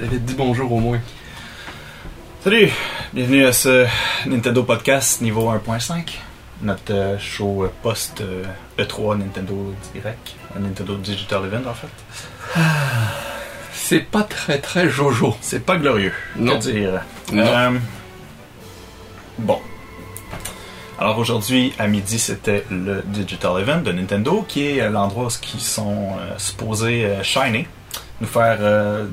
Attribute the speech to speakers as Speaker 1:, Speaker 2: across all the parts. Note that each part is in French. Speaker 1: David, dit bonjour au moins.
Speaker 2: Salut! Bienvenue à ce Nintendo Podcast niveau 1.5. Notre euh, show euh, post euh, E3 Nintendo Direct. euh, Nintendo Digital Event en fait.
Speaker 1: C'est pas très très jojo.
Speaker 2: C'est pas glorieux.
Speaker 1: Non.
Speaker 2: Que dire?
Speaker 1: Non.
Speaker 2: Euh, bon. Alors aujourd'hui, à midi, c'était le Digital Event de Nintendo, qui est euh, l'endroit où ils sont euh, supposés euh, shiner, nous faire... euh,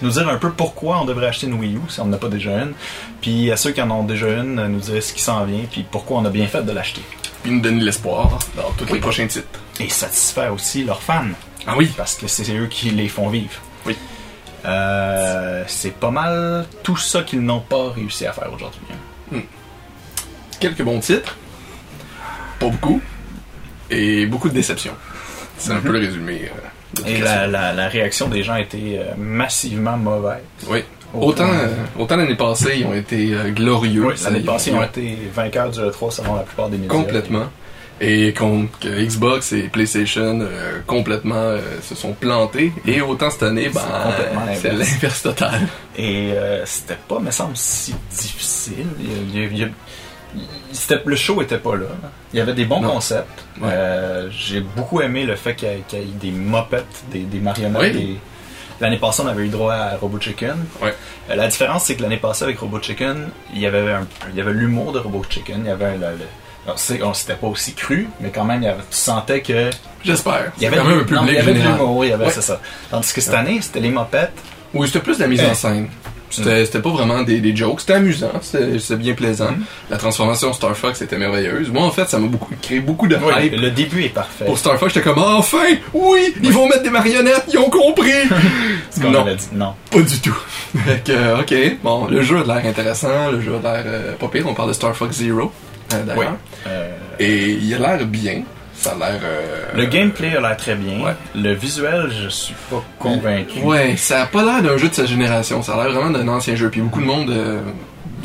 Speaker 2: nous dire un peu pourquoi on devrait acheter une Wii U si on n'en a pas déjà une. Puis à ceux qui en ont déjà une, euh, nous dire ce qui s'en vient, puis pourquoi on a bien fait de l'acheter.
Speaker 1: Il nous donne l'espoir dans tous
Speaker 2: Oui.
Speaker 1: les prochains titres.
Speaker 2: Et satisfaire aussi leurs fans.
Speaker 1: Ah oui,
Speaker 2: parce que c'est eux qui les font vivre.
Speaker 1: Oui.
Speaker 2: Euh, c'est pas mal tout ça qu'ils n'ont pas réussi à faire aujourd'hui. hein.
Speaker 1: quelques bons titres, pas beaucoup, et beaucoup de déceptions. C'est un peu le résumé. euh, de
Speaker 2: Et
Speaker 1: toute
Speaker 2: la,
Speaker 1: façon.
Speaker 2: la- la réaction des gens était euh, massivement mauvaise.
Speaker 1: Oui. Autant, euh, autant l'année passée, ils ont été euh, glorieux.
Speaker 2: Oui, l'année
Speaker 1: Ils-
Speaker 2: passée, ils
Speaker 1: ils
Speaker 2: ont
Speaker 1: ont-
Speaker 2: été vainqueurs du E3 selon la plupart des médias.
Speaker 1: Complètement. Et contre que Xbox et PlayStation euh, complètement euh, se sont plantés. Et autant cette année, ben,
Speaker 2: C'est complètement
Speaker 1: c'est
Speaker 2: l'inverse.
Speaker 1: l'inverse total.
Speaker 2: Et euh, c'était pas, me semble, si difficile. Il y a- il y a- il- c'était- le show était pas là. Il y avait des bons
Speaker 1: Non.
Speaker 2: concepts.
Speaker 1: Ouais.
Speaker 2: Euh, J'ai beaucoup aimé le fait qu'il y, ait- qu'il y ait des mopettes, des, des marionnettes.
Speaker 1: Oui.
Speaker 2: des- L'année passée, on avait eu droit à Robot Chicken.
Speaker 1: Ouais.
Speaker 2: Euh, la différence, c'est que l'année passée, avec Robot Chicken, il y avait un- il y avait l'humour de Robot Chicken. Il y avait le- le- on sait- on s'était pas aussi cru, mais quand même, il y avait- tu sentais que
Speaker 1: J'espère.
Speaker 2: il y
Speaker 1: C'est
Speaker 2: avait
Speaker 1: quand même un
Speaker 2: non,
Speaker 1: public
Speaker 2: il y avait de
Speaker 1: général.
Speaker 2: l'humour, il y avait
Speaker 1: Ouais.
Speaker 2: c'est ça. Tandis que cette année, c'était les mopettes.
Speaker 1: Oui, c'était plus de la mise
Speaker 2: Eh.
Speaker 1: en scène. C'était c'était pas vraiment des, des jokes, c'était amusant, c'était c'était bien plaisant.
Speaker 2: Mhm.
Speaker 1: La transformation Star Fox était merveilleuse. Moi, en fait, ça m'a beaucoup créé beaucoup de
Speaker 2: Oui,
Speaker 1: hype.
Speaker 2: le début est parfait.
Speaker 1: Pour Star Fox, j'étais comme ah, enfin, oui, ils vont mettre des marionnettes, ils ont compris.
Speaker 2: Ce qu'on
Speaker 1: Non.
Speaker 2: avait dit. Non.
Speaker 1: Pas du tout. Fait que, euh, ok, bon, le jeu a l'air intéressant, le jeu a l'air euh, pas pire. On parle de Star Fox Zero, euh, d'ailleurs.
Speaker 2: Euh,
Speaker 1: Et il a l'air bien. Ça a l'air. euh,
Speaker 2: le gameplay a l'air très bien.
Speaker 1: ouais.
Speaker 2: Le visuel, je suis pas convaincu.
Speaker 1: Ouais, ça a pas l'air d'un jeu de sa génération. Ça a l'air vraiment d'un ancien jeu. Puis beaucoup de monde euh,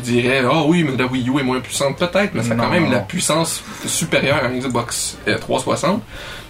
Speaker 1: dirait Ah oui, mais la Wii U est moins puissante. Peut-être, mais ça a
Speaker 2: Non,
Speaker 1: quand même
Speaker 2: non.
Speaker 1: la puissance supérieure à une Xbox euh, 360.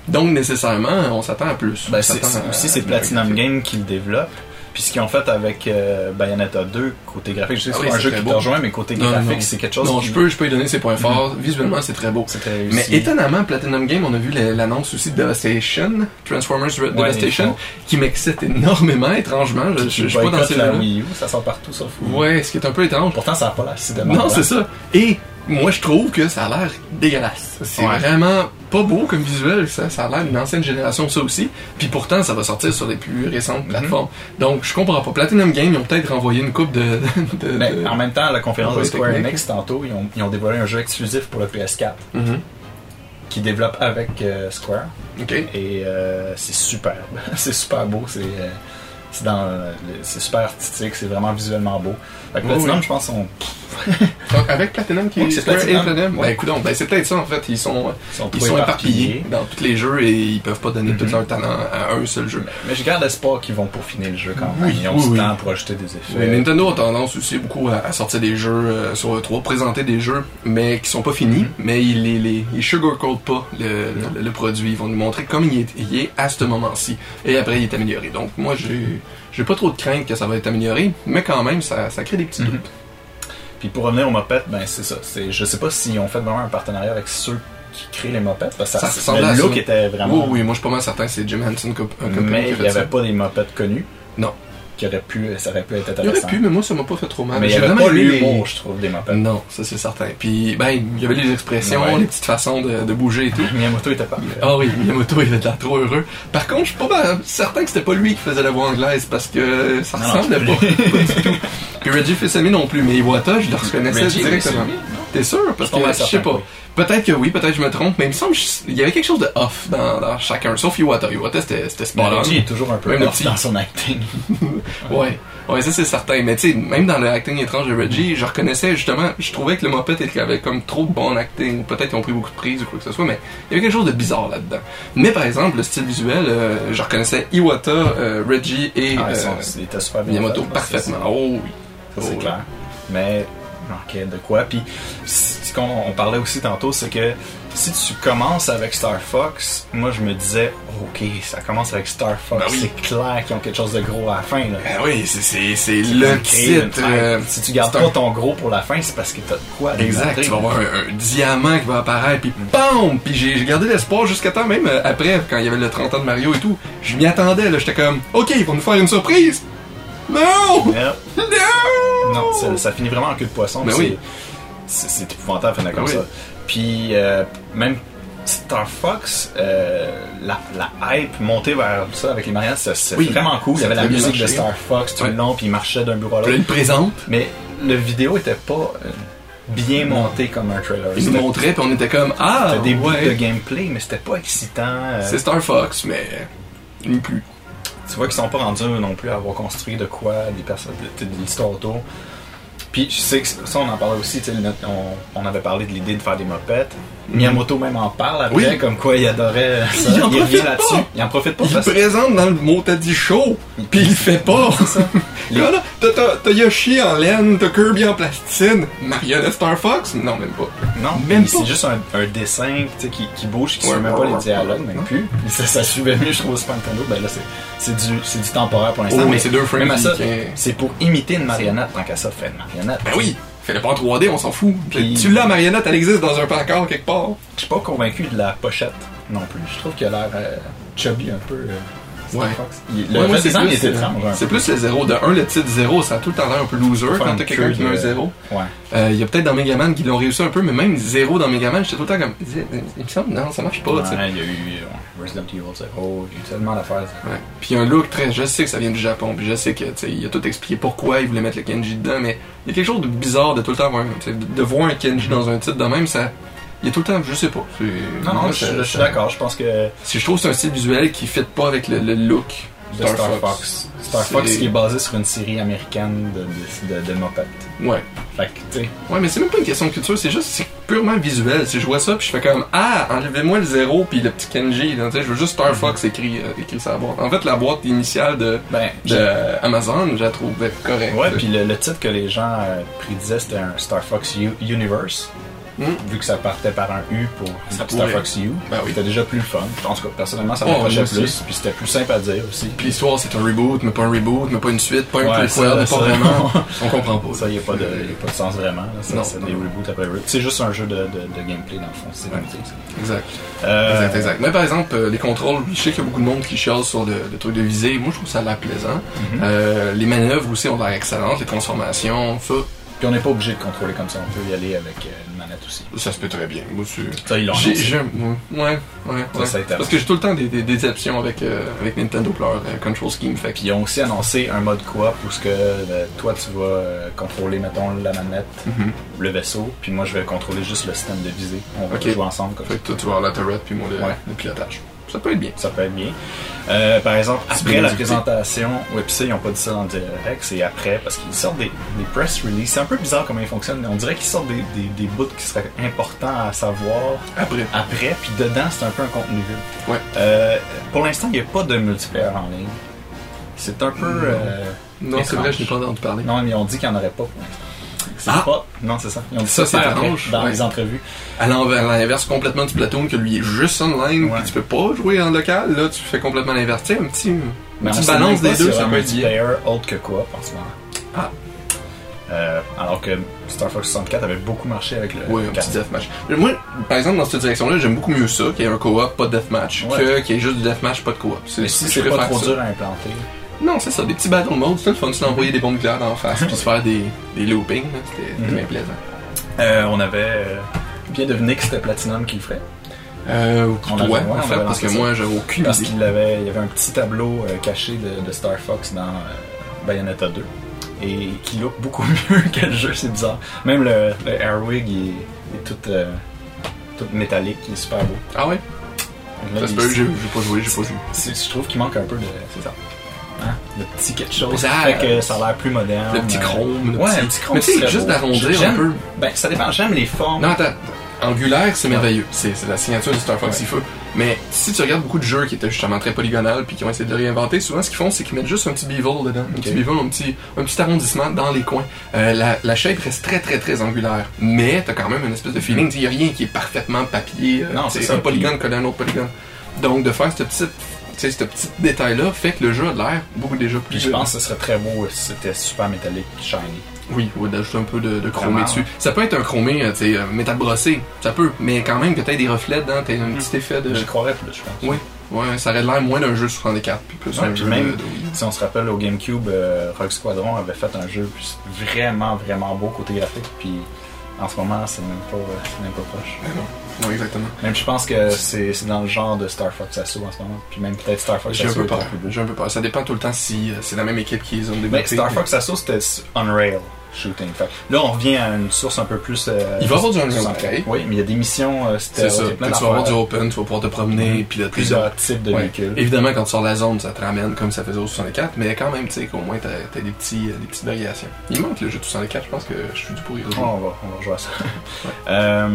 Speaker 1: Donc, nécessairement, on s'attend à plus.
Speaker 2: Ben,
Speaker 1: On
Speaker 2: c'est-
Speaker 1: s'attend
Speaker 2: c'est-
Speaker 1: à-
Speaker 2: aussi, c'est
Speaker 1: à-
Speaker 2: Platinum Game qui le développe. Puis ce qu'ils ont fait avec euh, Bayonetta 2, côté graphique, je sais que
Speaker 1: Ah
Speaker 2: c'est
Speaker 1: oui,
Speaker 2: pas un
Speaker 1: c'est
Speaker 2: jeu
Speaker 1: très
Speaker 2: qui
Speaker 1: beau.
Speaker 2: te rejoint, mais côté
Speaker 1: Non, non.
Speaker 2: graphique, c'est quelque chose
Speaker 1: Non,
Speaker 2: qui... Mm.
Speaker 1: je peux, je peux y donner ses points forts. Visuellement, c'est très beau.
Speaker 2: C'était réussi.
Speaker 1: Mais étonnamment, Platinum Game, on a vu la- l'annonce aussi de Devastation, Transformers Re-
Speaker 2: ils
Speaker 1: Devastation,
Speaker 2: font-
Speaker 1: qui m'excite énormément, étrangement. Je, je- je
Speaker 2: Qui
Speaker 1: suis pas dans
Speaker 2: boycotte
Speaker 1: ces
Speaker 2: la
Speaker 1: là
Speaker 2: Wii U, ça sort partout sauf Wii U.
Speaker 1: Ouais, ce qui est un peu étrange.
Speaker 2: Pourtant, ça a pas l'air si demandant.
Speaker 1: Non, c'est ça. Et moi, je trouve que ça a l'air dégueulasse. C'est
Speaker 2: Ouais.
Speaker 1: vraiment pas beau comme visuel. Ça, ça a l'air d'une ancienne génération, ça aussi. Puis pourtant, ça va sortir sur les plus récentes
Speaker 2: Mhm.
Speaker 1: plateformes. Donc, je comprends pas. Platinum Game, ils ont peut-être renvoyé une coupe de... de-
Speaker 2: Mais
Speaker 1: de-
Speaker 2: en même temps, à la conférence
Speaker 1: Ah, Ouais,
Speaker 2: de Square
Speaker 1: technique.
Speaker 2: Enix, tantôt, ils ont, ils ont dévoilé un jeu exclusif pour le PS4
Speaker 1: Mhm.
Speaker 2: qui développe avec euh, Square.
Speaker 1: OK.
Speaker 2: et euh, c'est superbe. c'est super beau, c'est euh, c'est dans euh, le- c'est super artistique, c'est vraiment visuellement beau. Fait que
Speaker 1: Oui,
Speaker 2: Platinum,
Speaker 1: oui.
Speaker 2: je pense qu'on
Speaker 1: Donc, avec Platinum qui
Speaker 2: Oui, c'est
Speaker 1: Square et
Speaker 2: Platinum.
Speaker 1: Platinum.
Speaker 2: Ouais.
Speaker 1: Ben, écoute, ben, c'est peut-être ça, en fait. Ils sont...
Speaker 2: sont,
Speaker 1: Ils
Speaker 2: trop
Speaker 1: sont éparpillés dans tous les jeux et ils peuvent pas donner
Speaker 2: Mhm.
Speaker 1: tout leur talent à un seul jeu.
Speaker 2: Mais je garde espoir qu'ils vont peaufiner le jeu quand même.
Speaker 1: Oui,
Speaker 2: Ils ont
Speaker 1: oui,
Speaker 2: du
Speaker 1: oui.
Speaker 2: temps pour ajouter des effets.
Speaker 1: Mais Nintendo a tendance aussi beaucoup à, à sortir des jeux euh, sur E3, présenter des jeux, mais qui sont pas finis,
Speaker 2: Mhm.
Speaker 1: mais ils les, les- ils sugarcoat pas le, le- le produit. Ils vont nous montrer comme il est, il est à ce moment-ci. Et après, il est amélioré. Donc, moi, j'ai, j'ai pas trop de crainte que ça va être amélioré, mais quand même, ça, ça crée des petits
Speaker 2: Mhm.
Speaker 1: doutes.
Speaker 2: Puis pour revenir aux mopettes, ben c'est ça. C'est- Je sais pas si on fait vraiment un partenariat avec ceux qui créent les mopettes. Parce que
Speaker 1: Ça
Speaker 2: ça,
Speaker 1: ressemble à
Speaker 2: le look
Speaker 1: ça.
Speaker 2: était
Speaker 1: Oui,
Speaker 2: vraiment.
Speaker 1: oui, moi, je suis pas mal certain que c'est Jim Henson Co- euh, Company
Speaker 2: mais
Speaker 1: qui a
Speaker 2: il
Speaker 1: fait
Speaker 2: n'y
Speaker 1: ça.
Speaker 2: avait pas des mopettes connues.
Speaker 1: Non.
Speaker 2: Qui auraient pu, ça aurait pu être
Speaker 1: Il y aurait
Speaker 2: intéressant.
Speaker 1: pu, mais moi, ça m'a pas fait trop mal.
Speaker 2: mais il n'y
Speaker 1: J'ai
Speaker 2: avait
Speaker 1: vraiment
Speaker 2: pas
Speaker 1: aimé les-
Speaker 2: l'humour, je trouve, des mopettes.
Speaker 1: Non, ça c'est certain. Puis, ben, il y avait les expressions,
Speaker 2: Ouais.
Speaker 1: les petites façons de, de bouger et tout.
Speaker 2: Miyamoto était parfait.
Speaker 1: Ah oui, Miyamoto, il était trop heureux. Par contre, je suis pas mal certain que c'était pas lui qui faisait la voix anglaise parce que ça
Speaker 2: Non,
Speaker 1: ressemblait
Speaker 2: c'est
Speaker 1: pas.
Speaker 2: pas
Speaker 1: Puis Reggie Fils-Aimé non plus, mais Iwata, je le reconnaissais
Speaker 2: Reggie,
Speaker 1: directement.
Speaker 2: oui,
Speaker 1: T'es sûr? Parce que
Speaker 2: Je suis pas mal
Speaker 1: je sais
Speaker 2: certain,
Speaker 1: pas.
Speaker 2: oui.
Speaker 1: Peut-être que oui, peut-être que je me trompe, mais il me semble qu'il y avait quelque chose de off dans, dans chacun, sauf Iwata. Iwata, c'était c'était spot on.
Speaker 2: Ben, Reggie est toujours un peu
Speaker 1: Même le
Speaker 2: off
Speaker 1: petit.
Speaker 2: dans son acting.
Speaker 1: Ouais, ouais, ça c'est certain. Mais tu sais, même dans le acting étrange de Reggie, je reconnaissais justement, je trouvais que le moped était- avait comme trop de bon acting, ou peut-être ils ont pris beaucoup de prises ou quoi que ce soit, mais il y avait quelque chose de bizarre là-dedans. Mais par exemple, le style visuel, euh, je reconnaissais Iwata, euh, Reggie et
Speaker 2: Ah, ils
Speaker 1: euh,
Speaker 2: sont- Ah ils étaient super bien.
Speaker 1: Miyamoto
Speaker 2: faits, là, ça,
Speaker 1: parfaitement. Oh oui.
Speaker 2: c'est- ça, c'est
Speaker 1: Oh,
Speaker 2: clair. Mais il manquait de quoi. Puis c- ce qu'on on parlait aussi tantôt, c'est que si tu commences avec Star Fox, moi je me disais, ok, ça commence avec Star Fox,
Speaker 1: Ben oui.
Speaker 2: c'est clair qu'ils ont quelque chose de gros à la fin. Là.
Speaker 1: Ben oui, c'est- c'est c'est le
Speaker 2: Ils créent une
Speaker 1: titre. euh,
Speaker 2: hype. si tu gardes
Speaker 1: c'est un-
Speaker 2: pas ton gros pour la fin, c'est parce que t'as de quoi à
Speaker 1: Exact,
Speaker 2: démontrer.
Speaker 1: tu vas avoir un, un diamant qui va apparaître, puis BAM! Puis j'ai j'ai gardé l'espoir jusqu'à temps, même euh, après, quand il y avait le 30 ans de Mario et tout, je m'y attendais, là, j'étais comme, OK, ils vont nous faire une surprise! Non!
Speaker 2: Mais, euh,
Speaker 1: Non!
Speaker 2: Non, ça, ça finit vraiment en queue de poisson.
Speaker 1: Oh. Ben
Speaker 2: c'est-
Speaker 1: oui.
Speaker 2: C'est c'est épouvantable, finir comme
Speaker 1: Ben
Speaker 2: ça.
Speaker 1: oui.
Speaker 2: Puis, euh, même Star Fox, euh, la, la hype montée vers ça avec les marionnettes, c'est- c'est
Speaker 1: Oui.
Speaker 2: vraiment cool. Il y
Speaker 1: Ça
Speaker 2: avait
Speaker 1: a
Speaker 2: la
Speaker 1: très bien
Speaker 2: musique de
Speaker 1: marché.
Speaker 2: Star Fox tout le
Speaker 1: Ouais.
Speaker 2: long, puis il marchait d'un bureau à
Speaker 1: Je
Speaker 2: l'autre.
Speaker 1: le présente,
Speaker 2: Mais le vidéo était pas euh, bien monté comme un trailer.
Speaker 1: il nous
Speaker 2: C'était-
Speaker 1: montrait, puis on était comme, ah!
Speaker 2: C'était des bouts
Speaker 1: ouais.
Speaker 2: de gameplay, mais c'était pas excitant. euh,
Speaker 1: C'est Star Fox, mais. Ni plus.
Speaker 2: tu vois qu'ils sont pas rendus non plus à avoir construit de quoi, des personnes, de, de l'histoire autour. Puis je sais que ça, on en parlait aussi, tu sais, notre- on, on avait parlé de l'idée de faire des mopettes. Miyamoto même en parle après,
Speaker 1: Mm-hmm. Oui.
Speaker 2: comme quoi il adorait ça.
Speaker 1: Il en
Speaker 2: revient
Speaker 1: profite
Speaker 2: là-dessus.
Speaker 1: pas.
Speaker 2: Il en profite pas
Speaker 1: Il le
Speaker 2: parce que
Speaker 1: présente dans le mot t'as dit chaud, puis il le fait pas!
Speaker 2: Les-
Speaker 1: Là, là, t'as- t'as t'as Yoshi en laine, t'as Kirby en plastine, marionnette Star Fox? Non, même pas.
Speaker 2: non,
Speaker 1: Même
Speaker 2: mais
Speaker 1: pas.
Speaker 2: c'est juste un, un dessin tu sais, qui, qui bouge, qui
Speaker 1: Ouais,
Speaker 2: suit même
Speaker 1: ouais,
Speaker 2: pas
Speaker 1: ouais,
Speaker 2: les dialogues,
Speaker 1: ouais.
Speaker 2: même plus. Et ça, ça suivait mieux, je trouve, au Super Nintendo. Ben là, c'est- c'est du, c'est du temporaire pour l'instant.
Speaker 1: Oh,
Speaker 2: mais
Speaker 1: c'est deux frames
Speaker 2: Même à ça,
Speaker 1: qui- qui-
Speaker 2: c'est pour imiter une marionnette, tant qu'à ça, fait une marionnette.
Speaker 1: Ben oui, fais-le pas en 3D, on s'en fout.
Speaker 2: Puis-
Speaker 1: Tu l'as, marionnette, elle existe dans un pancart quelque part.
Speaker 2: Je suis pas convaincu de la pochette non plus. Je trouve qu'il a l'air euh, chubby un peu. euh, Star
Speaker 1: Ouais.
Speaker 2: Fox. Il-
Speaker 1: Ouais,
Speaker 2: le
Speaker 1: moi,
Speaker 2: reste
Speaker 1: c'est
Speaker 2: des ans, il est
Speaker 1: plus, euh,
Speaker 2: étrange. hein. un
Speaker 1: C'est
Speaker 2: peu.
Speaker 1: plus le zéro. De 1, le titre zéro, ça a tout le temps l'air un peu loser
Speaker 2: Faire
Speaker 1: quand
Speaker 2: une
Speaker 1: t'as quelqu'un
Speaker 2: queue
Speaker 1: qui met un
Speaker 2: de-
Speaker 1: zéro.
Speaker 2: Ouais.
Speaker 1: Euh, Il y a peut-être dans Megaman qui l'ont réussi un peu, mais même zéro dans Megaman, j'étais tout le temps comme. zé- Il me semble, non, ça marche pas, tu sais.
Speaker 2: Ouais, il y a eu euh, Resident Evil 0, il y a eu tellement d'affaires. ça.
Speaker 1: Ouais. Puis un look très. Je sais que ça vient du Japon, puis je sais que tu sais, il a tout expliqué pourquoi il voulait mettre le Kenji dedans, mais il y a quelque chose de bizarre de tout le temps avoir un- tu sais, de, de voir un Kenji dans un titre de même, ça. Il y a tout le temps, je sais pas. c'est-
Speaker 2: Non, non,
Speaker 1: moi,
Speaker 2: je,
Speaker 1: ça-
Speaker 2: je suis d'accord. Je pense que
Speaker 1: Si je trouve que c'est un style visuel qui fit pas avec le, le look
Speaker 2: de Star, Fox. Star Fox
Speaker 1: C'est-
Speaker 2: qui est basé sur une série américaine de, de, de, de mopettes.
Speaker 1: Ouais.
Speaker 2: Fait que, tu sais,
Speaker 1: Ouais, mais c'est même pas une question de culture, c'est juste, c'est purement visuel. Si je vois ça, puis je fais comme, ah, enlevez-moi le zéro, puis le petit Kenji, là, tu sais, je veux juste
Speaker 2: Mm-hmm.
Speaker 1: Star Fox écrit, euh, écrit sur la boîte. En fait, la boîte initiale de,
Speaker 2: ben.
Speaker 1: de Amazon, je la trouvais correcte.
Speaker 2: Ouais, puis le, le titre que les gens euh, prédisaient, c'était un Star Fox U- Universe.
Speaker 1: Hmm.
Speaker 2: Vu que ça partait par un U pour Star
Speaker 1: pourrait.
Speaker 2: Fox U,
Speaker 1: Ben oui.
Speaker 2: c'était déjà plus le fun. En tout cas, personnellement, ça
Speaker 1: Oh,
Speaker 2: m'approchait
Speaker 1: moi aussi.
Speaker 2: plus, puis c'était plus simple à dire aussi.
Speaker 1: Puis l'histoire, c'est un reboot, mais pas un reboot, mais pas une suite, pas un
Speaker 2: Ouais, ça,
Speaker 1: prequel, pas
Speaker 2: ça,
Speaker 1: vraiment. On comprend pas.
Speaker 2: Ça, il n'y a, pas de y a pas de sens vraiment. là. Ça,
Speaker 1: Non,
Speaker 2: c'est
Speaker 1: non,
Speaker 2: des
Speaker 1: non.
Speaker 2: reboots après reboots. C'est juste un jeu de, de- de gameplay, dans le fond. C'est
Speaker 1: Ouais.
Speaker 2: limité, ça.
Speaker 1: Exact.
Speaker 2: Euh,
Speaker 1: Exact, exact. Mais par exemple, euh, les contrôles, je sais qu'il y a beaucoup de monde qui chiale sur le, le truc de visée. Moi, je trouve ça a l'air plaisant.
Speaker 2: Mhm.
Speaker 1: Euh, les manœuvres aussi ont l'air excellentes, les transformations, ça,
Speaker 2: Puis on n'est pas obligé de contrôler comme ça. On peut y aller avec euh, une manette aussi.
Speaker 1: ça se peut très bien. Moi, tu-
Speaker 2: Ça, ils l'ont
Speaker 1: J'ai,
Speaker 2: annoncé.
Speaker 1: j'ai- ouais, ouais, ouais.
Speaker 2: Ça, ça a été
Speaker 1: Parce que j'ai tout le temps des, des déceptions avec, euh, avec Nintendo pour leur euh, control scheme. Fait que-
Speaker 2: Puis ils ont aussi annoncé un mode coop où ce que euh, toi, tu vas euh, contrôler, mettons, la manette, le vaisseau, puis moi, je vais contrôler juste le système de visée. On va
Speaker 1: Ok.
Speaker 2: jouer ensemble comme ça.
Speaker 1: Fait que toi, tu vas avoir la turret, puis moi, le,
Speaker 2: Ouais.
Speaker 1: le pilotage. Ça peut être bien.
Speaker 2: Ça peut être bien. Euh, par exemple,
Speaker 1: C'est
Speaker 2: après
Speaker 1: bien
Speaker 2: la
Speaker 1: éduqué.
Speaker 2: présentation, ouais, puis ça, ils n'ont pas dit ça dans le direct, c'est après, parce qu'ils sortent des, des press releases. C'est un peu bizarre comment ils fonctionnent, mais on dirait qu'ils sortent des, des, des bouts qui seraient importants à savoir
Speaker 1: Après.
Speaker 2: après, puis dedans, c'est un peu un contenu vide.
Speaker 1: Ouais.
Speaker 2: Euh, pour l'instant, il n'y a pas de multiplayer en ligne. C'est un peu. euh,
Speaker 1: Non, c'est
Speaker 2: Étrange.
Speaker 1: vrai, je n'ai pas entendu parler.
Speaker 2: non, mais on dit qu'il n'y en aurait pas pour l'instant. C'est
Speaker 1: Ah!
Speaker 2: pas. Non, c'est ça. Ils ont dit
Speaker 1: Ça,
Speaker 2: ça,
Speaker 1: c'est
Speaker 2: par après,
Speaker 1: étrange,
Speaker 2: dans
Speaker 1: ouais.
Speaker 2: les entrevues.
Speaker 1: À l'envers- à l'inverse complètement du Platoon, que lui est juste online,
Speaker 2: Ouais.
Speaker 1: puis tu peux pas jouer en local. Là, tu fais complètement l'inverse. Tu sais, un petit, une
Speaker 2: Mais on
Speaker 1: petite
Speaker 2: sait même
Speaker 1: balance
Speaker 2: pas
Speaker 1: des
Speaker 2: s'il y
Speaker 1: deux,
Speaker 2: aura
Speaker 1: ça
Speaker 2: un
Speaker 1: peut être bien.
Speaker 2: multiplayer autre que quoi en ce moment.
Speaker 1: Ah.
Speaker 2: Euh, alors que Star Fox 64 avait beaucoup marché avec le
Speaker 1: Oui, un petit
Speaker 2: 4.
Speaker 1: deathmatch. Mais Moi, par exemple, dans cette direction-là, j'aime beaucoup mieux ça, qu'il y ait un co-op, pas de deathmatch,
Speaker 2: Ouais.
Speaker 1: que qu'il y ait juste du deathmatch, pas de co-op. C'est,
Speaker 2: Mais si
Speaker 1: je
Speaker 2: c'est pas
Speaker 1: préfère
Speaker 2: trop
Speaker 1: ça.
Speaker 2: dur Mm-hmm. à implanter.
Speaker 1: Non, c'est ça, des petits battle modes, c'était le fun, tu t'envoyais des bombes nucléaires en face, puis se faire des, des loopings, là, c'était c'était
Speaker 2: Mhm.
Speaker 1: bien plaisant.
Speaker 2: Euh, on avait euh, bien deviné que c'était Platinum qui le ferait.
Speaker 1: Euh,
Speaker 2: On
Speaker 1: toi,
Speaker 2: avait- ouais,
Speaker 1: en
Speaker 2: on
Speaker 1: fait,
Speaker 2: avait
Speaker 1: parce que
Speaker 2: lancé ça.
Speaker 1: moi, j'avais aucune
Speaker 2: Parce
Speaker 1: idée.
Speaker 2: qu'il avait, il y avait un petit tableau euh, caché de, de Star Fox dans euh, Bayonetta 2. Et qui look beaucoup mieux que le jeu, c'est bizarre. Même le, le Airwig il est, il est tout, euh, tout métallique, il est super beau.
Speaker 1: Ah ouais?
Speaker 2: Là,
Speaker 1: Ça se
Speaker 2: il-
Speaker 1: peut, j'ai j'ai pas joué, j'ai pas joué.
Speaker 2: c'est- Je trouve qu'il manque un peu de. C'est ça. Hein? Le petit quelque chose.
Speaker 1: Bizarre.
Speaker 2: Fait que ça a l'air plus moderne.
Speaker 1: Le petit
Speaker 2: Euh,
Speaker 1: chrome, le
Speaker 2: Ouais,
Speaker 1: petit...
Speaker 2: un petit chrome.
Speaker 1: Mais tu sais,
Speaker 2: serait
Speaker 1: juste
Speaker 2: beau.
Speaker 1: d'arrondir un
Speaker 2: J'aime-
Speaker 1: peu.
Speaker 2: Ben, ça dépend. J'aime les formes.
Speaker 1: Non, attends, angulaire, c'est merveilleux. C'est c'est la signature de Star Fox il faut. Mais si tu regardes beaucoup de jeux qui étaient justement très polygonales puis qui ont essayé de le réinventer, souvent ce qu'ils font, c'est qu'ils mettent juste un petit bevel dedans. Un petit bevel, un petit, un petit arrondissement dans les coins. Euh, la, la shape reste très très très angulaire. Mais t'as quand même une espèce de feeling. Il n'y a rien qui est parfaitement papier. euh,
Speaker 2: Non,
Speaker 1: t'sais,
Speaker 2: c'est ça.
Speaker 1: Un polygone collé à un autre polygone. Donc de faire cette petite. Tu sais, ce petit détail-là fait que le jeu a de l'air beaucoup déjà plus...
Speaker 2: Puis je pense que ce serait très beau euh, si c'était super métallique, shiny.
Speaker 1: Oui, ou d'ajouter un peu de, de chromé
Speaker 2: Vraiment,
Speaker 1: dessus.
Speaker 2: ouais.
Speaker 1: Ça peut être un chromé, euh, tu sais, euh, métal brossé, ça peut, mais quand même que t'aies des reflets dedans, t'as un petit effet de...
Speaker 2: J'y croirais plus, Mm. je pense.
Speaker 1: Oui. Euh. Ouais, ça aurait l'air moins d'un jeu sur 64, puis plus
Speaker 2: Ouais,
Speaker 1: un
Speaker 2: puis
Speaker 1: jeu
Speaker 2: même-
Speaker 1: de, de Wii.
Speaker 2: Si on se rappelle, au GameCube, euh, Rogue Squadron avait fait un jeu vraiment, vraiment beau côté graphique, puis en ce moment, c'est même pas, euh, c'est même pas proche.
Speaker 1: Mais non. Non, exactement.
Speaker 2: Même je pense que c'est c'est dans le genre de Star Fox Assault en ce moment, puis même peut-être Star Fox
Speaker 1: J'ai un
Speaker 2: Assault
Speaker 1: peu
Speaker 2: est
Speaker 1: peur,
Speaker 2: un peu beau.
Speaker 1: j'ai un peu peur. Ça dépend tout le temps si euh, c'est la même équipe qui les a
Speaker 2: Mais
Speaker 1: développés.
Speaker 2: Star Fox Assault, c'était s- Unreal Shooting. Fait que là, on revient à une source un peu plus. euh,
Speaker 1: Il va y avoir du Unreal,
Speaker 2: sur-
Speaker 1: pareil.
Speaker 2: Oui, mais il y a des missions, euh,
Speaker 1: C'est
Speaker 2: c'était
Speaker 1: ça,
Speaker 2: il y a
Speaker 1: Fait que
Speaker 2: plein
Speaker 1: tu vas avoir du
Speaker 2: d'affaires,
Speaker 1: open, tu vas pouvoir te promener,
Speaker 2: Mhm.
Speaker 1: piloter.
Speaker 2: plusieurs types de
Speaker 1: Ouais.
Speaker 2: véhicules.
Speaker 1: Évidemment, quand tu sors de la zone, ça te ramène comme ça faisait au 64, mais quand même, tu sais qu'au moins, t'as t'as des, petits, euh, des petites variations. Il manque le jeu de 64, je pense que je suis du pour y
Speaker 2: Oh,
Speaker 1: rejouer.
Speaker 2: on, va, on va jouer à ça. Euh,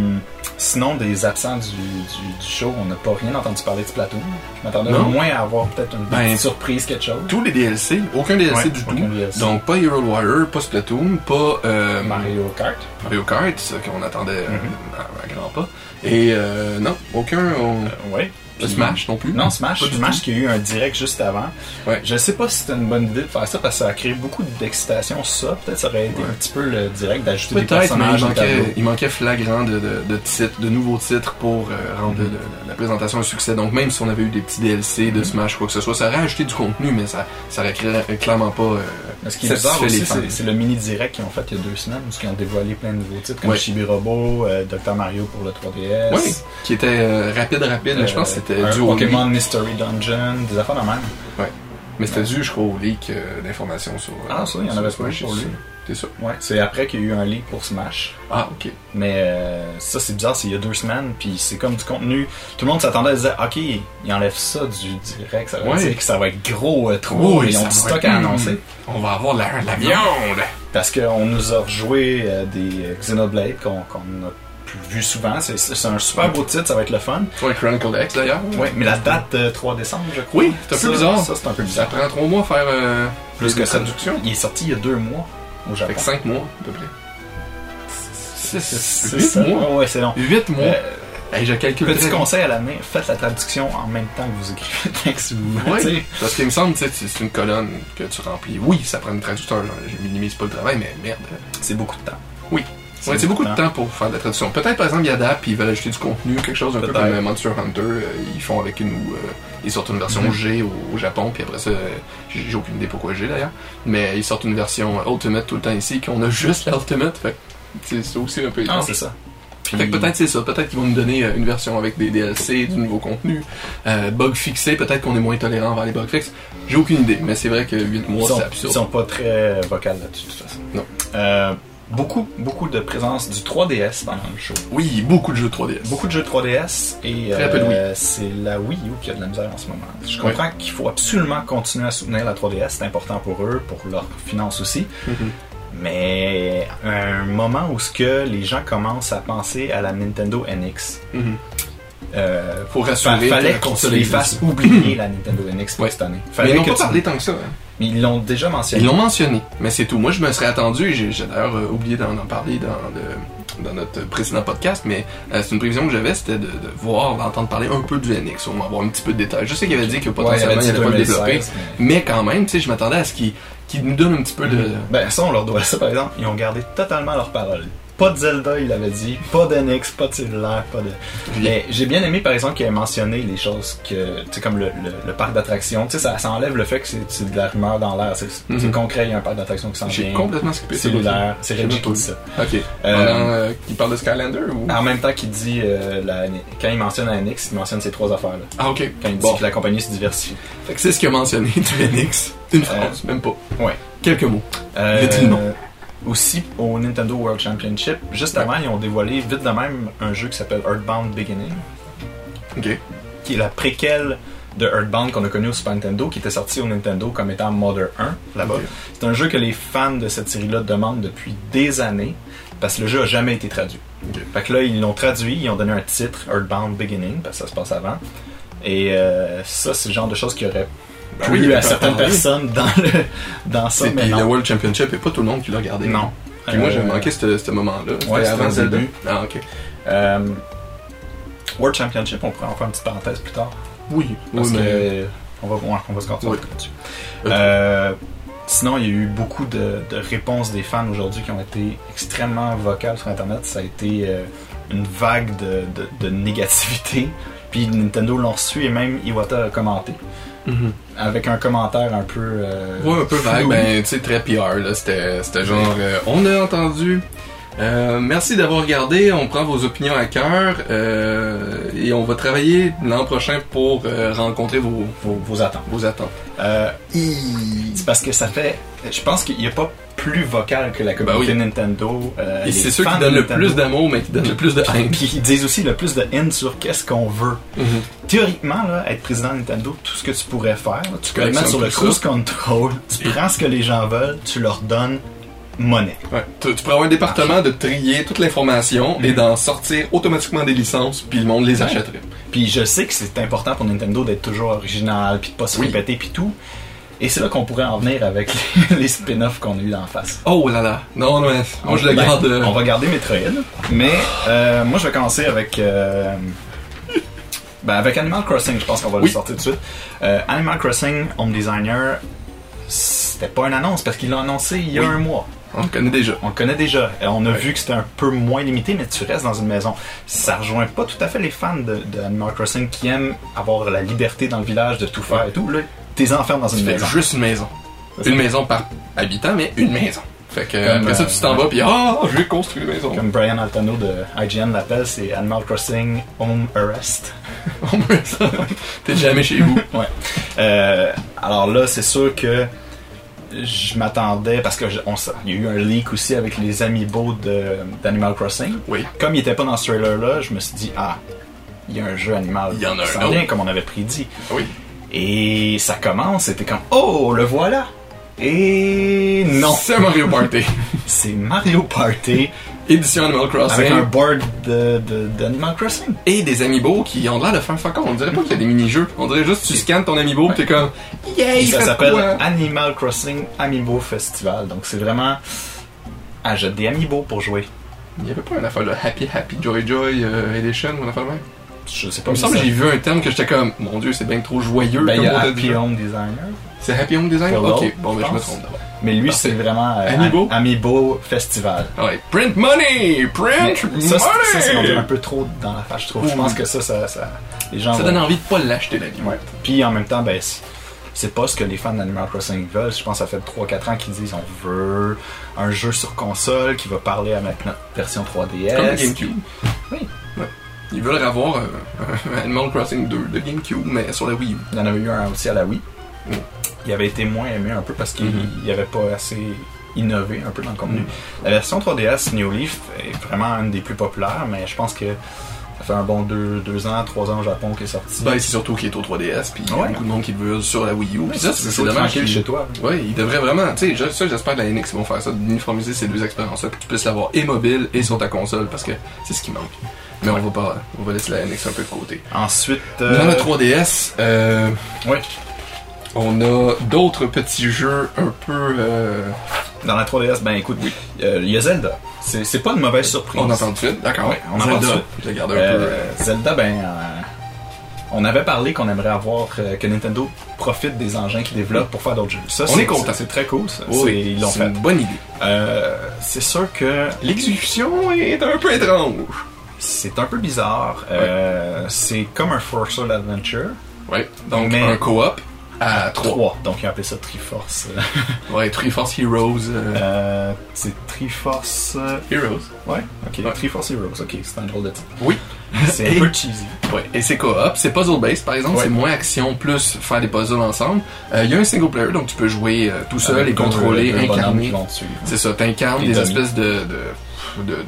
Speaker 2: sinon, des absents du, du- du show, on n'a pas rien entendu parler de Splatoon. Je m'attendais au
Speaker 1: Non.
Speaker 2: moins à avoir peut-être une
Speaker 1: Ben,
Speaker 2: petite surprise, quelque chose.
Speaker 1: Tous les DLC, aucun DLC
Speaker 2: Ouais,
Speaker 1: du tout.
Speaker 2: aucun DLC.
Speaker 1: Donc pas Hero Warrior, pas Splatoon, pas euh,
Speaker 2: Mario Kart.
Speaker 1: Mario Kart, ce qu'on attendait euh,
Speaker 2: Mhm.
Speaker 1: à, à grands pas. Et euh, non, aucun on-
Speaker 2: ouais. Puis-
Speaker 1: euh, Smash non plus.
Speaker 2: Euh, Non, Smash.
Speaker 1: Pas du
Speaker 2: Smash qui a eu un direct juste avant.
Speaker 1: Ouais.
Speaker 2: Je sais pas si c'était une bonne idée de faire ça parce que ça a créé beaucoup d'excitation, ça. Peut-être ça aurait été
Speaker 1: Ouais.
Speaker 2: un petit peu le direct d'ajouter des
Speaker 1: Peut-être, mais il
Speaker 2: personnages au tableau.
Speaker 1: manquait, il manquait flagrant de, de- de titres, de nouveaux titres pour euh, rendre
Speaker 2: Mhm.
Speaker 1: le- la- la présentation un succès. Donc même si on avait eu des petits DLC de
Speaker 2: Mhm.
Speaker 1: Smash, quoi que ce soit, ça aurait ajouté du contenu, mais ça, ça aurait créé- clairement pas... euh,
Speaker 2: Mais Ce qui est bizarre
Speaker 1: satisfait les
Speaker 2: aussi,
Speaker 1: fans.
Speaker 2: c'est- c'est le mini direct qu'ils ont fait il y a deux semaines, où ils ont dévoilé plein de nouveaux titres comme
Speaker 1: Ouais.
Speaker 2: Chibi Robo, euh, Dr Mario pour le 3DS.
Speaker 1: Oui, qui était euh, rapide, rapide. je pense que c'était
Speaker 2: du
Speaker 1: dû au
Speaker 2: Euh, Pokémon Mystery Dungeon, des affaires de même.
Speaker 1: leak. Mais c'était dû, je crois, au leak euh, d'informations sur... euh,
Speaker 2: Ah, ça, il y en
Speaker 1: sur
Speaker 2: avait pas
Speaker 1: Smash,
Speaker 2: pour lui.
Speaker 1: C'est ça.
Speaker 2: Ouais. C'est après qu'il y a eu un leak pour Smash.
Speaker 1: Ah, ok.
Speaker 2: Mais euh, ça, c'est bizarre, c'est il y a deux semaines, puis c'est comme du contenu. Tout le monde s'attendait à dire, OK, ils enlèvent ça du direct, ça veut
Speaker 1: Ouais.
Speaker 2: dire que ça va être gros euh, trop,
Speaker 1: Oui,
Speaker 2: ils
Speaker 1: ça
Speaker 2: ont
Speaker 1: va
Speaker 2: du stock
Speaker 1: être-
Speaker 2: à annoncer.
Speaker 1: On va avoir la, la viande!
Speaker 2: Parce qu'on nous a rejoué euh, des euh, Xenoblade qu'on qu'on a plus vu souvent. C'est- C'est un super beau titre, ça va être le fun.
Speaker 1: Ouais, Chronicle X d'ailleurs.
Speaker 2: Ouais, mais la date euh, 3 décembre, je crois.
Speaker 1: Oui, c'est un peu
Speaker 2: Ça,
Speaker 1: bizarre.
Speaker 2: Ça, c'est un peu
Speaker 1: Ça
Speaker 2: bizarre.
Speaker 1: prend trois mois à faire euh,
Speaker 2: Plus
Speaker 1: des
Speaker 2: que ça.
Speaker 1: traductions.
Speaker 2: Il est sorti il y a deux mois au Japon.
Speaker 1: Fait que cinq mois, à peu près.
Speaker 2: C'est
Speaker 1: Huit
Speaker 2: ça.
Speaker 1: mois.
Speaker 2: Ouais, c'est long.
Speaker 1: Huit mois.
Speaker 2: Euh,
Speaker 1: Hey, je calcule
Speaker 2: petit
Speaker 1: très
Speaker 2: conseil à l'année, faites la traduction en même temps que vous écrivez le texte. si vous
Speaker 1: Oui,
Speaker 2: tu sais.
Speaker 1: parce qu'il me semble, tu sais, c'est c'est une colonne que tu remplis. Oui, ça prend une traducteur, genre, je minimise pas le travail, mais merde.
Speaker 2: C'est beaucoup de temps.
Speaker 1: Oui. Ouais, c'est beaucoup de temps pour faire de la traduction. Peut-être, par exemple, Yada, puis ils veulent ajouter du contenu, quelque chose un peu
Speaker 2: Peut-être.
Speaker 1: comme euh, Monster Hunter, euh, ils font avec nous. ils sortent une version
Speaker 2: Mhm.
Speaker 1: G au, au Japon, puis après ça, euh, j'ai j'ai aucune idée pourquoi G d'ailleurs, mais ils sortent une version euh, Ultimate tout le temps ici, qu'on a juste la Ultimate, fait que c'est c'est aussi un peu
Speaker 2: Ah,
Speaker 1: étrange.
Speaker 2: c'est ça.
Speaker 1: Fait que peut-être c'est ça, peut-être qu'ils vont nous donner euh, une version avec des DLC, du nouveau contenu, euh, bugs fixés, peut-être qu'on est moins tolérant envers les bugs fixes. J'ai aucune idée, mais c'est vrai que 8
Speaker 2: Ils
Speaker 1: mois
Speaker 2: sont,
Speaker 1: c'est
Speaker 2: ils
Speaker 1: absurde.
Speaker 2: sont pas très vocales là-dessus, de toute façon.
Speaker 1: Non.
Speaker 2: Euh, beaucoup, beaucoup de présence du 3DS pendant le show.
Speaker 1: Oui, beaucoup de jeux 3DS.
Speaker 2: Beaucoup de jeux 3DS et euh,
Speaker 1: Très peu de
Speaker 2: c'est la Wii U qui a de la misère en ce moment. Je comprends qu'il faut absolument continuer à soutenir la 3DS, c'est important pour eux, pour leurs finances aussi.
Speaker 1: Mhm.
Speaker 2: Mais un moment où ce que les gens commencent à penser à la Nintendo NX,
Speaker 1: Mhm.
Speaker 2: euh,
Speaker 1: Faut
Speaker 2: fa-
Speaker 1: rassurer.
Speaker 2: fallait
Speaker 1: que la
Speaker 2: qu'on se
Speaker 1: console
Speaker 2: les
Speaker 1: existe.
Speaker 2: fasse oublier la Nintendo NX pour
Speaker 1: Ouais.
Speaker 2: cette année.
Speaker 1: Mais
Speaker 2: Fallait
Speaker 1: ils n'ont
Speaker 2: que
Speaker 1: pas
Speaker 2: tu-
Speaker 1: parlé tant que ça. hein.
Speaker 2: Mais ils l'ont déjà mentionné.
Speaker 1: Ils l'ont mentionné, mais c'est tout. Moi, je me serais attendu, et j'ai j'ai d'ailleurs euh, oublié d'en d'en parler dans, le- dans notre précédent podcast, mais euh, c'est une prévision que j'avais, c'était de, de voir, d'entendre parler un peu du NX, au moins avoir un petit peu de détails. Je sais qu'il avait dit que
Speaker 2: Ouais, il y avait
Speaker 1: potentiellement, il
Speaker 2: dit
Speaker 1: allait pas le développer,
Speaker 2: 2016, mais-
Speaker 1: mais quand même, tu sais, je m'attendais à ce qu'il qu'il nous donne un petit peu de...
Speaker 2: Ben ça, on leur doit ça par exemple. Ils ont gardé totalement leur parole. Pas de Zelda, il avait dit. Pas d'annexe, pas de cellulaire, pas de. Mais j'ai bien aimé par exemple qu'il ait mentionné les choses que, tu sais, comme le, le- le parc d'attractions. Tu sais, ça, ça enlève le fait que c'est- c'est de la rumeur dans l'air. C'est c'est
Speaker 1: Mhm.
Speaker 2: concret, il y a un parc d'attractions qui s'en
Speaker 1: J'ai
Speaker 2: vient.
Speaker 1: complètement skippé ça.
Speaker 2: Cellulaire, c'est
Speaker 1: J'ai
Speaker 2: Reggie
Speaker 1: même
Speaker 2: qui
Speaker 1: pas
Speaker 2: dit ça.
Speaker 1: Ok.
Speaker 2: Euh,
Speaker 1: Pendant, Mm-hmm. euh, Ah. il parle de Skylander ou.
Speaker 2: En même temps qu'il dit, euh, la- quand il mentionne Annex, il mentionne ces trois affaires-là.
Speaker 1: Ah, ok.
Speaker 2: Quand il dit
Speaker 1: Bon.
Speaker 2: que la compagnie se diversifie.
Speaker 1: Fait que c'est ce qu'il a mentionné du NX. Une phrase, même pas.
Speaker 2: Ouais.
Speaker 1: Quelques mots.
Speaker 2: Euh,
Speaker 1: Il a dit le nom.
Speaker 2: Aussi au Nintendo World Championship, juste avant, ils ont dévoilé vite de même un jeu qui s'appelle Earthbound Beginning,
Speaker 1: Ok. Ben
Speaker 2: qui est la préquelle de Earthbound qu'on a connu au Super Nintendo, qui était sorti au Nintendo comme étant Mother 1 là-bas.
Speaker 1: Ok.
Speaker 2: C'est un jeu que les fans de cette série-là demandent depuis des années, parce que le jeu a jamais été traduit. Fait que là, ils l'ont traduit, ils ont donné un titre, Earthbound Beginning, parce que ça se passe avant. Et euh, ça, c'est le genre de choses qui aurait
Speaker 1: Ben
Speaker 2: plu
Speaker 1: oui, il
Speaker 2: à
Speaker 1: peut
Speaker 2: certaines
Speaker 1: parler.
Speaker 2: personnes dans, le, dans ça,
Speaker 1: Et
Speaker 2: mais
Speaker 1: puis
Speaker 2: non.
Speaker 1: le World Championship, et pas tout le monde qui l'a regardé.
Speaker 2: Non.
Speaker 1: Puis moi,
Speaker 2: Euh,
Speaker 1: j'avais manqué ce ce moment-là. C'était
Speaker 2: c'était
Speaker 1: avant
Speaker 2: au
Speaker 1: Zelda.
Speaker 2: début.
Speaker 1: Ah, ok.
Speaker 2: euh, World Championship, on pourrait en faire une petite parenthèse plus tard.
Speaker 1: Oui,
Speaker 2: Parce
Speaker 1: oui, mais. euh,
Speaker 2: que on va, on va se concentrer
Speaker 1: Oui.
Speaker 2: là-dessus.
Speaker 1: Euh,
Speaker 2: Euh, sinon, il y a eu beaucoup de, de réponses des fans aujourd'hui qui ont été extrêmement vocales sur Internet. Ça a été euh, une vague de, de- de négativité. Puis Nintendo l'ont reçu et même Iwata a commenté.
Speaker 1: Mhm.
Speaker 2: Avec un commentaire un peu. euh,
Speaker 1: Ouais, un peu
Speaker 2: flou.
Speaker 1: vague, ben, tu sais, très PR, là. C'était c'était genre, euh, on a entendu. Euh, merci d'avoir regardé, on prend vos opinions à cœur euh, et on va travailler l'an prochain pour euh, rencontrer vos,
Speaker 2: Vos, vos attentes.
Speaker 1: vos attentes.
Speaker 2: Euh, c'est parce que ça fait. Je pense qu'il n'y a pas plus vocal que la communauté
Speaker 1: Ben
Speaker 2: Nintendo. euh,
Speaker 1: Et
Speaker 2: les
Speaker 1: c'est ceux
Speaker 2: fans
Speaker 1: qui donnent le
Speaker 2: Nintendo.
Speaker 1: plus d'amour, mais qui donnent le plus de haine.
Speaker 2: Puis ils disent aussi le plus de haine sur qu'est-ce qu'on veut.
Speaker 1: Mhm.
Speaker 2: Théoriquement, là, être président de Nintendo, tout ce que tu pourrais faire, là, tu peux le
Speaker 1: Collectionne
Speaker 2: mettre sur le
Speaker 1: tout ça.
Speaker 2: cruise control, tu prends ce que les gens veulent, tu leur donnes monnaie.
Speaker 1: Ouais. Tu, tu pourrais avoir un département de trier toute l'information
Speaker 2: Mhm.
Speaker 1: et d'en sortir automatiquement des licences, puis le monde les
Speaker 2: Ouais.
Speaker 1: achèterait.
Speaker 2: Puis je sais que c'est important pour Nintendo d'être toujours original, puis de pas se
Speaker 1: Oui.
Speaker 2: répéter, puis tout. Et c'est là qu'on pourrait en venir avec les, les spin-offs qu'on a eu d'en face.
Speaker 1: Oh là là, non, non, mais moi je le
Speaker 2: Ben,
Speaker 1: garde. euh,
Speaker 2: On va garder Metroid. Mais euh, moi, je vais commencer avec. euh, ben, avec Animal Crossing, je pense qu'on va le
Speaker 1: Oui.
Speaker 2: sortir tout de suite. Euh, Animal Crossing Home Designer, c'était pas une annonce parce qu'il l'a annoncé il y a
Speaker 1: Oui.
Speaker 2: un mois.
Speaker 1: On le connaît déjà.
Speaker 2: On le connaît déjà. Euh, On a
Speaker 1: Ouais.
Speaker 2: vu que c'était un peu moins limité, mais tu restes dans une maison. Ça rejoint pas tout à fait les fans de, de Animal Crossing qui aiment avoir la liberté dans le village de tout faire et tout. Là, t'es enfermé dans
Speaker 1: Tu
Speaker 2: une
Speaker 1: fais
Speaker 2: maison.
Speaker 1: juste une maison.
Speaker 2: Ça, c'est-
Speaker 1: Une maison par habitant, mais une maison. Fait que
Speaker 2: Comme,
Speaker 1: après ça,
Speaker 2: euh,
Speaker 1: tu t'en vas, puis ah, je vais construire une maison.
Speaker 2: Comme Brian Altano de IGN l'appelle, c'est Animal Crossing Home Arrest.
Speaker 1: On peut ça. T'es jamais chez vous.
Speaker 2: Euh, alors là, c'est sûr que je m'attendais parce que je- on sait- il y a eu un leak aussi avec les amiibo de- d'Animal Crossing.
Speaker 1: Oui.
Speaker 2: Comme il était pas dans ce trailer là, je me suis dit ah, il y a un jeu animal.
Speaker 1: Il y en a
Speaker 2: Ça
Speaker 1: un
Speaker 2: vient,
Speaker 1: autre.
Speaker 2: comme on avait prédit.
Speaker 1: Oui.
Speaker 2: Et ça commence, c'était comme oh le voilà. Et non,
Speaker 1: C'est un Mario Party.
Speaker 2: c'est Mario Party
Speaker 1: Édition Animal
Speaker 2: avec
Speaker 1: Crossing.
Speaker 2: un board de- de- d'Animal Crossing.
Speaker 1: Et des amiibo qui ont l'air de faire fuck all. On dirait pas qu'il y a des mini-jeux. On dirait juste que tu scannes ton amiibo pis t'es comme Yay!
Speaker 2: Et ça
Speaker 1: faites
Speaker 2: s'appelle
Speaker 1: quoi?
Speaker 2: Animal Crossing Amiibo Festival. Donc c'est vraiment achète des amiibo pour jouer.
Speaker 1: Il y avait pas une affaire de Happy Happy Joy Joy euh, Edition ou une affaire de même?
Speaker 2: Je sais pas.
Speaker 1: Il me semble que j'ai vu un terme que j'étais comme Mon dieu, c'est bien trop joyeux
Speaker 2: ben, il
Speaker 1: comme
Speaker 2: y
Speaker 1: mot
Speaker 2: a
Speaker 1: de
Speaker 2: Happy
Speaker 1: jeu.
Speaker 2: Home Designer.
Speaker 1: C'est Happy Home Design?
Speaker 2: Pour
Speaker 1: Ok,
Speaker 2: l'autre,
Speaker 1: bon ben
Speaker 2: je
Speaker 1: je me
Speaker 2: pense.
Speaker 1: trompe d'abord.
Speaker 2: Mais lui,
Speaker 1: Parfait.
Speaker 2: c'est vraiment euh,
Speaker 1: Amiibo?
Speaker 2: Am- Amiibo Festival.
Speaker 1: Ah Ouais, print money!
Speaker 2: Mais
Speaker 1: Print
Speaker 2: ça,
Speaker 1: money!
Speaker 2: c'est- ça, c'est un peu trop dans la face, je trouve. Je
Speaker 1: Oui.
Speaker 2: pense que ça, ça, ça- les gens.
Speaker 1: Ça
Speaker 2: vont-
Speaker 1: donne envie de pas l'acheter, la game.
Speaker 2: Ouais. Puis en même temps, ben, c'est- c'est pas ce que les fans d'Animal Crossing veulent. Je pense que ça fait 3-4 ans qu'ils disent on veut un jeu sur console qui va parler avec notre version 3DS.
Speaker 1: Comme le GameCube.
Speaker 2: Oui.
Speaker 1: Ouais. Ils veulent avoir euh, un Animal Crossing 2 de GameCube, mais sur la Wii U.
Speaker 2: Il y en avait eu un aussi à la Wii.
Speaker 1: Oui.
Speaker 2: Il avait été moins aimé un peu parce qu'il
Speaker 1: Mhm.
Speaker 2: n'y avait pas assez innové un peu dans le contenu.
Speaker 1: Mm.
Speaker 2: La version 3DS New Leaf est vraiment une des plus populaires, mais je pense que ça fait un bon 2 deux, deux ans, 3 ans au Japon qu'elle est sorti.
Speaker 1: Ben, c'est surtout qu'il est au 3DS, puis il y a
Speaker 2: Ouais.
Speaker 1: beaucoup de monde qui le veut sur la Wii U. Puis ça, c'est c'est
Speaker 2: chaud
Speaker 1: dommage.
Speaker 2: tranquille
Speaker 1: qu'ils-
Speaker 2: chez toi.
Speaker 1: Ouais, ils devraient vraiment. Tu sais, je- ça, j'espère que la NX vont faire ça, d'uniformiser ces deux expériences-là, pour que tu puisses l'avoir et mobile et sur ta console, parce que c'est ce qui manque. Mais on va pas, on va laisser la NX un peu de côté.
Speaker 2: Ensuite,
Speaker 1: Dans la
Speaker 2: euh,
Speaker 1: 3DS, euh,
Speaker 2: ouais,
Speaker 1: on a d'autres petits jeux un peu. euh,
Speaker 2: dans la 3DS, ben écoute, euh, il y a Zelda. C'est c'est pas une mauvaise surprise.
Speaker 1: On entend tout de suite, d'accord.
Speaker 2: Ouais, on
Speaker 1: Je
Speaker 2: entend
Speaker 1: garde
Speaker 2: tout de
Speaker 1: ça. Je la garde un
Speaker 2: Euh,
Speaker 1: peu. euh,
Speaker 2: Zelda, ben, euh, on avait parlé qu'on aimerait avoir euh, que Nintendo profite des engins qu'ils développent pour faire d'autres jeux. Ça,
Speaker 1: On
Speaker 2: c'est-
Speaker 1: est content.
Speaker 2: C'est très cool. Ça.
Speaker 1: Oui,
Speaker 2: C'est- ils l'ont
Speaker 1: c'est
Speaker 2: fait.
Speaker 1: une bonne idée.
Speaker 2: Euh, c'est sûr que
Speaker 1: L'exécution est un peu étrange.
Speaker 2: c'est un peu bizarre. Euh, c'est comme un Forza Adventure
Speaker 1: Ouais, donc
Speaker 2: Mais-
Speaker 1: un co-op à 3.
Speaker 2: 3. Donc ils ont appelé ça Triforce.
Speaker 1: Ouais, Triforce Heroes. euh,
Speaker 2: Euh, c'est Triforce. euh,
Speaker 1: Heroes.
Speaker 2: Ouais, ok.
Speaker 1: Ouais.
Speaker 2: Triforce Heroes, ok, c'est un drôle de titre.
Speaker 1: Oui.
Speaker 2: C'est un
Speaker 1: Et-
Speaker 2: peu cheesy.
Speaker 1: Ouais, et c'est co-op, c'est puzzle-based par exemple,
Speaker 2: Ouais.
Speaker 1: c'est moins action plus faire des puzzles ensemble. Euh, Il y a un single player, donc tu peux jouer euh, tout seul
Speaker 2: Avec
Speaker 1: et
Speaker 2: deux-
Speaker 1: contrôler,
Speaker 2: deux bonhommes qui
Speaker 1: incarner.
Speaker 2: vont te suivre.
Speaker 1: C'est ça, t'incarnes
Speaker 2: Des
Speaker 1: des
Speaker 2: dummies.
Speaker 1: espèces de, de- de, de, de-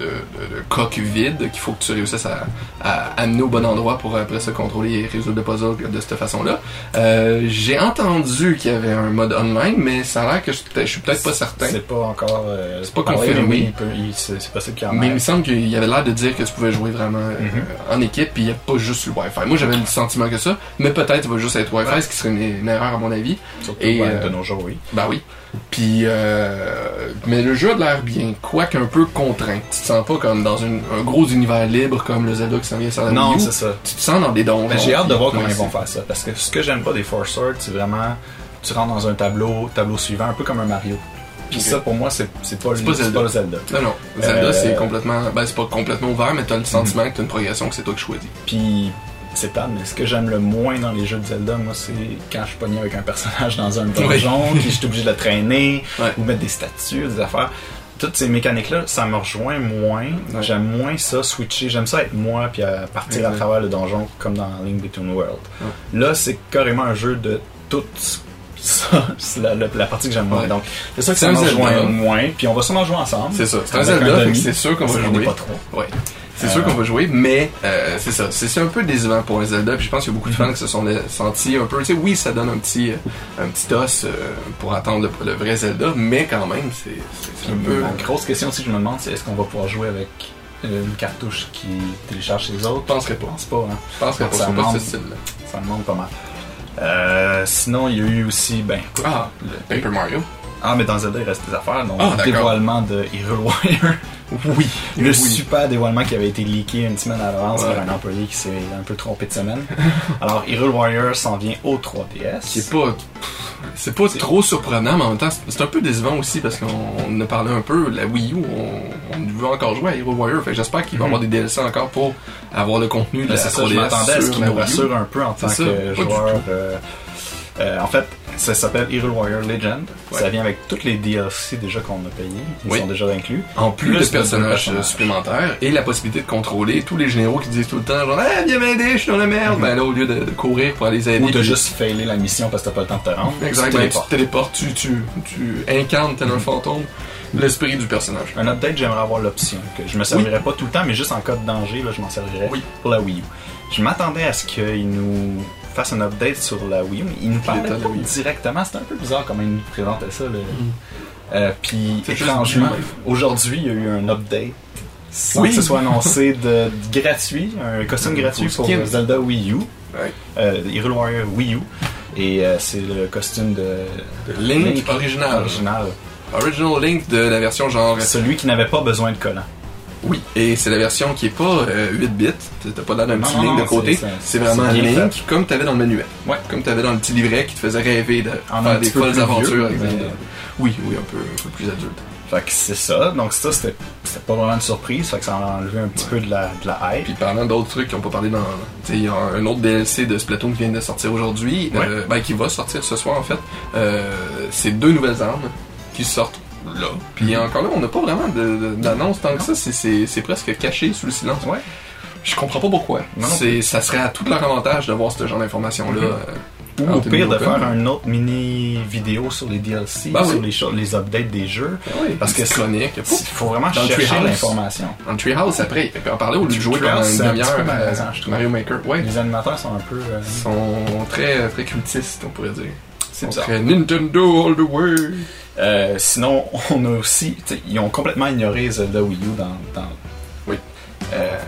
Speaker 1: de coques vides qu'il faut que tu réussisses à, à amener au bon endroit pour après se contrôler et résoudre le puzzle de cette façon-là. Euh, J'ai entendu qu'il y avait un mode online, mais ça a l'air que je, je suis peut-être pas certain.
Speaker 2: C'est pas encore. euh,
Speaker 1: C'est pas
Speaker 2: parlé,
Speaker 1: confirmé.
Speaker 2: mais oui, il peut- il- C'est c'est possible qu'il y en
Speaker 1: Mais il
Speaker 2: ait.
Speaker 1: me semble qu'il y avait l'air de dire que tu pouvais jouer vraiment euh,
Speaker 2: Mhm.
Speaker 1: en équipe, puis il n'y a pas juste le Wi-Fi. Moi, j'avais le sentiment que ça, mais peut-être il va juste être Wi-Fi, ce qui serait une, une erreur à mon avis.
Speaker 2: Surtout
Speaker 1: Et,
Speaker 2: ouais,
Speaker 1: euh,
Speaker 2: de nos jours, oui.
Speaker 1: Bah oui. Puis, euh, mais le jeu a de l'air bien, quoique un peu contraint. Tu te sens pas comme dans une- un gros univers libre comme le Zelda qui s'en vient sur la
Speaker 2: Non,
Speaker 1: Wii U.
Speaker 2: c'est ça.
Speaker 1: Tu te sens dans des donjons.
Speaker 2: Mais j'ai hâte de voir
Speaker 1: puis-
Speaker 2: comment ils vont faire ça. Parce que ce que j'aime pas des Force Swords, c'est vraiment. Tu rentres dans un tableau, tableau suivant, un peu comme un Mario. Puis
Speaker 1: Ok.
Speaker 2: ça, pour moi, c'est c'est pas, le-
Speaker 1: C'est pas
Speaker 2: c'est
Speaker 1: Zelda.
Speaker 2: pas le Zelda.
Speaker 1: Non, non. Zelda,
Speaker 2: Euh,
Speaker 1: c'est complètement. Ben, c'est pas complètement ouvert, mais t'as le sentiment que t'as une progression, que c'est toi qui choisis.
Speaker 2: Puis c'est pas, mais ce que j'aime le moins dans les jeux de Zelda, moi, c'est quand je suis pogné avec un personnage dans un donjon, puis je suis obligé de le traîner,
Speaker 1: Ouais.
Speaker 2: ou mettre des statues, des affaires. Toutes ces mécaniques-là, ça me rejoint moins.
Speaker 1: Ouais.
Speaker 2: J'aime moins ça, switcher. J'aime ça être moi, puis à partir à
Speaker 1: Mhm.
Speaker 2: travers le donjon, comme dans Link Between World. Là, c'est carrément un jeu de tout ça. C'est la, la- la partie que j'aime moins.
Speaker 1: Ouais.
Speaker 2: Donc, c'est ça que
Speaker 1: C'est
Speaker 2: ça
Speaker 1: un
Speaker 2: me rejoint
Speaker 1: Zelda.
Speaker 2: moins. Puis on va sûrement jouer ensemble.
Speaker 1: C'est ça. C'est un
Speaker 2: Avec un
Speaker 1: Zelda, fait que
Speaker 2: demi.
Speaker 1: c'est sûr qu'on
Speaker 2: Parce
Speaker 1: va
Speaker 2: qu'on est
Speaker 1: jouer.
Speaker 2: pas trop.
Speaker 1: Ouais. C'est
Speaker 2: Euh,
Speaker 1: sûr qu'on va jouer, mais euh, c'est ça. C'est c'est un peu décevant pour un Zelda. Puis je pense qu'il y a beaucoup de fans qui se sont euh, sentis un peu. Tu sais, oui, ça donne un petit, euh, un petit os euh, pour attendre le, le vrai Zelda, mais quand même, c'est c'est- c'est un peu.
Speaker 2: La grosse question aussi que je me demande, c'est est-ce qu'on va pouvoir jouer avec euh, une cartouche qui télécharge les autres
Speaker 1: Je penserais pas.
Speaker 2: pense pas, hein.
Speaker 1: Je pense que
Speaker 2: Ça
Speaker 1: c'est pas
Speaker 2: manque.
Speaker 1: ce style-là.
Speaker 2: Ça me manque pas mal. Euh, sinon, il y a eu aussi, ben, écoute,
Speaker 1: Ah,
Speaker 2: le-
Speaker 1: Paper Mario.
Speaker 2: ah, mais dans Zelda, il reste des affaires. Donc,
Speaker 1: Ah,
Speaker 2: le
Speaker 1: d'accord.
Speaker 2: dévoilement de Hero Warrior.
Speaker 1: Oui.
Speaker 2: Le
Speaker 1: super.
Speaker 2: super dévoilement qui avait été leaké une semaine à l'avance
Speaker 1: Ouais.
Speaker 2: par un employé qui s'est un peu trompé de semaine. Alors, Hero Warrior s'en vient au 3DS.
Speaker 1: Qui est pas. pff, C'est pas trop surprenant, mais en même temps, c'est- c'est un peu décevant aussi parce qu'on on en a parlé un peu. La Wii U, on, on veut encore jouer à Hero Warrior. Fait que j'espère qu'il va y avoir des DLC encore pour avoir le contenu de
Speaker 2: Mm. Ben,
Speaker 1: la
Speaker 2: c'est ça,
Speaker 1: 3DS.
Speaker 2: je m'attendais à ce
Speaker 1: sur
Speaker 2: qu'il
Speaker 1: la
Speaker 2: nous
Speaker 1: Wii U.
Speaker 2: rassure un peu en tant
Speaker 1: C'est ça,
Speaker 2: que
Speaker 1: pas du
Speaker 2: joueur.
Speaker 1: tout.
Speaker 2: euh, euh, en fait, ça s'appelle Hero Warrior Legend.
Speaker 1: Ouais.
Speaker 2: Ça vient avec toutes les DLC déjà qu'on a payés. Ils
Speaker 1: Oui.
Speaker 2: sont déjà inclus.
Speaker 1: En plus,
Speaker 2: Plus
Speaker 1: de
Speaker 2: de
Speaker 1: personnages
Speaker 2: personnages.
Speaker 1: supplémentaires et la possibilité de contrôler tous les généraux qui disent tout le temps genre Eh, viens m'aider, je suis dans la merde. Ben là, au lieu de, de courir pour aller les aider,
Speaker 2: Mm-hmm. Ou de
Speaker 1: puis-
Speaker 2: juste failer la mission parce que t'as pas le temps de te rendre.
Speaker 1: Exact,
Speaker 2: Tu
Speaker 1: ben, tu
Speaker 2: téléportes. Mm-hmm.
Speaker 1: te téléportes, tu, tu, tu incarnes tel un fantôme l'esprit du personnage.
Speaker 2: Un update, j'aimerais avoir l'option. que Je me servirais pas tout le temps, mais juste en cas de danger, là, je m'en servirais
Speaker 1: Oui.
Speaker 2: pour la Wii U. Je m'attendais à ce qu'ils nous fassent un update sur la Wii U. mais Ils nous parlaient
Speaker 1: L'état de la
Speaker 2: pas
Speaker 1: Wii U. Mm.
Speaker 2: directement. C'était un peu bizarre comment ils nous présentaient ça. là. Euh, Puis,
Speaker 1: C'est juste
Speaker 2: étrangement,
Speaker 1: du live.
Speaker 2: aujourd'hui, il y a eu un update. Sans
Speaker 1: Oui.
Speaker 2: que ce soit annoncé de, de gratuit, un costume
Speaker 1: Un
Speaker 2: gratuit
Speaker 1: beau
Speaker 2: pour
Speaker 1: skin.
Speaker 2: Zelda Wii U,
Speaker 1: Ouais.
Speaker 2: euh, Hero Warrior Wii U, et euh, c'est le costume de Mm-hmm.
Speaker 1: Link, original.
Speaker 2: original.
Speaker 1: Original Link de la version genre.
Speaker 2: Celui qui n'avait pas besoin de collant.
Speaker 1: Oui. Et c'est la version qui est pas euh, 8 bits. T'as pas l'air d'un
Speaker 2: Non,
Speaker 1: petit
Speaker 2: non,
Speaker 1: Link
Speaker 2: non,
Speaker 1: de côté.
Speaker 2: c'est- c'est-
Speaker 1: C'est vraiment
Speaker 2: c'est bien
Speaker 1: Link comme t'avais dans le manuel.
Speaker 2: Ouais.
Speaker 1: Comme t'avais dans le petit livret qui te faisait rêver de
Speaker 2: En un
Speaker 1: faire
Speaker 2: petit
Speaker 1: des
Speaker 2: peu
Speaker 1: folles
Speaker 2: plus vieux,
Speaker 1: aventures. avec
Speaker 2: mais-
Speaker 1: Zelda. Oui, oui, un peu, un peu plus adulte.
Speaker 2: Fait que c'est ça. Donc ça, c'était c'était pas vraiment une surprise. Fait que ça a enlevé un petit peu de la, de la hype.
Speaker 1: Puis parlant d'autres trucs qu'on peut parler dans. tu sais, Il y a un autre DLC de Splatoon qui vient de sortir aujourd'hui,
Speaker 2: Ouais.
Speaker 1: euh, ben, qui va sortir ce soir en fait. Euh, c'est deux nouvelles armes qui sortent là. Puis
Speaker 2: Mm-hmm.
Speaker 1: encore là, on n'a pas vraiment de- de- d'annonce tant que ça, c'est- c'est c'est presque caché sous le silence.
Speaker 2: Ouais.
Speaker 1: Je comprends pas pourquoi.
Speaker 2: Non, non.
Speaker 1: C'est- Ça serait à tout leur avantage de voir ce genre d'informations-là.
Speaker 2: Mhm.
Speaker 1: euh,
Speaker 2: Ou au
Speaker 1: Anthony
Speaker 2: pire, de
Speaker 1: Open.
Speaker 2: faire un autre mini vidéo sur les DLC,
Speaker 1: Bah oui.
Speaker 2: sur les, cho- les updates des jeux.
Speaker 1: euh, parce que c'est chronique.
Speaker 2: Il faut vraiment
Speaker 1: Dans
Speaker 2: chercher
Speaker 1: Treehouse.
Speaker 2: l'information.
Speaker 1: Dans le Treehouse après, il peut en parler au lieu de jouer pendant
Speaker 2: Treehouse,
Speaker 1: une
Speaker 2: c'est un petit
Speaker 1: demi-heure
Speaker 2: peu
Speaker 1: euh,
Speaker 2: malaisant, je trouve. Mm-hmm.
Speaker 1: Mario Maker. Ouais,
Speaker 2: Les animateurs sont un peu... euh,
Speaker 1: Ils sont très, très cultistes, on pourrait dire.
Speaker 2: c'est
Speaker 1: On
Speaker 2: bizarre.
Speaker 1: serait Nintendo all the way.
Speaker 2: Euh, sinon, on a aussi... tu sais, Ils ont complètement ignoré Zelda Wii U dans... dans-
Speaker 1: Oui.
Speaker 2: Euh,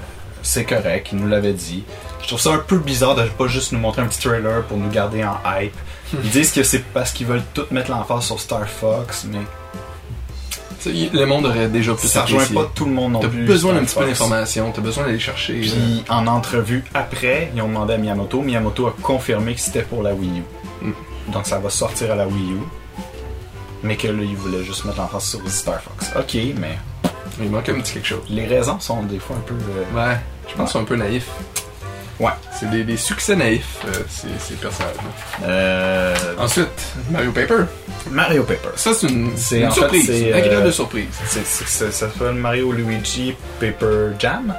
Speaker 2: c'est correct, ils nous l'avaient dit. Je trouve ça un peu bizarre de pas juste nous montrer un petit trailer pour nous garder en hype. Ils disent que c'est parce qu'ils veulent tout mettre l'emphase sur Star Fox, mais
Speaker 1: Tu sais, le monde aurait déjà plus
Speaker 2: ça rejoint
Speaker 1: apprécié.
Speaker 2: pas tout le monde non
Speaker 1: T'as
Speaker 2: plus.
Speaker 1: besoin d'un
Speaker 2: Star
Speaker 1: petit peu
Speaker 2: Fox.
Speaker 1: d'informations, t'as besoin d'aller chercher. euh,
Speaker 2: Puis en entrevue après, ils ont demandé à Miyamoto. Miyamoto a confirmé que c'était pour la Wii U.
Speaker 1: Mm.
Speaker 2: Donc ça va sortir à la Wii U. Mais que là, ils voulaient juste mettre l'emphase sur Star Fox. Ok, mais
Speaker 1: Il manque un petit quelque chose.
Speaker 2: les raisons sont des fois un peu. euh,
Speaker 1: Ouais, je pense qu'ils sont un peu naïfs.
Speaker 2: Ouais.
Speaker 1: C'est des, des succès naïfs, euh, ces, ces personnages-là.
Speaker 2: euh,
Speaker 1: Ah. Ensuite, Mario Paper.
Speaker 2: Mario Paper.
Speaker 1: Ça, c'est une,
Speaker 2: C'est-
Speaker 1: une
Speaker 2: en fait,
Speaker 1: surprise.
Speaker 2: c'est,
Speaker 1: une agréable
Speaker 2: euh,
Speaker 1: surprise.
Speaker 2: C'est- c'est- ça ça s'appelle Mario Luigi Paper Jam.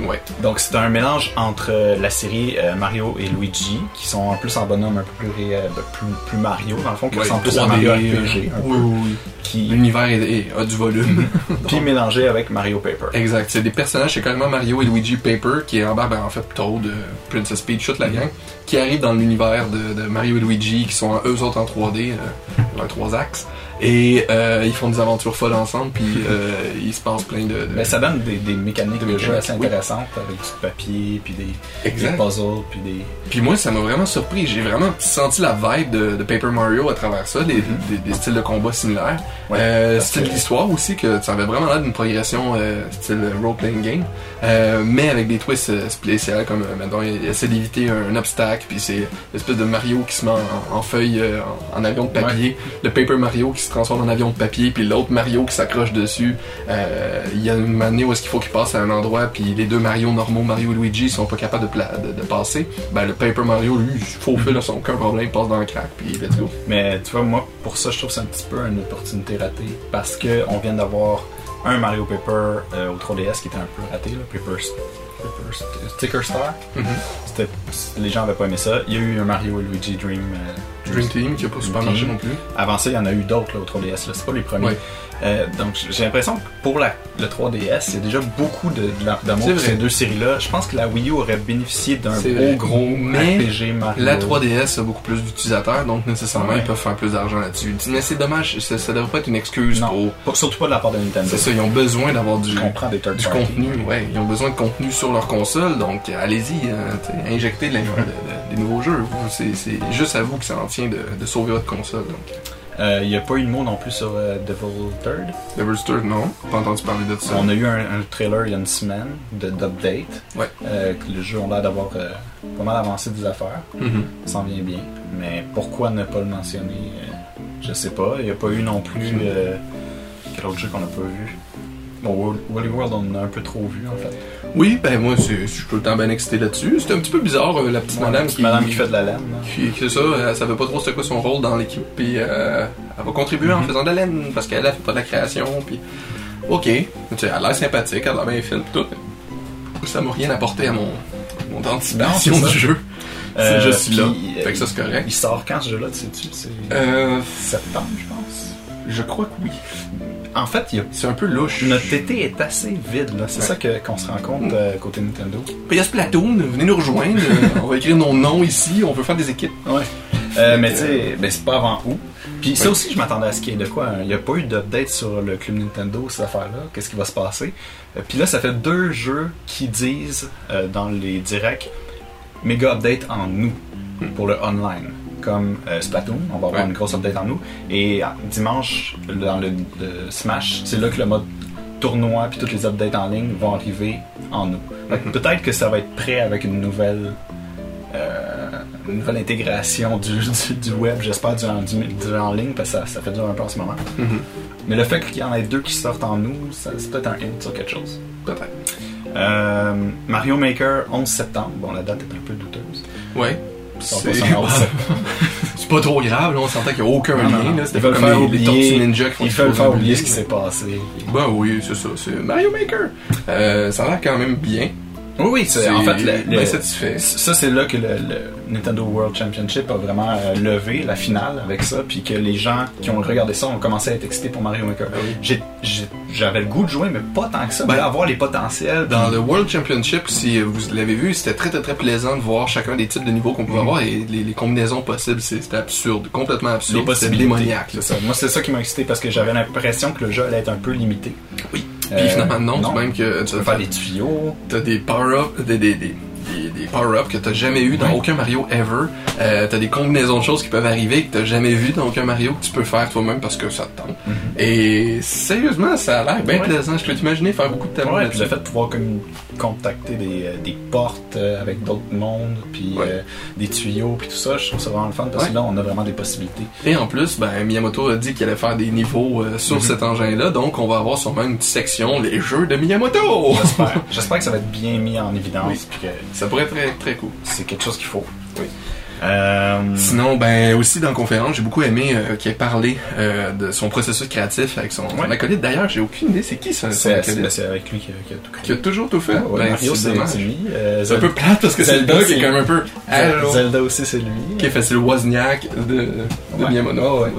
Speaker 1: Ouais.
Speaker 2: Donc c'est un mélange entre euh, la série euh, Mario et Luigi, qui sont en plus en bonhomme un peu plus, ré- ben, plus, plus Mario, dans le fond, qui
Speaker 1: Ouais,
Speaker 2: ressemble plus à
Speaker 1: 3D,
Speaker 2: Mario
Speaker 1: euh,
Speaker 2: RPG, un
Speaker 1: oui,
Speaker 2: peu,
Speaker 1: oui, oui.
Speaker 2: qui,
Speaker 1: L'univers est- est- a du volume.
Speaker 2: puis mélangé avec Mario Paper.
Speaker 1: Exact. C'est des personnages, c'est carrément Mario et Luigi Paper, qui est en bas, ben, en fait, Toad, euh, Princess Peach, toute la
Speaker 2: Mhm.
Speaker 1: gang, qui arrivent dans l'univers de, de Mario et Luigi, qui sont en- eux autres en 3D, euh, leurs trois axes. Et euh, ils font des aventures folles ensemble, puis euh, il se passe plein de. de-
Speaker 2: Ben, ça donne des, des mécaniques de
Speaker 1: Des
Speaker 2: jeu assez
Speaker 1: mécaniques, oui.
Speaker 2: intéressantes, avec du papier, puis des, des
Speaker 1: Exact.
Speaker 2: puzzles, puis des...
Speaker 1: Puis moi, ça m'a vraiment surpris. J'ai vraiment senti la vibe de, de Paper Mario à travers ça, des, des- des styles de combat similaires.
Speaker 2: Mhm. Ouais,
Speaker 1: Euh,
Speaker 2: parce
Speaker 1: style
Speaker 2: que-
Speaker 1: d'histoire aussi, que ça avait vraiment l'air d'une progression euh, style role-playing game, Euh, mais avec des twists euh, spéciaux, comme euh, maintenant, il essaie d'éviter un, un obstacle, puis c'est l'espèce de Mario qui se met en, en feuille, euh, en, en avion de papier, le Paper Mario qui se transforme en avion de papier, puis l'autre Mario qui s'accroche dessus. Euh, Il y a une année où est-ce qu'il faut qu'il passe à un endroit, puis les deux Mario normaux, Mario et Luigi, sont pas capables de, pla- de, de passer. Ben, le Paper Mario, lui, il
Speaker 2: Mhm.
Speaker 1: faufile sans aucun problème, il passe dans le crack, puis let's go.
Speaker 2: Mais tu vois, moi, pour ça, je trouve que c'est un petit peu une opportunité ratée parce que on vient d'avoir un Mario Paper euh, au 3DS qui était un peu raté, là, Paper, St- Paper St- Sticker Star.
Speaker 1: Mhm.
Speaker 2: C'était- Les gens n'avaient pas aimé ça. Il y a eu un Mario et Luigi Dream. euh,
Speaker 1: Dream Team qui a pas super
Speaker 2: Dream
Speaker 1: marché
Speaker 2: Team.
Speaker 1: non plus.
Speaker 2: Avant ça, il y en a eu d'autres là, au 3DS, là. c'est pas les premiers.
Speaker 1: Ouais.
Speaker 2: Euh, donc j- j'ai l'impression que pour la, le 3DS, il y a déjà beaucoup de- de- d'amour
Speaker 1: C'est
Speaker 2: pour
Speaker 1: vrai.
Speaker 2: ces deux séries-là. Je pense que la Wii U aurait bénéficié d'un
Speaker 1: C'est
Speaker 2: beau
Speaker 1: vrai.
Speaker 2: gros
Speaker 1: Mais
Speaker 2: RPG Mario.
Speaker 1: La 3DS a beaucoup plus d'utilisateurs, donc nécessairement
Speaker 2: Oh. Ouais.
Speaker 1: ils peuvent faire plus d'argent là-dessus. Mais c'est dommage, ça, ça devrait pas être une excuse
Speaker 2: Non.
Speaker 1: pour.
Speaker 2: Pas- surtout pas de la part de Nintendo.
Speaker 1: C'est ça, ils ont besoin d'avoir du,
Speaker 2: Je comprends des third
Speaker 1: du
Speaker 2: parties.
Speaker 1: contenu, ouais. Ils ont besoin de contenu sur leur console, donc euh, allez-y, euh, t'sais, injectez de la- de- de- des nouveaux jeux. Vous, C'est c'est juste à vous que ça en tient de, de sauver votre console. Donc.
Speaker 2: Il n'y Euh, a pas eu de mot non plus sur euh, Devil Third.
Speaker 1: Devil's Third, non, pas entendu parler de ça.
Speaker 2: On a eu un, un trailer il y a une semaine de- d'update.
Speaker 1: Ouais.
Speaker 2: Euh, que le jeu, on a l'air d'avoir euh, pas mal avancé des affaires.
Speaker 1: Mhm.
Speaker 2: Ça s'en vient bien. Mais pourquoi ne pas le mentionner euh, Je sais pas. Il n'y a pas eu non plus. euh, quel autre jeu qu'on n'a pas vu Bon, Wall- Wally World, on en a un peu trop vu en fait.
Speaker 1: Oui, ben moi, c'est- je suis tout le temps bien excité là-dessus. C'était un petit peu bizarre, euh, la petite madame, qui,
Speaker 2: Madame qui fait de la laine. là.
Speaker 1: Puis que ça, elle savait pas trop c'était quoi son rôle dans l'équipe, puis euh, elle va contribuer en
Speaker 2: Mhm.
Speaker 1: faisant de la laine, parce qu'elle a fait pas de la création, puis... Ok, tu sais, elle a l'air sympathique, elle a bien fait, tout. Ça m'a rien apporté à mon, mon anticipation
Speaker 2: Non, c'est
Speaker 1: du jeu. C'est
Speaker 2: Euh,
Speaker 1: juste celui-là.
Speaker 2: puis, euh,
Speaker 1: Fait que ça, c'est correct.
Speaker 2: Il sort quand ce jeu-là, tu sais-tu C'est
Speaker 1: Euh,
Speaker 2: septembre, je pense.
Speaker 1: je crois que oui.
Speaker 2: En fait, il y a
Speaker 1: C'est un peu louche.
Speaker 2: Notre été est assez vide, là. C'est
Speaker 1: Ouais.
Speaker 2: ça que- qu'on se rend compte euh, côté Nintendo.
Speaker 1: PS Platoon, venez nous rejoindre, euh, on va écrire nos noms ici, on peut faire des équipes.
Speaker 2: Ouais. mais tu sais, ben, c'est pas avant août. Puis ça
Speaker 1: Ouais.
Speaker 2: aussi, je m'attendais à ce qu'il y ait de quoi. hein. Il n'y a pas eu d'update sur le club Nintendo, cette affaire-là. Qu'est-ce qui va se passer? Euh, Puis là, ça fait deux jeux qui disent euh, dans les directs méga update en nous pour le online. Comme euh, Splatoon, on va avoir
Speaker 1: Ouais.
Speaker 2: une grosse update en nous. Et euh, dimanche, dans le, le Smash, c'est là que le mode tournoi puis toutes les updates en ligne vont arriver en nous. Fait que Peut-être que ça va être prêt avec une nouvelle, euh, une nouvelle intégration du, du, du web, j'espère, du, en- du- du en ligne, parce que ça, ça fait dur un peu en ce moment.
Speaker 1: Mhm.
Speaker 2: Mais le fait qu'il y en ait deux qui sortent en nous, ça- c'est peut-être un hint sur quelque chose.
Speaker 1: Peut-être.
Speaker 2: Euh, Mario Maker, 11 septembre. Bon, la date est un peu douteuse.
Speaker 1: Ouais.
Speaker 2: On va s'en rendre compte.
Speaker 1: C'est pas trop grave, là, on s'entend qu'il n'y a aucun
Speaker 2: Non, non,
Speaker 1: lien.
Speaker 2: non.
Speaker 1: là. C'était
Speaker 2: Ils
Speaker 1: pas
Speaker 2: veulent
Speaker 1: comme
Speaker 2: faire
Speaker 1: les, les
Speaker 2: oublier-
Speaker 1: Tortues Ninja qui font
Speaker 2: Ils
Speaker 1: des
Speaker 2: veulent
Speaker 1: choses
Speaker 2: faire
Speaker 1: oubliées,
Speaker 2: oublier ce qui
Speaker 1: mais-
Speaker 2: s'est passé.
Speaker 1: Ben oui, c'est ça, c'est Mario Maker. Euh, ça a l'air quand même bien. Ben,
Speaker 2: Oui, oui, c'est en fait le-
Speaker 1: bien
Speaker 2: le-
Speaker 1: satisfait.
Speaker 2: ça c'est là que le, le Nintendo World Championship a vraiment euh, levé la finale avec ça, puis que les gens qui ont regardé ça ont commencé à être excités pour Mario Maker. J'ai- j'ai- J'avais le goût de jouer, mais pas tant que ça.
Speaker 1: Ben,
Speaker 2: mais là, avoir les potentiels
Speaker 1: Dans le World Championship, si vous l'avez vu, c'était très très très plaisant de voir chacun des types de niveaux qu'on pouvait
Speaker 2: Mhm.
Speaker 1: avoir et les, les combinaisons possibles, c'est- c'était absurde, complètement absurde, c'était démoniaque. là.
Speaker 2: c'est ça. Moi, c'est ça qui m'a excité parce que j'avais l'impression que le jeu allait être un peu limité.
Speaker 1: Oui.
Speaker 2: Euh,
Speaker 1: Puis finalement non,
Speaker 2: non.
Speaker 1: c'est même que
Speaker 2: Tu
Speaker 1: tu
Speaker 2: peux faire des tuyaux.
Speaker 1: t'as des power-ups, des, des, des, des, des power-ups que t'as jamais eu dans
Speaker 2: Ouais.
Speaker 1: aucun Mario ever. Euh, t'as des combinaisons de choses qui peuvent arriver que t'as jamais vu dans aucun Mario que tu peux faire toi-même parce que ça te tente. Et sérieusement, ça a l'air bien
Speaker 2: Mhm. Ouais.
Speaker 1: plaisant. Je peux t'imaginer faire beaucoup de talent
Speaker 2: Ouais, puis
Speaker 1: là-dessus.
Speaker 2: le fait de pouvoir comme, contacter des, euh, des portes euh, avec d'autres mondes, puis
Speaker 1: Ouais.
Speaker 2: euh, des tuyaux, puis tout ça, je trouve ça vraiment le fun parce
Speaker 1: Ouais.
Speaker 2: que là, on a vraiment des possibilités.
Speaker 1: Et en plus, ben, Miyamoto a dit qu'il allait faire des niveaux euh, sur
Speaker 2: Mhm.
Speaker 1: cet engin-là, donc on va avoir sûrement une petite section les jeux de Miyamoto.
Speaker 2: J'espère. J'espère que ça va être bien mis en évidence,
Speaker 1: Oui.
Speaker 2: puis que Mhm.
Speaker 1: Ça pourrait être très, très cool.
Speaker 2: c'est quelque chose qu'il faut.
Speaker 1: Oui.
Speaker 2: Euh,
Speaker 1: Sinon, ben aussi dans la conférence, j'ai beaucoup aimé euh, qu'il ait parlé euh, de son processus créatif avec son, son
Speaker 2: Ouais.
Speaker 1: acolyte. D'ailleurs, j'ai aucune idée c'est qui son, son
Speaker 2: c'est c'est-
Speaker 1: acolyte.
Speaker 2: c'est avec lui qui a, qui a tout
Speaker 1: Qui a
Speaker 2: créé.
Speaker 1: toujours tout fait.
Speaker 2: Ah ouais,
Speaker 1: Ben,
Speaker 2: Mario,
Speaker 1: c'est
Speaker 2: c'est
Speaker 1: dommage.
Speaker 2: c'est lui. Euh,
Speaker 1: C'est un
Speaker 2: Zelda,
Speaker 1: peu plate parce que c'est le
Speaker 2: Zelda,
Speaker 1: dog qui est
Speaker 2: c'est-
Speaker 1: comme un peu. Allô?
Speaker 2: Zelda aussi, c'est lui.
Speaker 1: Qui a fait c'est le Wozniak de, de
Speaker 2: Ouais.
Speaker 1: Miyamoto.
Speaker 2: Ouais, ouais.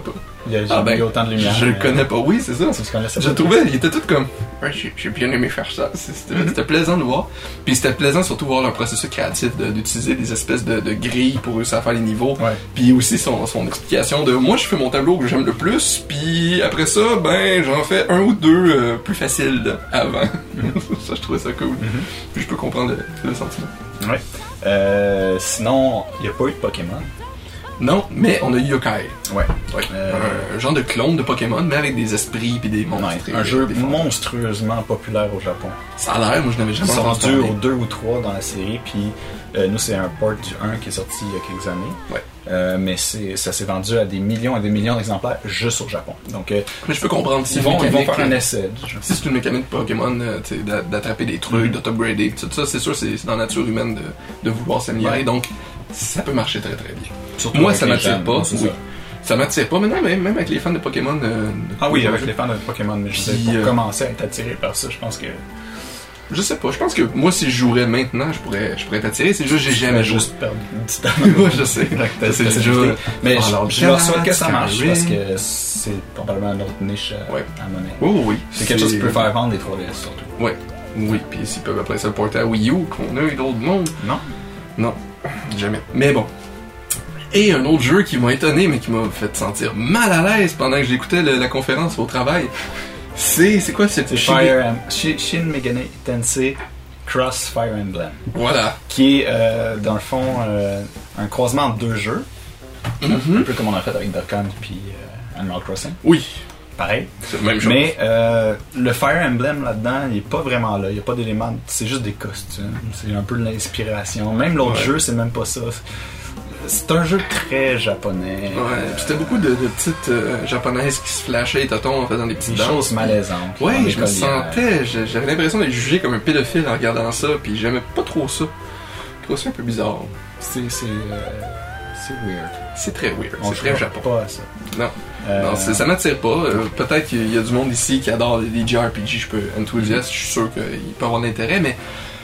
Speaker 2: Il y a,
Speaker 1: Ah
Speaker 2: j'ai
Speaker 1: ben,
Speaker 2: eu autant de lumière.
Speaker 1: je le
Speaker 2: mais-
Speaker 1: connais pas. Oui, c'est ça.
Speaker 2: Tu le connaissais
Speaker 1: Je
Speaker 2: pas.
Speaker 1: trouvais, il était tout comme. Ouais, j'ai j'ai bien aimé faire ça. C'est- C'était
Speaker 2: Mhm.
Speaker 1: c'était plaisant de voir. Puis c'était plaisant surtout voir leur processus créatif, de- d'utiliser des espèces de, de grilles pour réussir à faire les niveaux.
Speaker 2: Ouais.
Speaker 1: Puis aussi son, son explication de moi, je fais mon tableau que j'aime le plus. Puis après ça, ben, j'en fais un ou deux euh, plus faciles avant. ça, je trouvais ça cool.
Speaker 2: Mhm.
Speaker 1: Puis je peux comprendre le, le sentiment.
Speaker 2: Euh, sinon, il n'y a pas eu de Pokémon.
Speaker 1: Non, mais on a eu Yokai.
Speaker 2: Ouais.
Speaker 1: Ouais.
Speaker 2: Euh,
Speaker 1: Un genre de clone de Pokémon, mais avec des esprits puis des monstres. et des-
Speaker 2: Ouais, un jeu
Speaker 1: des formes.
Speaker 2: monstrueusement populaire au Japon.
Speaker 1: Ça a l'air, moi je n'avais
Speaker 2: Ils
Speaker 1: jamais
Speaker 2: sont
Speaker 1: entendu.
Speaker 2: rendus
Speaker 1: parler.
Speaker 2: au 2 ou 3 dans la série, puis euh, nous, c'est un port du 1 qui est sorti il y a quelques années.
Speaker 1: Ouais.
Speaker 2: Euh, mais c'est- ça s'est vendu à des millions et des millions d'exemplaires juste au Japon. Donc, euh,
Speaker 1: Mais je peux comprendre. si
Speaker 2: ils, vont,
Speaker 1: le
Speaker 2: ils vont
Speaker 1: mécanique,
Speaker 2: faire un
Speaker 1: euh,
Speaker 2: essai. je-
Speaker 1: Si c'est une mécanique Pokémon, euh, tu sais, d'a- d'attraper des trucs,
Speaker 2: Mhm.
Speaker 1: d'upgrader, tout ça, c'est sûr, c'est c'est dans la nature humaine de, de vouloir s'améliorer.
Speaker 2: Ouais.
Speaker 1: Donc, ça peut marcher très très bien.
Speaker 2: surtout
Speaker 1: Moi,
Speaker 2: avec
Speaker 1: ça
Speaker 2: les
Speaker 1: m'attire
Speaker 2: jeunes,
Speaker 1: pas,
Speaker 2: c'est
Speaker 1: oui.
Speaker 2: ça.
Speaker 1: Ça m'attire pas, mais non, mais même avec les fans de Pokémon. euh,
Speaker 2: Ah oui, avec
Speaker 1: je-
Speaker 2: les fans de Pokémon, mais je
Speaker 1: Puis,
Speaker 2: sais, pour
Speaker 1: euh,
Speaker 2: commencer à être attiré par ça, je pense que.
Speaker 1: Je sais pas, je pense que moi, si je jouerais maintenant, je pourrais, je pourrais t'attirer. C'est juste, j'ai jamais joué.
Speaker 2: juste perdre du temps.
Speaker 1: Moi, je sais.
Speaker 2: Exactement.
Speaker 1: C'est déjà-
Speaker 2: Mais je,
Speaker 1: Alors,
Speaker 2: je leur souhaite
Speaker 1: Galactic,
Speaker 2: que ça marche
Speaker 1: Skyrim.
Speaker 2: parce que c'est probablement notre niche à,
Speaker 1: Ouais.
Speaker 2: à monnaie.
Speaker 1: Oh oui.
Speaker 2: C'est quelque chose qui peut faire vendre des 3DS surtout.
Speaker 1: Oui, puis s'ils peuvent appeler ça le porter à Wii U, qu'on a eu d'autres mondes.
Speaker 2: Non.
Speaker 1: Jamais. Mais bon. Et un autre jeu qui m'a étonné, mais qui m'a fait sentir mal à l'aise pendant que j'écoutais le- la conférence au travail, c'est. C'est quoi cette
Speaker 2: C'est Fire Em- Shi- Shin Megane Tensei Cross Fire Emblem,
Speaker 1: Voilà.
Speaker 2: qui est euh, dans le fond euh, un croisement de deux jeux, un
Speaker 1: Mhm.
Speaker 2: peu comme on a fait avec Dark Hunt puis euh, Animal Crossing,
Speaker 1: Oui,
Speaker 2: pareil.
Speaker 1: c'est la même chose.
Speaker 2: Mais euh, le Fire Emblem là-dedans, il est pas vraiment là. Il n'y a pas d'éléments. C'est juste des costumes. C'est un peu de l'inspiration. Même l'autre
Speaker 1: Ouais.
Speaker 2: jeu, c'est même pas ça. C'est un jeu très japonais.
Speaker 1: Ouais,
Speaker 2: Euh,
Speaker 1: puis c'était beaucoup de, de petites euh, japonaises qui se flashaient les tontons en faisant des petites
Speaker 2: des
Speaker 1: danses.
Speaker 2: choses malaisantes.
Speaker 1: Ouais,
Speaker 2: dans les hein.
Speaker 1: je me
Speaker 2: collières.
Speaker 1: sentais, je- j'avais l'impression d'être jugé comme un pédophile en regardant ça, puis j'aimais pas trop ça. Je trouvais ça un peu bizarre.
Speaker 2: C'est c'est, euh, c'est weird.
Speaker 1: C'est très weird,
Speaker 2: On
Speaker 1: c'est très
Speaker 2: jouera
Speaker 1: japon.
Speaker 2: Pas à ça.
Speaker 1: Non.
Speaker 2: Euh,
Speaker 1: Non, c'est- ça m'attire pas. Euh, Peut-être qu'il y a du monde ici qui adore les, les JRPG, je peux enthousiaste, je suis sûr qu'il peut avoir de l'intérêt, mais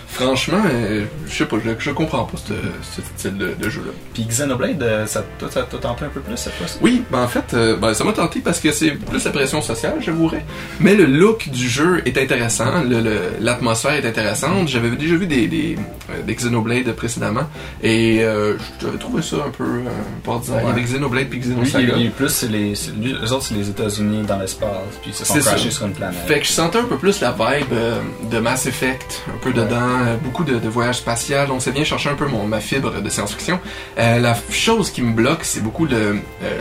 Speaker 1: franchement, euh, je sais pas, je, je comprends pas ce, ce style de, de jeu-là.
Speaker 2: Puis Xenoblade, euh, ça t'a ça t'a tenté un peu plus cette fois-ci.
Speaker 1: Oui, ben en fait, euh, ben, ça m'a tenté parce que c'est plus la pression sociale, j'avouerais. Mais le look du jeu est intéressant, le- le- l'atmosphère est intéressante. J'avais déjà vu des, des, euh, des Xenoblade précédemment et euh, j'avais trouvé ça un peu euh, pas ordinaire. Il y a
Speaker 2: Ouais.
Speaker 1: des Xenoblade puis
Speaker 2: Lui,
Speaker 1: Xenosaga.
Speaker 2: il est plus, c'est les, c'est- lui, eux autres, c'est les États-Unis dans l'espace, puis ils se sont
Speaker 1: C'est ça.
Speaker 2: crashés sur une planète.
Speaker 1: Fait que je sentais un peu plus la vibe euh, de Mass Effect, un peu
Speaker 2: Ouais.
Speaker 1: dedans, euh, beaucoup de, de voyages spatiaux, donc c'est bien chercher un peu mon, ma fibre de science-fiction. Euh, la chose qui me bloque, c'est beaucoup le, euh,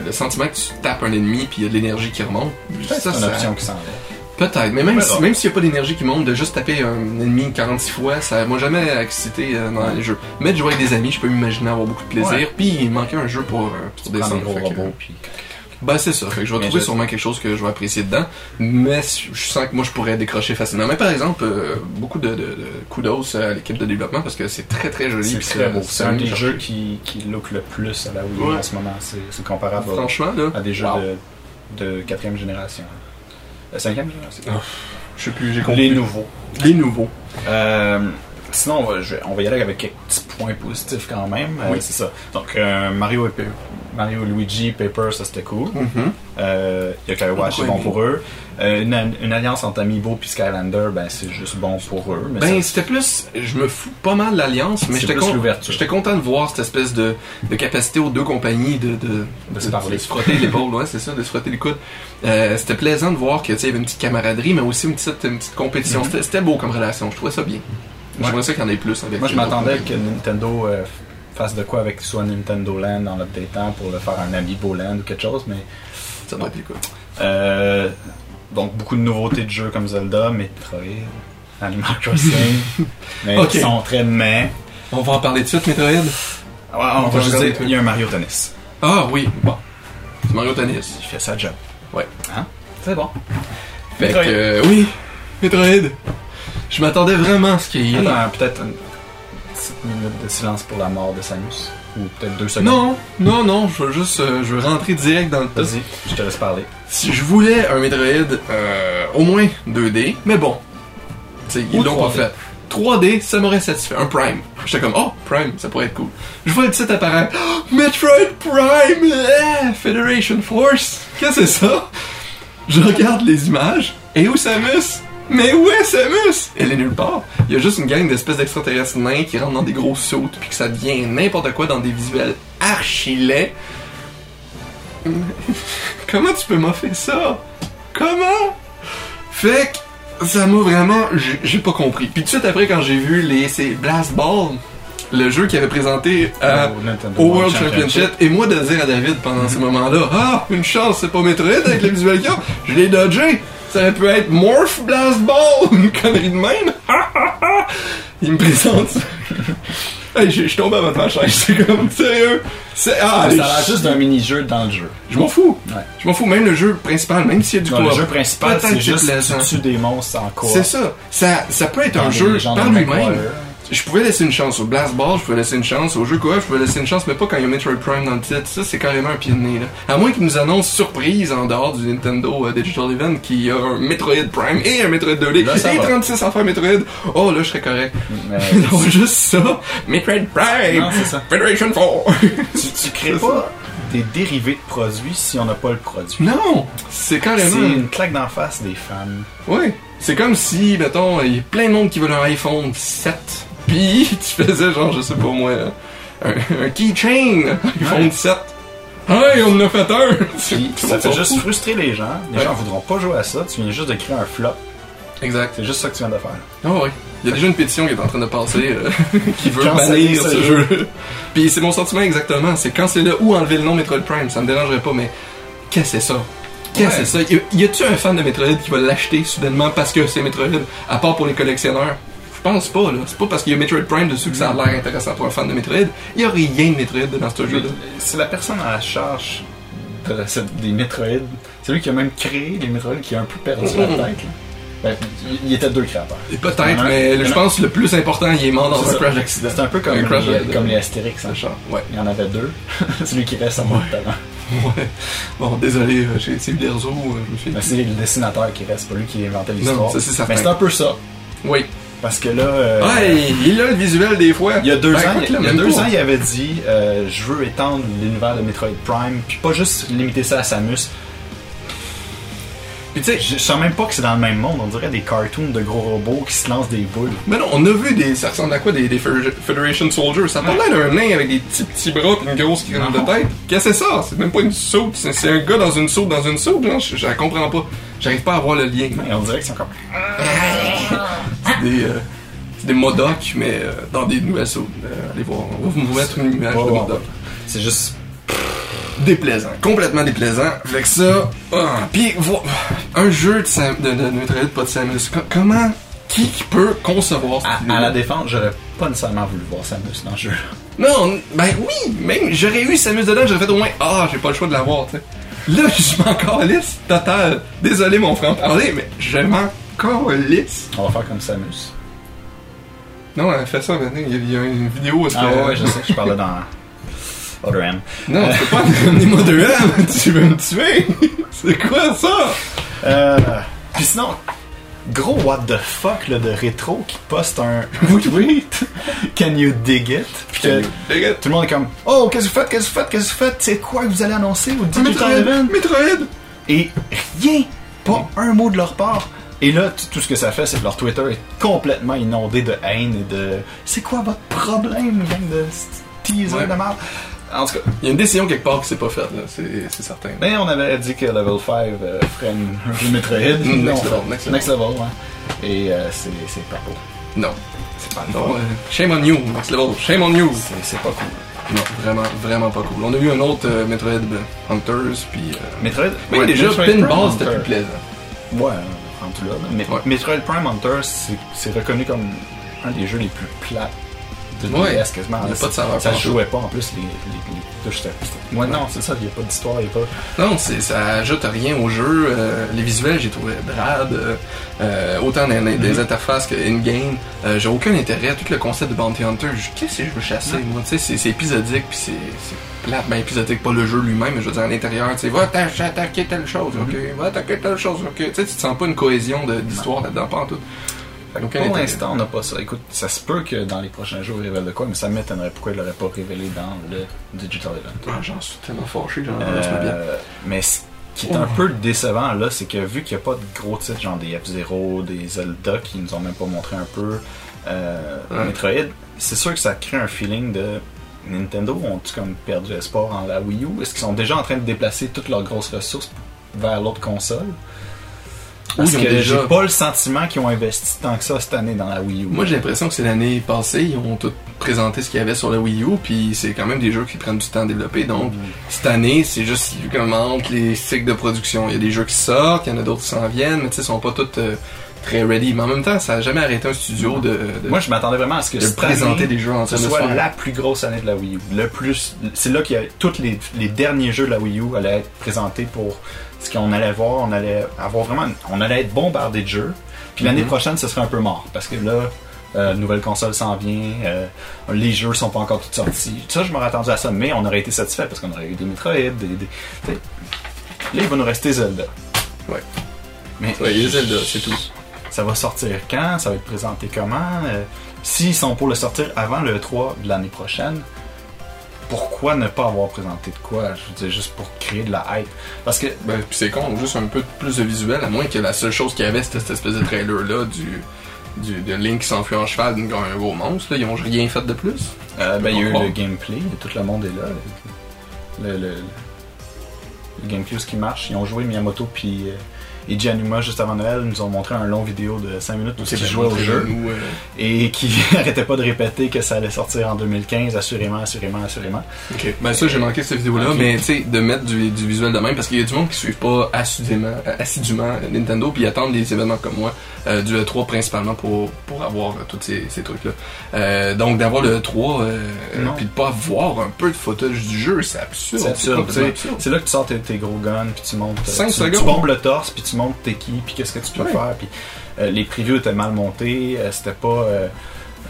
Speaker 1: le sentiment que tu tapes un ennemi puis il y a de l'énergie qui remonte.
Speaker 2: Peut-être
Speaker 1: Ça,
Speaker 2: c'est une
Speaker 1: ça-
Speaker 2: option qui s'en va.
Speaker 1: Peut-être, mais même
Speaker 2: Ouais,
Speaker 1: si-
Speaker 2: ouais.
Speaker 1: même s'il n'y a pas d'énergie qui monte, de juste taper un ennemi 46 fois, ça m'a jamais excité euh, dans les jeux. Mais de jouer avec des amis, je peux m'imaginer avoir beaucoup de plaisir,
Speaker 2: Ouais.
Speaker 1: puis il manquait un jeu pour, euh, pour
Speaker 2: Prendre
Speaker 1: descendre.
Speaker 2: des gros
Speaker 1: Fait que- euh,
Speaker 2: robots, puis...
Speaker 1: ben c'est ça, fait que je vais
Speaker 2: Mais
Speaker 1: trouver
Speaker 2: je-
Speaker 1: sûrement quelque chose que je vais apprécier dedans, mais je sens que moi je pourrais décrocher facilement. Mais par exemple, euh, beaucoup de, de, de kudos à l'équipe de développement parce que c'est très très joli.
Speaker 2: C'est
Speaker 1: puis
Speaker 2: très beau. C'est un
Speaker 1: amusant.
Speaker 2: des jeux qui, qui look le plus à la Wii
Speaker 1: Ouais.
Speaker 2: en ce moment. C'est c'est comparable à-
Speaker 1: Franchement là,
Speaker 2: à des jeux
Speaker 1: wow.
Speaker 2: de, de quatrième génération. Euh, Cinquième génération.
Speaker 1: Ah, je sais plus, j'ai
Speaker 2: Les
Speaker 1: compris.
Speaker 2: nouveaux.
Speaker 1: Les nouveaux.
Speaker 2: Euh, sinon, on va, je- on va y aller avec quelques petits points positifs quand même. Euh,
Speaker 1: Oui.
Speaker 2: c'est ça. Donc, euh, Mario et Pa- Mario, Luigi, Paper, ça c'était cool.
Speaker 1: Mhm.
Speaker 2: Euh, Yokai Watch, c'est bon
Speaker 1: aimé.
Speaker 2: pour eux. Euh, une, a- une alliance entre Amiibo et Skylander, ben c'est juste bon pour eux. Mais
Speaker 1: Ben
Speaker 2: ça,
Speaker 1: c'était plus, je me fous pas mal de l'alliance, mais
Speaker 2: c'est
Speaker 1: j'étais
Speaker 2: plus
Speaker 1: con-
Speaker 2: l'ouverture.
Speaker 1: j'étais content de voir cette espèce de, de capacité aux deux compagnies de, de,
Speaker 2: De se parler.
Speaker 1: de se frotter l'épaule, ouais, c'est ça, de se frotter le coude. Euh, c'était plaisant de voir que tu sais, il y avait une petite camaraderie, mais aussi une petite, une petite compétition.
Speaker 2: Mhm.
Speaker 1: C'était- C'était beau comme relation, je trouvais ça bien. J'aimerais ça qu'il y en ait plus avec
Speaker 2: Moi, je
Speaker 1: les autres
Speaker 2: m'attendais
Speaker 1: compagnies.
Speaker 2: que Nintendo euh, fasse de quoi avec soit Nintendo Land en l'updatant pour le faire un Amiibo Land ou quelque chose, mais
Speaker 1: Ça doit être le cas.
Speaker 2: Euh, donc beaucoup de nouveautés de jeux comme Zelda, Metroid, Animal Crossing, mais
Speaker 1: Ok.
Speaker 2: qui sont très mais.
Speaker 1: On va en parler tout de suite, Metroid.
Speaker 2: on
Speaker 1: va
Speaker 2: va juste
Speaker 1: regarder
Speaker 2: dire
Speaker 1: tout.
Speaker 2: il y a un Mario Tennis.
Speaker 1: Ah oui, bon. C'est Mario Tennis.
Speaker 2: Il fait ça job.
Speaker 1: Ouais.
Speaker 2: Hein? C'est bon.
Speaker 1: Fait
Speaker 2: Metroid.
Speaker 1: que, euh, oui, Metroid. Je m'attendais vraiment à ce qu'il y ait.
Speaker 2: Attends, peut-être une petite minute de silence pour la mort de Samus. ou peut-être deux secondes?
Speaker 1: Non, non, non, je veux juste euh, je veux rentrer direct dans le tas.
Speaker 2: Vas-y, je te laisse parler.
Speaker 1: Si je voulais un Metroid euh, au moins 2D, mais bon, tu sais,
Speaker 2: Ou
Speaker 1: ils l'ont pas
Speaker 2: 3D.
Speaker 1: fait. 3D, ça m'aurait satisfait. Un Prime. J'étais comme, oh, Prime, ça pourrait être cool. Je vois le titre apparaître. Oh, Metroid Prime! eh, Federation Force! Qu'est-ce que c'est ça? Je regarde les images. Et où Samus? Mais où est Samus? Elle est nulle part. Il y a juste une gang d'espèces d'extraterrestres nains qui rentrent dans des grosses sautes puis que ça devient n'importe quoi dans des visuels archi laids. Comment tu peux m'offrir ça? Comment? Fait que ça m'a vraiment. j'ai- J'ai pas compris. Puis tout de suite après, quand j'ai vu les. C'est Blast Ball, le jeu qui avait présenté à-
Speaker 2: Au Nintendo
Speaker 1: au World Championship, et moi de dire à David pendant
Speaker 2: Mm-hmm.
Speaker 1: ce moment-là, ah, une chance, c'est pas Metroid avec le visuel qu'il y a. je l'ai dodgé. Ça aurait pu être Morph Blast Ball, une connerie de même. Ah, ah, ah. Il me présente. ça. hey, je je tombe avant de ma chaise, c'est comme sérieux. C'est. Ah,
Speaker 2: Ça a
Speaker 1: allez,
Speaker 2: l'air juste d'un mini-jeu dans le jeu.
Speaker 1: je m'en fous.
Speaker 2: Ouais.
Speaker 1: Je m'en fous. Même le jeu principal, même s'il y a du
Speaker 2: Dans le
Speaker 1: co-op,
Speaker 2: jeu principal,
Speaker 1: peut-être
Speaker 2: c'est
Speaker 1: que
Speaker 2: juste
Speaker 1: plaisant.
Speaker 2: tu tues des monstres en quoi.
Speaker 1: C'est ça. ça. Ça peut être un jeu par lui-même. Je pouvais laisser une chance au Blast Ball, je pouvais laisser une chance au jeu quoi, je pouvais laisser une chance, mais pas quand il y a Metroid Prime dans le titre. Ça, c'est carrément un pied de nez, là. À moins qu'ils nous annoncent surprise en dehors du Nintendo euh, Digital Event qu'il y a un Metroid Prime et un Metroid 2D
Speaker 2: Là, ça
Speaker 1: et
Speaker 2: va.
Speaker 1: 36 affaires Metroid. Oh, là, je serais correct.
Speaker 2: Mais-
Speaker 1: non, juste ça. Metroid Prime!
Speaker 2: Non, c'est ça.
Speaker 1: Federation 4!
Speaker 2: Tu, tu crées
Speaker 1: C'est
Speaker 2: pas des dérivés de produits si on n'a pas le produit.
Speaker 1: non! C'est
Speaker 2: C'est
Speaker 1: carrément.
Speaker 2: une claque d'en face des fans.
Speaker 1: Ouais. C'est comme si, mettons, il y a plein de monde qui veulent un iPhone 7, puis tu faisais genre, je sais pas moi, un, un keychain iPhone
Speaker 2: Ouais.
Speaker 1: 7. Hey, on en a fait un!
Speaker 2: Puis
Speaker 1: Tout le
Speaker 2: ça
Speaker 1: monde
Speaker 2: fait
Speaker 1: s'en
Speaker 2: juste
Speaker 1: fout.
Speaker 2: frustrer les gens. Les
Speaker 1: Ouais.
Speaker 2: gens voudront pas jouer à ça. Tu viens juste de créer un flop.
Speaker 1: Exact.
Speaker 2: C'est juste ça que tu viens de faire.
Speaker 1: Ah ouais. Il y a déjà une pétition qui est en train de passer euh, qui veut
Speaker 2: Canceler
Speaker 1: bannir
Speaker 2: ce
Speaker 1: ce jeu. puis c'est mon sentiment exactement, c'est canceler ou enlever le nom Metroid Prime, ça me dérangerait pas, mais qu'est-ce que c'est ça? Qu'est-ce que
Speaker 2: Ouais.
Speaker 1: c'est ça? Y a- Y a-tu un fan de Metroid qui va l'acheter soudainement parce que c'est Metroid, à part pour les collectionneurs? Je pense pas, là. C'est pas parce qu'il y a Metroid Prime dessus que ça a l'air intéressant pour un fan de Metroid. Il y a rien de Metroid dans ce jeu-là.
Speaker 2: C'est la personne à la charge de la- ce- des Metroid. C'est lui qui a même créé les Metroid qui a un peu perdu la
Speaker 1: Mhm.
Speaker 2: tête. là. Ben, il était deux créateurs.
Speaker 1: Et Peut-être,
Speaker 2: Ouais.
Speaker 1: mais je
Speaker 2: Non.
Speaker 1: pense que le plus important, il est mort dans
Speaker 2: C'est
Speaker 1: un
Speaker 2: ça.
Speaker 1: crash d'accident.
Speaker 2: C'est un peu comme,
Speaker 1: Un crash
Speaker 2: les,
Speaker 1: d'accident.
Speaker 2: comme les Astérix. hein.
Speaker 1: Genre, Ouais.
Speaker 2: Il y en avait deux. Celui qui reste à moi
Speaker 1: Ouais. Bon, désolé, euh, j'ai essayé le réseau, euh, je me suis.
Speaker 2: Mais c'est le dessinateur qui reste, pas lui qui inventait l'histoire.
Speaker 1: ça, c'est certain.
Speaker 2: Mais c'est un peu ça.
Speaker 1: Oui.
Speaker 2: Parce que là. euh,
Speaker 1: Ouais, Ah, il a le visuel des fois.
Speaker 2: Il y a deux,
Speaker 1: Ben,
Speaker 2: ans,
Speaker 1: quoi que
Speaker 2: il,
Speaker 1: là,
Speaker 2: y a
Speaker 1: même
Speaker 2: deux
Speaker 1: pas.
Speaker 2: ans, il avait dit euh, Je veux étendre l'univers de Metroid Prime, puis pas juste limiter ça à Samus.
Speaker 1: Puis tu sais,
Speaker 2: Je, je sens même pas que c'est dans le même monde, on dirait des cartoons de gros robots qui se lancent des boules.
Speaker 1: mais non, on a vu des. Ça ressemble à quoi des, des Fer- Federation Soldiers Ça parle d'un nain avec des petits petits bras pis une grosse crème de
Speaker 2: Non.
Speaker 1: tête. Qu'est-ce que c'est ça C'est même pas une soupe. C'est c'est un gars dans une soupe, dans une soupe, genre, je, je la comprends pas. J'arrive pas à voir le lien.
Speaker 2: Et on dirait que c'est encore.
Speaker 1: C'est des. euh, c'est des Modoc, mais euh, dans des nouvelles soupes. Euh, allez voir, on va vous mettre une image
Speaker 2: Ouais,
Speaker 1: de
Speaker 2: ouais,
Speaker 1: Modoc.
Speaker 2: ouais. C'est juste.
Speaker 1: déplaisant, complètement déplaisant. Fait que ça, ah. puis vo- un jeu de, Sam, de, de, de Metroid, pas de Samus. Co- comment, qui qui peut concevoir cette
Speaker 2: À, à
Speaker 1: idée-là?
Speaker 2: la défense, j'aurais pas nécessairement voulu voir Samus dans le jeu.
Speaker 1: Non, ben oui, même j'aurais eu Samus dedans, j'aurais fait au moins ah, j'ai pas le choix de l'avoir, tu sais. Là, je m'en calisse, total. Désolé mon frère, parler, mais je m'en calisse.
Speaker 2: On va faire comme Samus.
Speaker 1: Non, elle fait ça maintenant, il y a- il y, a une vidéo où est-ce
Speaker 2: Ah
Speaker 1: que-
Speaker 2: ouais, ouais, je sais que je parlais dans. Other M.
Speaker 1: Non, tu peux pas me ramener moi de M, tu veux me tuer. C'est quoi ça?
Speaker 2: Euh, puis sinon, gros what the fuck là, de rétro qui poste un. tweet Can you dig it? Puis que
Speaker 1: Les gars,
Speaker 2: tout le monde est comme Oh, qu'est-ce que vous faites? Qu'est-ce que vous faites? Qu'est-ce que vous faites? C'est quoi que vous allez annoncer au Digital
Speaker 1: Metroid,
Speaker 2: Event?
Speaker 1: Metroid,
Speaker 2: Et rien, pas un mot de leur part. Et là, t- tout ce que ça fait, c'est que leur Twitter est complètement inondé de haine et de C'est quoi votre problème, gang de st- teaser
Speaker 1: Ouais.
Speaker 2: de merde? En tout cas,
Speaker 1: Il y a une décision quelque part qui s'est pas faite, là, c'est c'est certain.
Speaker 2: mais on avait dit que Level 5 euh, ferait une- un jeu Metroid.
Speaker 1: Mm,
Speaker 2: Non,
Speaker 1: next
Speaker 2: on
Speaker 1: level,
Speaker 2: fait-
Speaker 1: next
Speaker 2: next level, ouais. Et euh, c'est c'est pas beau.
Speaker 1: Non. C'est pas non. euh, shame on you, Max Level. Shame on you.
Speaker 2: C'est- C'est pas cool.
Speaker 1: Non, vraiment, vraiment pas cool. On a eu un autre euh, Metroid Hunters, puis. euh,
Speaker 2: Metroid.
Speaker 1: Même
Speaker 2: ouais,
Speaker 1: déjà,
Speaker 2: Metroid
Speaker 1: Pinball,
Speaker 2: Prime
Speaker 1: c'était
Speaker 2: Hunter.
Speaker 1: plus plaisant.
Speaker 2: Ouais, en tout cas. là. Mais
Speaker 1: Ouais.
Speaker 2: Metroid Prime Hunter, c'est c'est reconnu comme un des jeux les plus plats de
Speaker 1: Ouais.
Speaker 2: DS quasiment.
Speaker 1: Il y a pas de saveur
Speaker 2: Ça
Speaker 1: pour
Speaker 2: se jouait pas en plus, les, les, les touches. c'était- c'était- Ouais, non, c'est ça, il n'y a pas d'histoire, il n'y a pas.
Speaker 1: Non, c'est, ça ajoute rien au jeu. Euh, les visuels, j'ai trouvé brades. euh, euh, autant dans- dans- des,
Speaker 2: Mhm.
Speaker 1: interfaces que in-game. Euh, j'ai aucun intérêt. Tout le concept de Bounty Hunter, je- qu'est-ce que je veux chasser, moi? Tu sais, c'est, c'est épisodique, puis c'est, c'est plate. Ben, épisodique, pas le jeu lui-même, mais je veux dire, à l'intérieur, tu sais, va t'ach- attaquer telle chose, ok? Va attaquer telle chose, ok? Tu sais, tu te sens pas une cohésion de, d'histoire là-dedans, pas en tout.
Speaker 2: Fait que
Speaker 1: Aucun
Speaker 2: pour
Speaker 1: intérêt.
Speaker 2: l'instant, on n'a pas ça. Écoute, ça se peut que dans les prochains jours, il révèle de quoi, mais ça m'étonnerait pourquoi il l'aurait pas révélé dans le Digital Event.
Speaker 1: Ah, j'en suis tellement fâché, j'en
Speaker 2: Euh,
Speaker 1: lance ma bière.
Speaker 2: mais ce qui est un
Speaker 1: Oh.
Speaker 2: peu décevant, là, c'est que vu qu'il n'y a pas de gros titres, genre des F-Zero, des Zelda, qui nous ont même pas montré un peu euh,
Speaker 1: Ouais.
Speaker 2: Metroid, c'est sûr que ça crée un feeling de. Nintendo ont-ils comme perdu espoir en la Wii U Est-ce qu'ils sont déjà en train de déplacer toutes leurs grosses ressources vers l'autre console Parce
Speaker 1: ils ont
Speaker 2: que
Speaker 1: déjà-
Speaker 2: j'ai pas le sentiment qu'ils ont investi tant que ça cette année dans la Wii U.
Speaker 1: Moi, j'ai l'impression que c'est l'année passée, ils ont tout présenté ce qu'il y avait sur la Wii U, puis c'est quand même des jeux qui prennent du temps à développer. Donc, cette année, c'est juste ils commentent les cycles de production. Il y a des jeux qui sortent, il y en a d'autres qui s'en viennent, mais tu sais, ils sont pas tous euh, très ready. Mais en même temps, ça a jamais arrêté un studio de, de,
Speaker 2: Moi, je m'attendais vraiment à ce que
Speaker 1: de
Speaker 2: cette
Speaker 1: présenter
Speaker 2: année,
Speaker 1: des jeux en
Speaker 2: ce
Speaker 1: train de se
Speaker 2: soit
Speaker 1: faire.
Speaker 2: la plus grosse année de la Wii U. Le plus, c'est là qu'il y a tous les, les derniers jeux de la Wii U allaient être présentés pour ce qu'on allait voir. On allait avoir vraiment, on allait être bombardé de jeux. Puis l'année
Speaker 1: Mhm.
Speaker 2: prochaine, ce serait un peu mort parce que là, euh, nouvelle console s'en vient, euh, les jeux sont pas encore tous sortis. Ça, je m'aurais attendu à ça, mais on aurait été satisfait parce qu'on aurait eu des Metroid, des, des- tu sais. là, il va nous rester Zelda.
Speaker 1: Ouais.
Speaker 2: Mais
Speaker 1: Ouais, il y a Zelda, c'est tout.
Speaker 2: ça va sortir quand? Ça va être présenté comment? Euh, S'ils sont pour le sortir avant le 3 de l'année prochaine, pourquoi ne pas avoir présenté de quoi? Je veux dire, juste pour créer de la hype. Parce que,
Speaker 1: Ben, puis c'est con, juste un peu plus de visuel, à moins que la seule chose qu'il y avait, c'était cette espèce de trailer-là du, du, de Link qui s'enfuit en cheval d'un un gros monstre. là. Ils ont rien fait de plus.
Speaker 2: euh, ben, il y a eu
Speaker 1: Bon.
Speaker 2: le gameplay, tout le monde est là. Le, le- le- le gameplay, ce qui marche. Ils ont joué Miyamoto puis euh, Eiji Anuma juste avant Noël. Ils nous ont montré un long vidéo de 5 minutes où ils
Speaker 1: bien
Speaker 2: jouaient au
Speaker 1: montré
Speaker 2: jeu.
Speaker 1: nous, euh,
Speaker 2: et qui arrêtait pas de répéter que ça allait sortir en 2015, assurément, assurément, assurément.
Speaker 1: Ben ça j'ai manqué cette vidéo là,
Speaker 2: Ok.
Speaker 1: mais tu sais de mettre du, du visuel de même parce qu'il y a du monde qui suivent pas assidûment, assidûment Nintendo puis ils attendent des événements comme moi euh, du E3 principalement pour pour avoir euh, tous ces, trucs là. donc d'avoir le E3 euh,
Speaker 2: Non.
Speaker 1: puis de pas voir un peu de footage du jeu, c'est absurde.
Speaker 2: C'est absurde.
Speaker 1: complètement
Speaker 2: tu sais. C'est là que tu sors tes, tes gros guns, puis tu montes. euh,
Speaker 1: Cinq
Speaker 2: tu,
Speaker 1: secondes.
Speaker 2: tu bombes le torse, puis tu montes tes qui, puis qu'est-ce que tu peux
Speaker 1: Ouais.
Speaker 2: faire. Puis euh, les previews étaient mal montés, euh, c'était pas. euh,